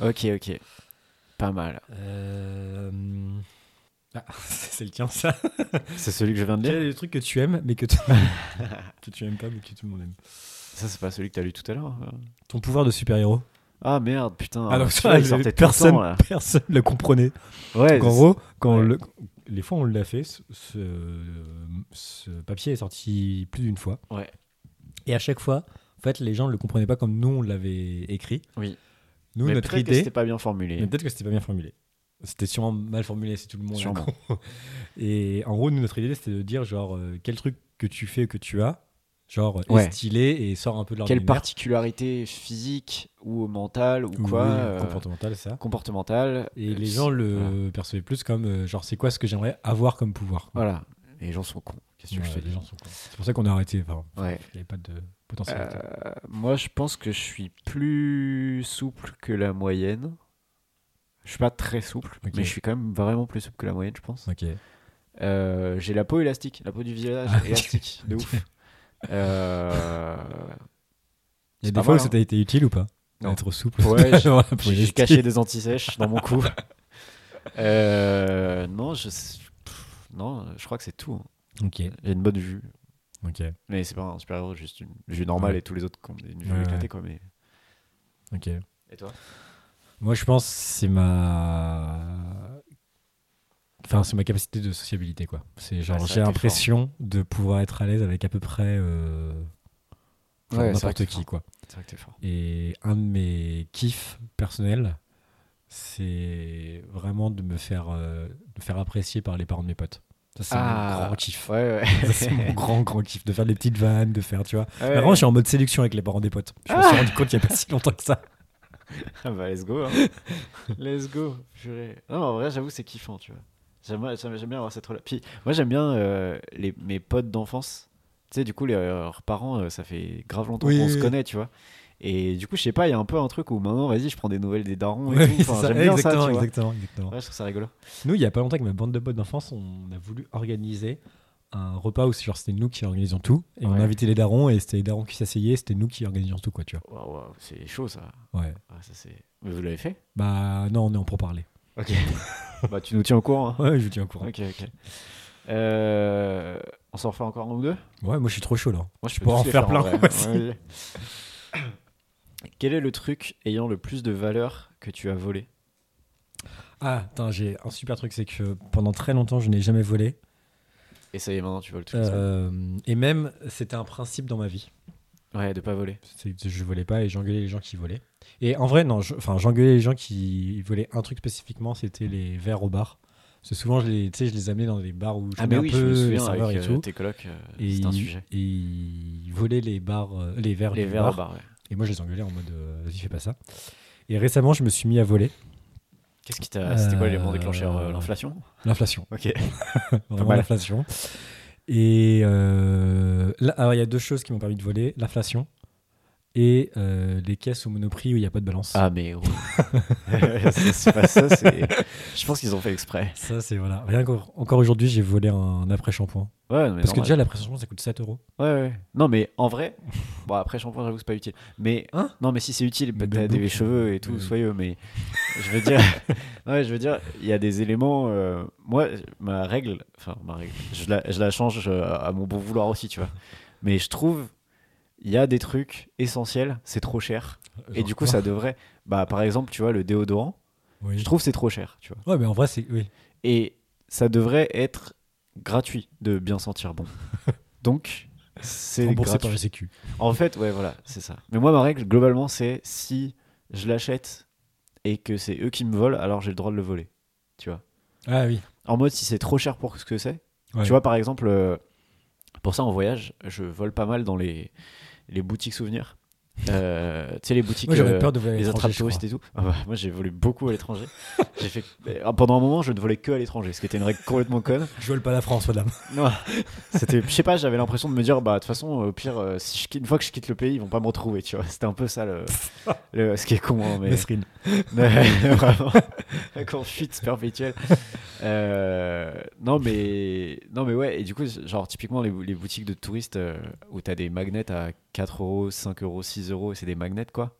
Ok, ok. Pas mal. Euh, hum. Ah, c'est le tien, ça. C'est celui que je viens de Quel lire est le truc que tu aimes, mais que, tu- que tu aimes pas, mais que tout le monde aime Ça, c'est pas celui que t'as lu tout à l'heure. hein. Ton pouvoir de super-héros. Ah merde, putain. Alors, celui-là, ça, il je- sortait tout le personne temps, là. personne le comprenait. Ouais, Donc, en c'est- gros, quand ouais. le- les fois où on l'a fait, ce, ce- ce papier est sorti plus d'une fois. Ouais. Et à chaque fois, en fait, les gens ne le comprenaient pas comme nous, on l'avait écrit. Oui. Nous, mais notre peut-être que idée. c'était pas bien Mais formulé. peut-être que c'était pas bien formulé. C'était sûrement mal formulé si tout le monde est Sûrement. con. Et en gros, nous, notre idée, c'était de dire genre euh, quel truc que tu fais que tu as, genre Ouais. est stylé et sort un peu de l'ordinaire. Quelle particularité physique ou mentale ou Ou, quoi oui, euh, comportemental ça. comportementale Et euh, les psy- gens le voilà. percevaient plus comme euh, genre c'est quoi ce que j'aimerais avoir comme pouvoir. Voilà. Les gens sont cons. Qu'est-ce que Ouais, je te les dis gens sont cons. C'est pour ça qu'on a arrêté. Enfin, Ouais. il n'y avait pas de potentiel. Euh, moi, je pense que je suis plus souple que la moyenne. Je suis pas très souple, Ok. mais je suis quand même vraiment plus souple que la moyenne, je pense. Ok. Euh, j'ai la peau élastique, la peau du village Ah, ok. élastique, de ouf. Euh, Il y c'est a pas des fois où mal, hein. ça t'a été utile ou pas Non. Être souple. Ouais, j'ai- Voilà, pour J'ai les j'ai caché styles. des antisèches dans mon cou. Euh, non, je sais- pff, non, je crois que c'est tout. hein. Ok. J'ai une bonne vue, Ok. mais c'est pas un super héros, juste une vue normale Ouais. et tous les autres qui ont une vue Ouais, ouais. éclatée quoi. Mais... Ok. Et toi Moi, je pense que c'est ma. Enfin, c'est ma capacité de sociabilité, quoi. C'est genre, Ouais, ça, j'ai t'es l'impression de pouvoir être à l'aise avec à peu près euh, genre Ouais, c'est vrai que n'importe t'es qui, fort. quoi. C'est vrai que t'es fort. Et un de mes kiffs personnels, c'est vraiment de me faire, euh, de faire apprécier par les parents de mes potes. Ça, c'est Ah. mon grand kiff. Ouais, ouais. Ça, c'est mon grand, grand kiff. De faire des petites vannes, de faire, tu vois. Ah Ouais. Vraiment, je suis en mode séduction avec les parents des potes. Je me suis rendu compte il n'y a pas si longtemps que ça. Ah bah let's go. hein. let's go. Purée. Non, en vrai, j'avoue, c'est kiffant, tu vois. J'aime j'aime- j'aime bien avoir cette relation. Puis moi, j'aime bien euh, les, mes potes d'enfance. Tu sais, du coup, les- leurs parents, euh, ça fait grave longtemps Oui, qu'on oui, se oui. connaît, tu vois. Et du coup, je sais pas, il y a un peu un truc où maintenant, vas-y, je prends des nouvelles des darons et Ouais, tout. c'est Enfin, ça. j'aime bien ça, tu exactement, vois. exactement, exactement. Ouais, je trouve ça rigolo. Nous, il y a pas longtemps que ma bande de potes d'enfance, on a voulu organiser un repas où c'est genre c'était nous qui organisions tout et on Ouais. invitait les darons et c'était les darons qui s'asseyaient, c'était nous qui organisions tout quoi, tu Waouh, waouh, c'est chaud, ça. vois. Ouais. Ah, ça c'est... Mais vous l'avez fait Bah non, on est en pro-parler. Ok. bah, tu nous tiens au courant. hein. Ouais, je vous tiens au courant. Ok, ok. Euh, on s'en refait encore un ou deux Ouais, moi je suis trop chaud là. Moi, je pourrais tous en les faire plein, vrai. moi aussi. Ouais, ouais. Quel est le truc ayant le plus de valeur que tu as volé Ah, attends, j'ai un super truc, c'est que pendant très longtemps je n'ai jamais volé. Et ça y est, maintenant tu voles tout seul. Euh, et même, c'était un principe dans ma vie. Ouais, de pas voler. C'est que Je volais pas et j'engueulais les gens qui volaient. Et en vrai, non, je- enfin, j'engueulais les gens qui volaient un truc spécifiquement, c'était les verres au bar. Parce que souvent, je les, tu sais, je les amenais dans des bars où je connais un peu Ah, je me les souviens serveurs avec et euh, tout. tes colocs, euh, Et c'est un il- sujet. Et il volait les bars, euh, les verres Les du verres au bar. bar, ouais. Et moi, je les engueulais en mode, euh, vas-y, fais pas ça. Et récemment, je me suis mis à voler Qu'est-ce qui t'a. C'était quoi l'élément Euh, déclencheur euh, L'inflation l'inflation. Ok. Vraiment mal. l'inflation. Et euh, là, alors, il y a deux choses qui m'ont permis de voler l'inflation et euh, les caisses au monoprix où il n'y a pas de balance. Ah, mais. oh. C'est- c'est pas ça, c'est. Je pense qu'ils ont fait exprès. Ça, c'est voilà. Rien qu'encore encore aujourd'hui, j'ai volé un après-shampoing. Ouais, non, mais Parce que normal. déjà, l'après-shampoing, ça coûte 7 euros. Ouais, ouais. Non, mais en vrai. Bon, après, shampoing, j'avoue, c'est pas utile. Mais. Hein non, mais si c'est utile, Mais t'as des des boucles, cheveux et mais tout, oui. soyeux, mais. Je veux dire. non, mais je veux dire, il y a des éléments. euh, Moi, ma règle. Enfin, ma règle. Je la, je la change euh, à mon bon vouloir aussi, tu vois. Mais je trouve, il y a des trucs essentiels, c'est trop cher. Et Genre du coup, quoi ça devrait. Bah, par exemple, tu vois, le déodorant, Oui. je trouve c'est trop cher, tu vois. Ouais, mais en vrai, c'est. Oui. Et ça devrait être gratuit de bien sentir bon. Donc, c'est Remboursé par gratuit. la Sécu. En fait, ouais, voilà, c'est ça. Mais moi, ma règle, globalement, c'est si je l'achète et que c'est eux qui me volent, alors j'ai le droit de le voler. Tu vois. Ah oui. En mode, si c'est trop cher pour ce que c'est. Ouais. Tu vois, par exemple, euh, pour ça, en voyage, je vole pas mal dans les, les boutiques souvenirs. Euh, tu sais, les boutiques. Moi, j'aurais euh, peur de voler à les l'étranger, attrapes je crois. touristes et tout. Ah bah, moi, j'ai volé beaucoup à l'étranger. j'ai fait euh, pendant un moment, je ne volais que à l'étranger, ce qui était une règle complètement conne. Je vole pas la France, madame. Non, c'était, je sais pas, j'avais l'impression de me dire, bah de toute façon, au pire, euh, si je quitte- une fois que je quitte le pays, ils vont pas me retrouver, tu vois. C'était un peu ça le, le- ce qui est con, hein, mais, Mesrine. mais vraiment, la fuite perpétuelle. Euh, non mais, non mais ouais. Et du coup, genre typiquement les, les boutiques de touristes euh, où t'as des magnets à 4 euros, 5 euros, 6 euros, et c'est des magnets quoi.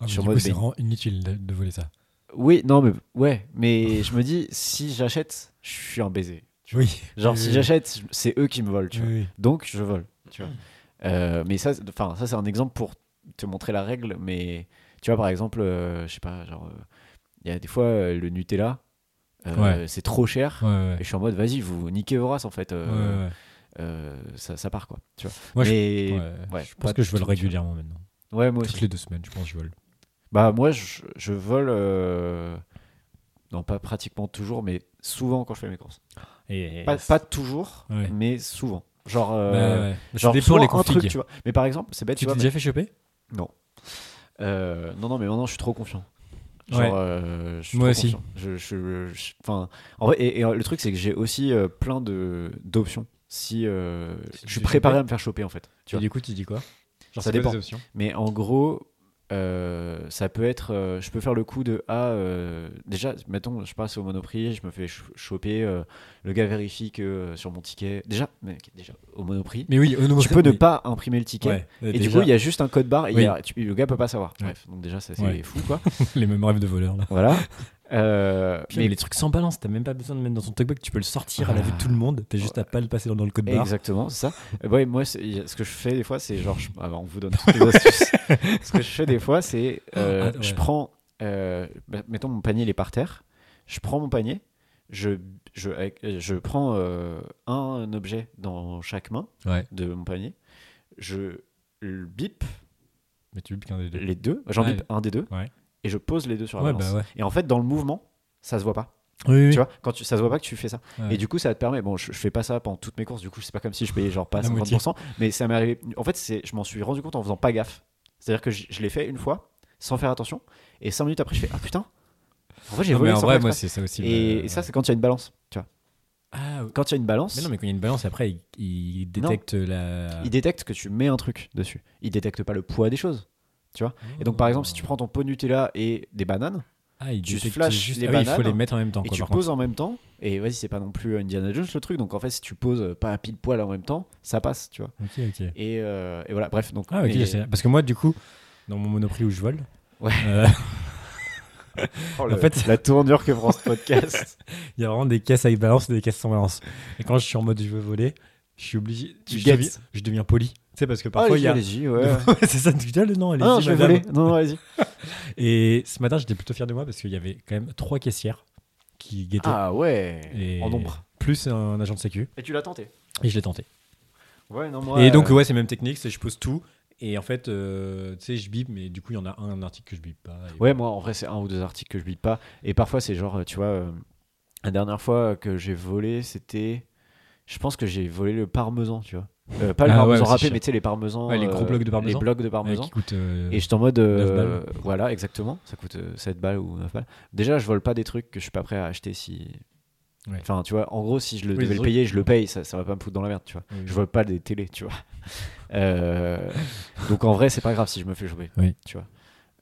Ah, mais Sur du mode coup, c'est B. vraiment inutile de, de voler ça. Oui, non, mais ouais, mais je me dis, si j'achète, je suis un baiser. Oui. Genre, Oui, si oui, j'achète, c'est eux qui me volent, tu oui, vois. oui. Donc, je vole, tu Hmm. vois. Euh, mais ça, c'est- enfin, ça c'est un exemple pour te montrer la règle, mais tu vois, par exemple, euh, je sais pas, genre, euh, il y a des fois, euh, le Nutella, euh, c'est trop cher. Ouais, ouais. Et je suis en mode, vas-y, vous niquez vos races, en fait. Ouais, euh, ouais, ouais. euh, ça, ça part, quoi. Tu vois. Moi, je- mais, Ouais. ouais, Je pas pense que je vole tout, tu vois. régulièrement maintenant. Ouais, moi aussi. Toutes les deux semaines, je pense que je vole. Bah moi je, je vole euh, non pas pratiquement toujours mais souvent quand je fais mes courses. Et... Pas, pas toujours Ouais. mais souvent. Genre Bah, euh, ouais. genre Ça dépend souvent les un truc configs. tu vois. Mais par exemple c'est bête Tu tu, t'es vois. déjà fait choper mais- Non. Euh, non non mais maintenant je suis trop confiant. Genre, Ouais. euh, je suis Moi trop aussi. confiant. Je, je- je- enfin, en vrai, et, et, euh, le truc c'est que j'ai aussi euh, plein de d'options. Si euh, Si tu je suis te fais préparé choper. à me faire choper en fait. Tu Et vois. du coup, tu dis quoi Genre, c'est Ça quoi dépend. tes options Mais en gros, euh, ça peut être. euh, je peux faire le coup de Ah, euh, déjà, mettons, je passe au monoprix, je me fais ch- choper. euh, le gars vérifie que euh, sur mon ticket. Déjà, mec, déjà au monoprix, Mais oui, au tu peux ne pas imprimer le ticket. Et du coup, il y a juste un code barre et il y a- tu- le gars peut pas savoir. Ouais. Bref, donc déjà, ça c'est Ouais. fou quoi. les mêmes rêves de voleurs là. voilà. Euh, mais les trucs sans balance, t'as même pas besoin de mettre dans ton talkback, tu peux le sortir à la vue de tout le monde, t'as juste à pas le passer dans, dans le code barre. Exactement, c'est ça. Euh, ouais, moi, c'est- y a- ce que je fais des fois, c'est genre, je- ah bah, on vous donne toutes les astuces. ce que je fais des fois, c'est euh, Ah, ouais. je prends, euh, bah, mettons mon panier, il est par terre. Je prends mon panier, je, je, avec- euh, je prends euh, un objet dans chaque main Ouais, de mon panier. Je le bip mais tu veux qu'un des deux. les deux, j'en Ouais. bip un des deux, Ouais. et je pose les deux sur la Ouais, balance. bah ouais. Et en fait, dans le mouvement, ça se voit pas. Oui, oui. Tu vois, quand tu, ça se voit pas que tu fais ça. Ouais. Et du coup, ça te permet. Bon, je, je fais pas ça pendant toutes mes courses. Du coup, c'est pas comme si je payais genre pas La moitié. 50%. Mais ça m'est arrivé. En fait, c'est, je m'en suis rendu compte en faisant pas gaffe. C'est-à-dire que je, je l'ai fait une fois sans faire attention. Et 5 minutes après, je fais ah putain. En fait, j'ai Non, mais volé. en sans vrai, faire moi, exprès. c'est ça aussi. et, bah, et ça, c'est quand il y a une balance. Tu vois. Ah, ouais. Quand il y a une balance, mais non, euh, mais quand il y a une balance, après, il, il détecte la. il détecte que tu mets un truc dessus. Il détecte pas le poids des choses. Et donc, par exemple, si tu prends ton pot Nutella et des bananes Ah, il tu détecte flashes juste... les ah, oui, il faut bananes les mettre en même temps. et quoi, tu par poses en même temps, et vas-y, c'est pas non plus Indiana Jones le truc. Donc en fait, si tu poses euh, pas à pile poil en même temps, ça passe, tu vois. contre. Ok, ok. Et, euh, et voilà, bref. Donc, Ah, ok, mais- je sais. Parce que moi, du coup, dans mon monoprix où je vole. Ouais. euh, Oh, En le- fait- la tournure que prend ce podcast. Il y a vraiment des caisses avec balance et des caisses sans balance. Et quand je suis en mode je veux voler, je suis obligé. Tu je, guettes. deviens, je deviens poli. Tu sais, parce que parfois il y a. Allez-y, Oh, ouais. c'est ça, tu dis, ah, non, allez-y, Ah, non, je vais madame. voler. Non, non, vas-y. Et ce matin, j'étais plutôt fier de moi parce qu'il y avait quand même trois caissières qui guettaient. Ah ouais. Et- En nombre. Plus un agent de sécu. Et tu l'as tenté. Et je l'ai tenté. Ouais, non, moi. et donc, euh, ouais, c'est même technique, c'est je pose tout. Et en fait, euh, tu sais, je bip, mais du coup, il y en a un article que je bip pas. Et- Ouais, moi, en vrai, c'est un ou deux articles que je lis pas. Et parfois, c'est genre, euh, tu vois, euh, la dernière fois que j'ai volé, c'était. Je pense que j'ai volé le parmesan, tu vois. Euh, pas le Ah ouais, parmesan c'est râpé, cher. mais tu sais, les parmesans. Ouais, les gros euh, blocs de parmesan. Les blocs de Ouais, parmesan. qui coûte. euh, Et je suis en mode. euh, Neuf voilà, exactement. Ça coûte euh, 7 balles ou 9 balles. Déjà, je vole pas des trucs que je suis pas prêt à acheter si. Ouais. Enfin, tu vois, en gros, si je le Oui, devais des le trucs- payer, je le paye, ça, ça va pas me foutre dans la merde, tu vois. oui, Je vole pas des télés, tu vois. Euh, donc en vrai, c'est pas grave si je me fais jouer, Oui. tu vois.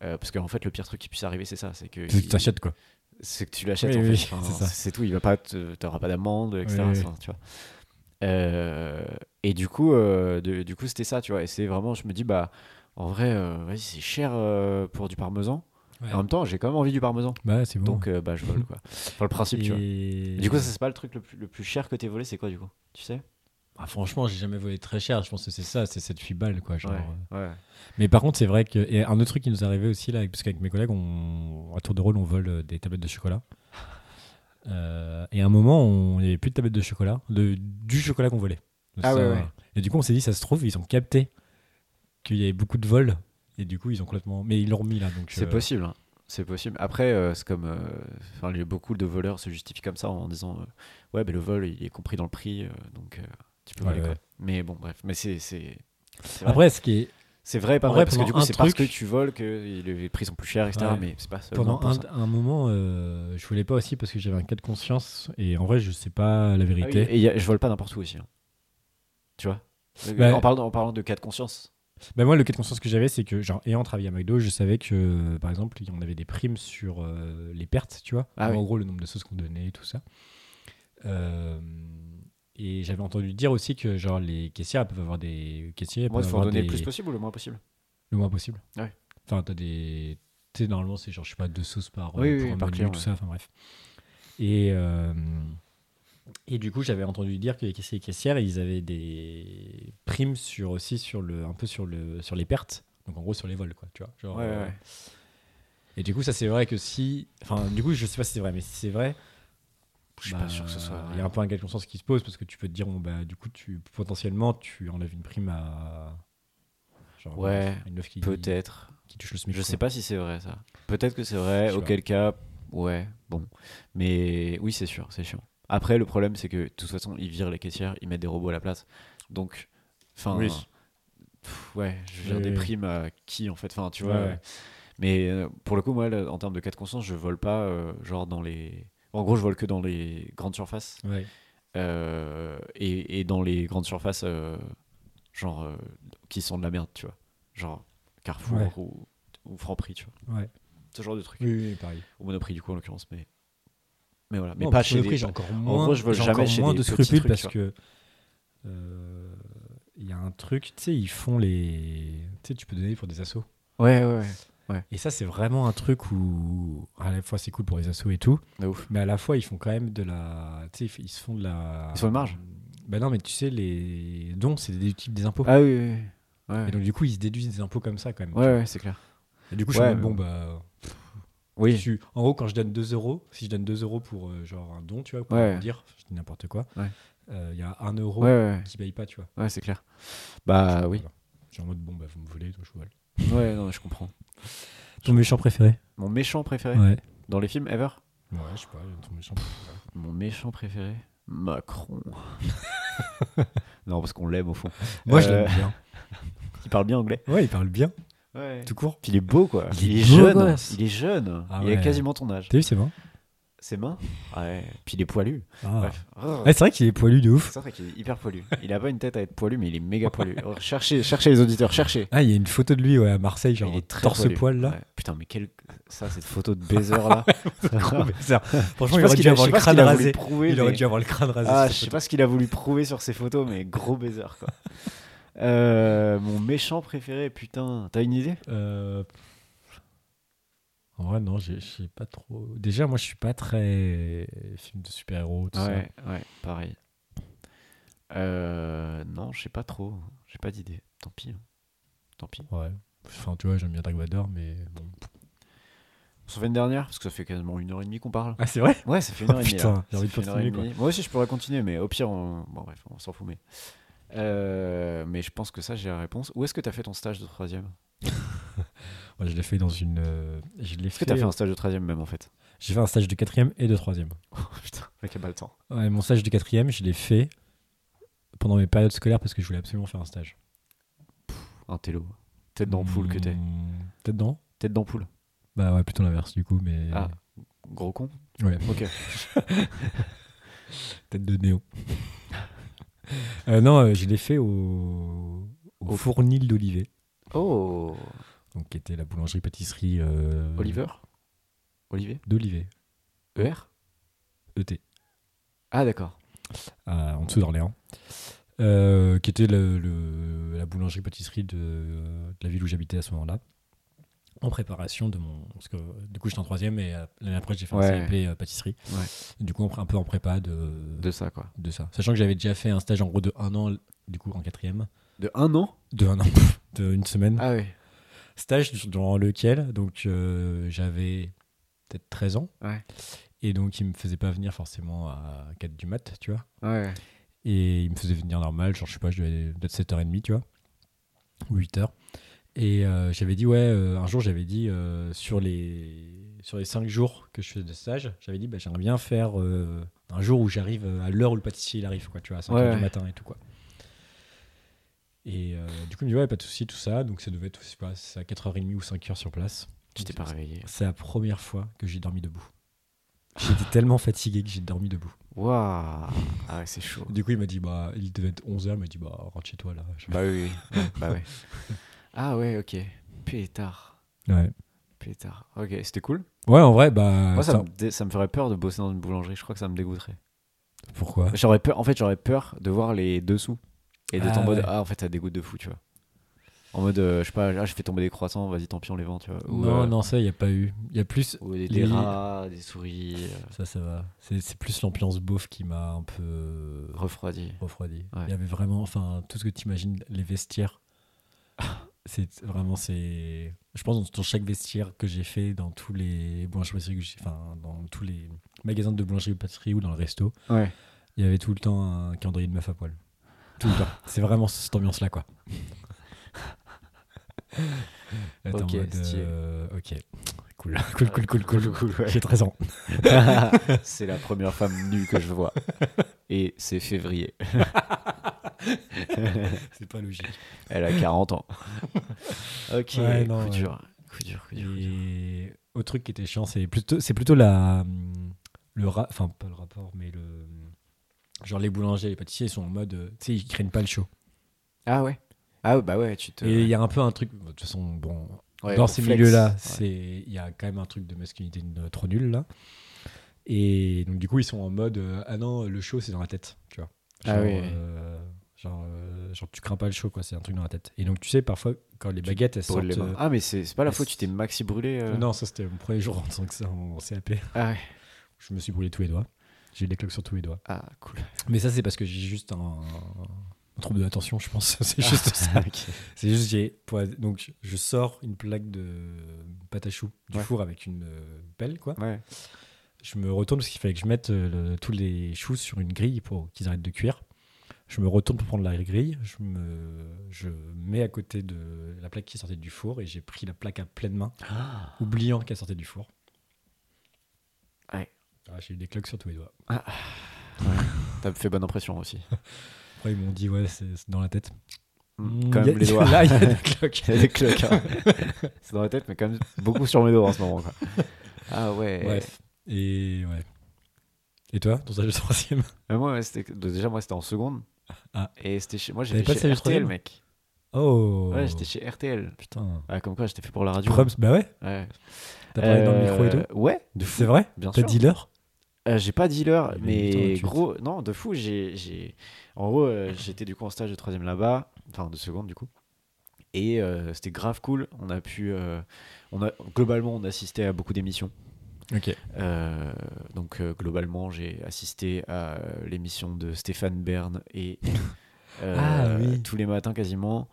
Euh, parce qu'en fait, le pire truc qui puisse arriver, c'est ça, c'est que Parce que il- tu t'achètes quoi. c'est que tu l'achètes. Oui, en oui, fait. Enfin, c'est c'est ça. c'est tout. Il va pas, te- t'auras pas d'amende, etc. Oui, oui. Enfin, tu vois. Euh, et du coup, euh, de- du coup, c'était ça, tu vois. Et c'est vraiment, je me dis, bah, en vrai, euh, vas-y, c'est cher euh, pour du parmesan. Ouais. Et en même temps, j'ai quand même envie du parmesan. Bah, c'est bon. Donc, euh, bah, je vole quoi. Enfin, le principe, tu vois. Et- Du coup, ça, c'est pas le truc le plus, le plus cher que t'es volé, c'est quoi du coup Tu sais Ah, franchement, j'ai jamais volé très cher. Je pense que c'est ça, c'est 7-8 balles, quoi. genre. euh, Ouais, ouais. Mais par contre, c'est vrai que. Et un autre truc qui nous est arrivé aussi, là, parce qu'avec mes collègues, on, à tour de rôle, on vole euh, des tablettes de chocolat. Euh, et à un moment, on- il n'y avait plus de tablettes de chocolat, de, du chocolat qu'on volait. Donc Ah ça, ouais, ouais. Et du coup, on s'est dit, ça se trouve, ils ont capté qu'il y avait beaucoup de vols. Et du coup, ils ont complètement. Mais ils l'ont remis, là. donc, C'est euh, possible. hein. C'est possible. Après, euh, c'est comme. euh, Enfin, les- beaucoup de voleurs se justifient comme ça en disant euh, Ouais, mais le vol, il est compris dans le prix, euh, donc euh, tu peux Ouais, voler, quoi. ouais. Mais bon, bref. Mais c'est. c'est- c'est vrai. Après, ce qui est. c'est vrai, et pas en vrai, vrai, parce que pendant du coup, un c'est parce que truc- tu voles que les prix sont plus chers, etc. Ouais. Mais c'est pas seulement Pendant pour un, ça. un moment, euh, je voulais pas aussi parce que j'avais un cas de conscience. Et en vrai, je sais pas la Ah oui, vérité. et y a- je vole pas n'importe où aussi. hein. Tu vois Euh, Bah, en, parlant, en parlant de cas de conscience. Bah moi, le cas de conscience que j'avais, c'est que, genre, ayant travaillé à McDo, je savais que, euh, par exemple, on avait des primes sur euh, les pertes, tu vois. Ah En oui. gros, le nombre de sauces qu'on donnait et tout ça. Euh, et j'avais entendu dire aussi que, genre, les caissières elles peuvent avoir des caissiers. elles Moi, il peuvent faut en avoir donner le des- plus possible ou le moins possible le moins possible. Ouais. Enfin, t'as des. Tu sais, normalement, c'est genre, je sais pas, deux sauces par, euh, Oui, oui, pour oui, un par menu, client, tout ouais. ça. Enfin, bref. Et. euh, Et du coup, j'avais entendu dire que les caissiers et caissières, ils avaient des primes sur aussi sur le un peu sur le sur les pertes, donc en gros sur les vols quoi, tu vois. Genre, Ouais, ouais, euh, ouais. Et du coup, ça c'est vrai que si, enfin, du coup, je sais pas si c'est vrai, mais si c'est vrai, Je suis pas bah, sûr que ce soit. Il y a un peu un cas de conscience qui se pose parce que tu peux te dire, bon, bah, du coup, tu potentiellement, tu enlèves une prime à. Genre, Ouais, une meuf qui, Peut-être. qui touche le SMIC. Je quoi. sais pas si c'est vrai ça. Peut-être que c'est vrai, Je sais auquel cas, ouais, bon. Mais oui, c'est sûr, c'est chiant. Après, le problème, c'est que de toute façon, ils virent les caissières, ils mettent des robots à la place. Donc, enfin, Oui. pff, ouais, je vire Oui, des oui. primes à qui en fait Enfin, tu Ouais, vois. ouais. Mais euh, pour le coup, moi, là, en termes de cas de conscience, je vole pas, euh, genre dans les. En gros, je vole que dans les grandes surfaces. Ouais. Euh, et, et dans les grandes surfaces, euh, genre, euh, qui sont de la merde, tu vois. Genre Carrefour Ouais. ou, ou Franprix, tu vois. Ouais. Ce genre de truc. Oui, oui, pareil. Au Monoprix, du coup, en l'occurrence, mais. Mais voilà, mais Non, pas parce que chez le les- prix, j'ai encore moins, gros, je vole j'ai jamais encore chez moins des de petits scrupules trucs, parce tu que euh, il y a un truc, tu sais, ils font les, tu sais, tu peux donner pour des assos. Ouais, ouais, ouais. Et ça, c'est vraiment un truc où à la fois c'est cool pour les assos et tout, De ouf. mais à la fois ils font quand même de la, tu sais, ils se font de la. Ils se font une marge Bah non, mais tu sais, les dons, c'est des types des impôts. Ah oui, oui, oui. Ouais, Et donc du coup, ils se déduisent des impôts comme ça quand même. tu ouais, vois. ouais, c'est clair. Et du coup, je Ouais, suis en mode, mais bon bah. Oui. Je suis- En gros, quand je donne 2 euros, si je donne 2 euros pour euh, genre un don, tu vois, pour Ouais. dire, je dis n'importe quoi, euh, Ouais. il y a 1 euro Ouais, ouais, qui paye pas, tu vois. ouais, ouais, c'est clair. Bah Je- oui. voilà. J'ai en mode, bon, bah vous me volez, donc je vole. Ouais, non, je comprends. Ton méchant préféré Mon méchant préféré Ouais. dans les films ever Ouais, je sais pas, ton méchant préféré. Mon méchant préféré Macron. non, parce qu'on l'aime au fond. Moi, je Euh, l'aime bien. Il parle bien anglais. Ouais, il parle bien, Ouais. tout court. Puis il est beau, quoi. Il est beau jeune. gosse. Il est jeune. Ah il a ouais. quasiment ton âge. T'as vu, c'est bon Ses mains Ouais. Puis il est poilu. Ah. Bref. Oh. Ouais, c'est vrai qu'il est poilu de ouf. C'est vrai qu'il est hyper poilu. Il a pas une tête à être poilu, mais il est méga poilu. Oh, Cherchez, cherchez les auditeurs, cherchez. Ah, il y a une photo de lui ouais, à Marseille, genre il est très torse poilu. poil là. Ouais. Putain, mais quel. Ça, cette photo de baiser là. Trop bizarre. Je Franchement, sais il pas ce aurait qu'il dû a- avoir je sais le pas ce crâne qu'il a voulu rasé. prouver. Il aurait mais- dû avoir le crâne rasé. Ah, sur je cette sais pas ce qu'il a voulu prouver sur ces photos, mais gros baiser quoi. Euh, mon méchant préféré, putain, t'as une idée Euh, En vrai, non, j'ai- je sais pas trop. Déjà, moi, je suis pas très film de super-héros, tout Ouais, ouais, pareil. Euh, non, je sais pas trop, j'ai pas d'idée. Tant pis, hein. tant pis. ça. Ouais. Enfin, tu vois, j'aime bien Dark Vador, mais bon. On s'en fait une dernière parce que ça fait quasiment une heure et demie qu'on parle. Oh, Ah, c'est vrai Ouais, ça fait une heure et demie. Putain, là. j'ai envie de Ça fait une heure et continuer, quoi. demie. Moi aussi, je pourrais continuer, mais au pire, on... bon bref, on s'en fout. Mais, Euh, mais je pense que ça, j'ai la réponse. Où est-ce que t'as fait ton stage de troisième Ouais, je l'ai fait dans une. euh, Je l'ai Est-ce que fait. t'as fait un stage de troisième même en fait Oh, J'ai fait un stage de quatrième et de troisième. Putain, mec, a pas le temps. Ouais, mon stage de quatrième, je l'ai fait pendant mes périodes scolaires parce que je voulais absolument faire un stage. Un télo. Tête d'ampoule que t'es. Hmm, Tête dans Tête d'ampoule. Bah ouais, plutôt l'inverse du coup, mais. Ah. Gros con. Ouais. Ok. Tête de Néo. Euh, non, euh, je l'ai fait au, au Au- Fournil d'Olivet, Oh donc qui était la boulangerie-pâtisserie euh, Oliver Olivier d'Olivet, E ER ET, Ah d'accord. à- en dessous d'Orléans, euh, qui était le- le- la boulangerie-pâtisserie de, de la ville où j'habitais à ce moment-là. en préparation de mon. Parce que du coup, j'étais en troisième et euh, l'année après, j'ai fait Ouais. un CAP euh, pâtisserie. Ouais. Du coup, un peu en prépa de, de... de ça, quoi. ça. Sachant que j'avais déjà fait un stage en gros de un an, du coup, en quatrième. De un an De un an, de une semaine. Ah oui. Stage durant lequel, donc, euh, j'avais peut-être 13 ans. Ouais. Et donc, il me faisait pas venir forcément à 4 du mat, tu vois. Ouais. Et il me faisait venir normal, genre je sais pas, je devais peut-être 7h30, tu vois, ou 8h. Et euh, j'avais dit, ouais, euh, un jour j'avais dit, euh, sur, les, sur les 5 jours que je faisais de stage, j'avais dit, bah, j'aimerais bien faire euh, un jour où j'arrive euh, à l'heure où le pâtissier il arrive, quoi, tu vois, à 5h Ouais, du ouais. matin et tout, quoi. Et euh, du coup, il me dit, ouais, pas de souci, tout ça. Donc ça devait être, je sais pas, c'est à 4h30 ou 5h sur place. Tu t'es pas réveillé. C'est la première fois que j'ai dormi debout. J'étais tellement fatigué que j'ai dormi debout. Waouh Ah ouais, c'est chaud. Du coup, il m'a dit, bah, il devait être 11h, il m'a dit, bah, rentre chez toi là. Je- Bah oui, oui. Ouais, bah ouais. Ah ouais, ok. Pétard. Ouais. Pétard. Ok, c'était cool. ouais, en vrai, bah. Moi, Euh, ça ça- me, dé- ça me ferait peur de bosser dans une boulangerie. Je crois que ça me dégoûterait. Pourquoi J'aurais peur. En fait, j'aurais peur de voir les dessous et d'être Ah en mode ouais. ah en fait ça dégoûte de fou, tu vois. En mode euh, je sais pas, ah, je fais tomber des croissants, vas-y tant pis on les vend, tu vois. Ou, Non, euh, non, ça, il n'y a pas eu. Il y a plus. ou des, Les- des rats, des souris euh, Ça, ça va. C'est c'est plus l'ambiance beauf qui m'a un peu refroidis. refroidi. Il Ouais. y avait vraiment, enfin, tout ce que tu imagines, les vestiaires. C'est vraiment, c'est. Je pense dans- dans chaque vestiaire que j'ai fait, dans tous les boulangeries, que j'ai- enfin, dans tous les magasins de boulangerie ou pâtisserie ou dans le resto, Ouais. il y avait tout le temps un calendrier de meuf à poil. Tout le temps. C'est vraiment cette ambiance-là, quoi. Là, t'es en Ok, mode, stylé. euh, ok, cool, cool, cool, cool, cool. cool, ouais. J'ai 13 ans. c'est la première femme nue que je vois. Et c'est février. C'est pas logique. Elle a 40 ans. ok, Ouais, non, coup ouais. dur. Coup dur, coup dur, coup dur. Et au truc qui était chiant, c'est plutôt, c'est plutôt la, hum, le ra- enfin pas le rapport, mais le, genre les boulangers, les pâtissiers ils sont en mode, euh, tu sais, ils craignent pas le show. Ah ouais. Ah bah ouais, tu te. Et il y a un peu un truc, de toute façon, bon, Ouais, dans pour ces flex. milieux-là, Ouais. c'est il y a quand même un truc de masculinité n- trop nul là. Et donc du coup, ils sont en mode euh, ah non, le show c'est dans la tête, tu vois. Ah Genre, oui, oui. euh, genre, euh, genre, tu crains pas le show quoi, c'est un truc dans la tête. Et donc tu sais parfois quand les baguettes elles sortent. Brûle les mains. euh, Ah mais c'est c'est pas la mais faute, tu t'es maxi brûlé. euh. Non, ça c'était mon premier jour en tant que ça en CAP. Ah ouais. Je me suis brûlé tous les doigts. J'ai eu des cloques sur tous les doigts. Ah cool. Mais ça c'est parce que j'ai juste un, un trouble de l'attention, je pense. c'est Ah, juste ça. C'est juste j'ai pour- donc je- je sors une plaque de pâte à choux du Ouais. four avec une euh, pelle quoi. Ouais. Je me retourne parce qu'il fallait que je mette euh, le- tous les choux sur une grille pour qu'ils arrêtent de cuire. Je me retourne pour prendre la grille, je me je mets à côté de la plaque qui sortait du four et j'ai pris la plaque à pleine main, Ah. oubliant qu'elle sortait du four. Ouais. Ah, j'ai eu des cloques sur tous les doigts. T'as fait bonne impression aussi. Après ils m'ont dit ouais c'est c'est dans la tête. Mm, Mm, Quand y a- même les doigts. Là il y a des cloques. Il y a des cloques, hein. c'est dans la tête, mais quand même beaucoup sur mes doigts en ce moment. Quoi. Ah ouais. Bref. Et ouais. Et toi, ton stage de troisième Mais moi, ouais, c'était- déjà, moi, c'était en seconde. Ah. Et c'était chez. Moi, T'avais j'étais pas chez salué RTL, le troisième mec. Oh Ouais, j'étais chez RTL. Putain. Ah, comme quoi, j'étais fait pour la radio. Prums, bah ouais, Ouais. t'as parlé dans le Euh, micro et tout. Ouais, de C'est fou. vrai Bien T'as sûr. dit l'heure Euh, j'ai pas dealer, Il est mais 8h28. gros, non, de fou, j'ai, j'ai... En gros, euh, j'étais du coup en stage de troisième là-bas, enfin de seconde du coup. Et euh, c'était grave cool, on a pu... euh, on a, globalement, on assistait à beaucoup d'émissions. Ok. Euh, donc euh, globalement, j'ai assisté à euh, l'émission de Stéphane Bern et euh, Ah, oui. tous les matins quasiment.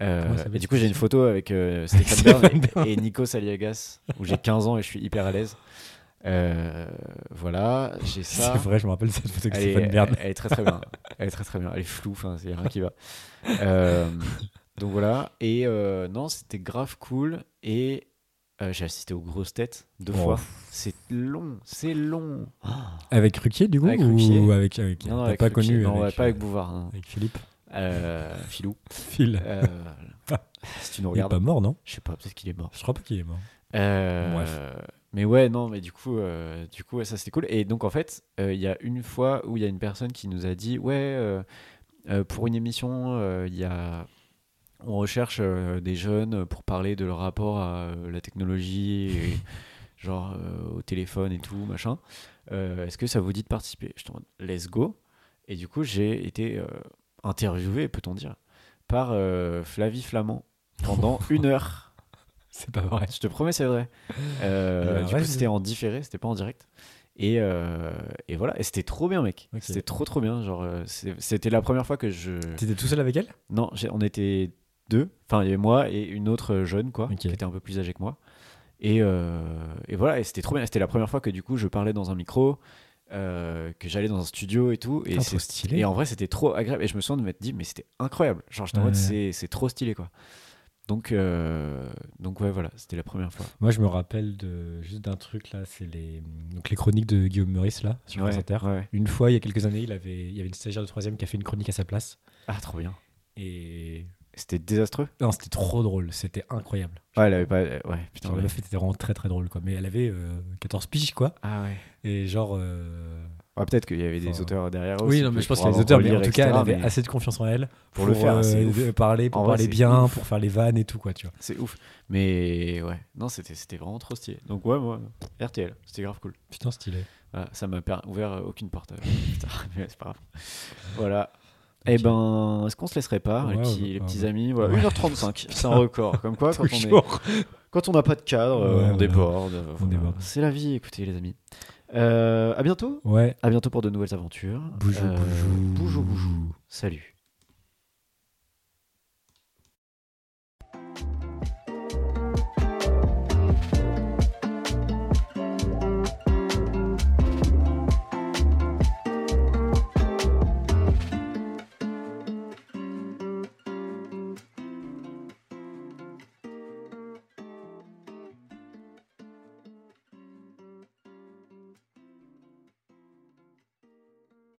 Euh, Comment ça s'appelle et du coup, cette j'ai une émission photo avec euh, Stéphane Bern Stéphane et- et, Nico Saliagas où j'ai 15 ans et je suis hyper à l'aise. Euh, voilà, j'ai ça. euh, C'est vrai, je me rappelle cette photo que Elle est, Stéphane Bern. elle est très très bien. Elle est très très bien. Elle est floue, enfin, il n'y a rien qui va. Euh, donc voilà. Et euh, non, c'était grave cool. Et euh, j'ai assisté aux grosses têtes deux Oh. fois. C'est long, c'est long. Avec Ruquier, du coup Avec Ruquier. Ou avec. avec Non, non, t'as avec pas Ruquier. connu Non, ouais, avec, pas avec euh, Bouvard. non. avec Philippe. Euh, Filou. Phil. Euh, si tu Il nous est regardes, pas mort, non je sais pas, peut-être qu'il est mort. Je crois pas qu'il est mort. Euh, Bref. Mais ouais, non, mais du coup, euh, du coup, ouais, ça c'était cool. Et donc en fait, euh, il y a une fois où il y a une personne qui nous a dit, ouais, euh, euh, pour une émission, euh, il y a, on recherche euh, des jeunes pour parler de leur rapport à euh, la technologie, et, genre euh, au téléphone et tout, machin. Euh, Est-ce que ça vous dit de participer Je te demande, let's go. Et du coup, j'ai été euh, interviewé, peut-on dire, par euh, Flavie Flamand pendant une heure. C'est pas vrai. Je te promets, c'est vrai. Euh, Euh, du ouais, coup, c'est- c'était en différé, c'était pas en direct. Et, euh, et voilà, et c'était trop bien, mec. Ok. C'était trop, trop bien. Genre, euh, c'est- c'était la première fois que je. T'étais tout seul avec elle Non, j'ai- on était deux. Enfin, il y avait moi et une autre jeune, quoi, Ok. qui était un peu plus âgée que moi. Et, euh, et voilà, et c'était trop bien. C'était la première fois que du coup, je parlais dans un micro, euh, que j'allais dans un studio et tout. Et, Putain, c'est- trop stylé. et en vrai, c'était trop agréable. Et je me souviens de m'être dit, mais c'était incroyable. Genre, j'étais en Ouais. mode, c'est c'est trop stylé, quoi. Donc, euh, donc ouais, voilà, c'était la première fois. Moi, je me rappelle de, juste d'un truc là, c'est les, donc les chroniques de Guillaume Meurice là, sur ouais, France Inter. ouais. Une fois, il y a quelques années, il, avait, il y avait une stagiaire de 3 qui a fait une chronique à sa place. Ah, trop bien. Et. C'était désastreux. Non, c'était trop drôle, c'était incroyable. Ouais, elle avait pas. euh, Ouais, putain. Genre, la ouais. meuf était vraiment très très drôle quoi. Mais elle avait euh, 14 piges quoi. Ah ouais. Et genre. euh, Ouais, Peut-être qu'il y avait des Enfin, auteurs derrière aussi. Oui, non, mais je pense pour qu'il y a les auteurs, mais en relire, tout cas, elle etc., avait mais assez de confiance en elle Pour le faire, c'est euh, ouf. de parler, pour En vrai, parler c'est bien, pour faire les vannes et tout, quoi, tu vois. C'est ouf. Mais ouais, non, c'était c'était vraiment trop stylé. Donc ouais, moi, RTL, c'était grave cool. Putain, stylé. Voilà, ça m'a per- ouvert euh, aucune porte. euh, Putain, mais c'est pas grave. Voilà. Eh Ok. ben, est-ce qu'on se laisserait pas, les Ouais, petits, ouais, les ouais. petits amis voilà, Ouais. 1h35, c'est un record. Comme quoi, quand on est Toujours. Quand on n'a pas de cadre, euh, Ouais, on voilà. déborde. euh, voilà. déborde. C'est la vie, écoutez les amis. Euh, à bientôt. Ouais. À bientôt pour de nouvelles aventures. Boujou, Euh, boujou. Boujou, boujou. Salut.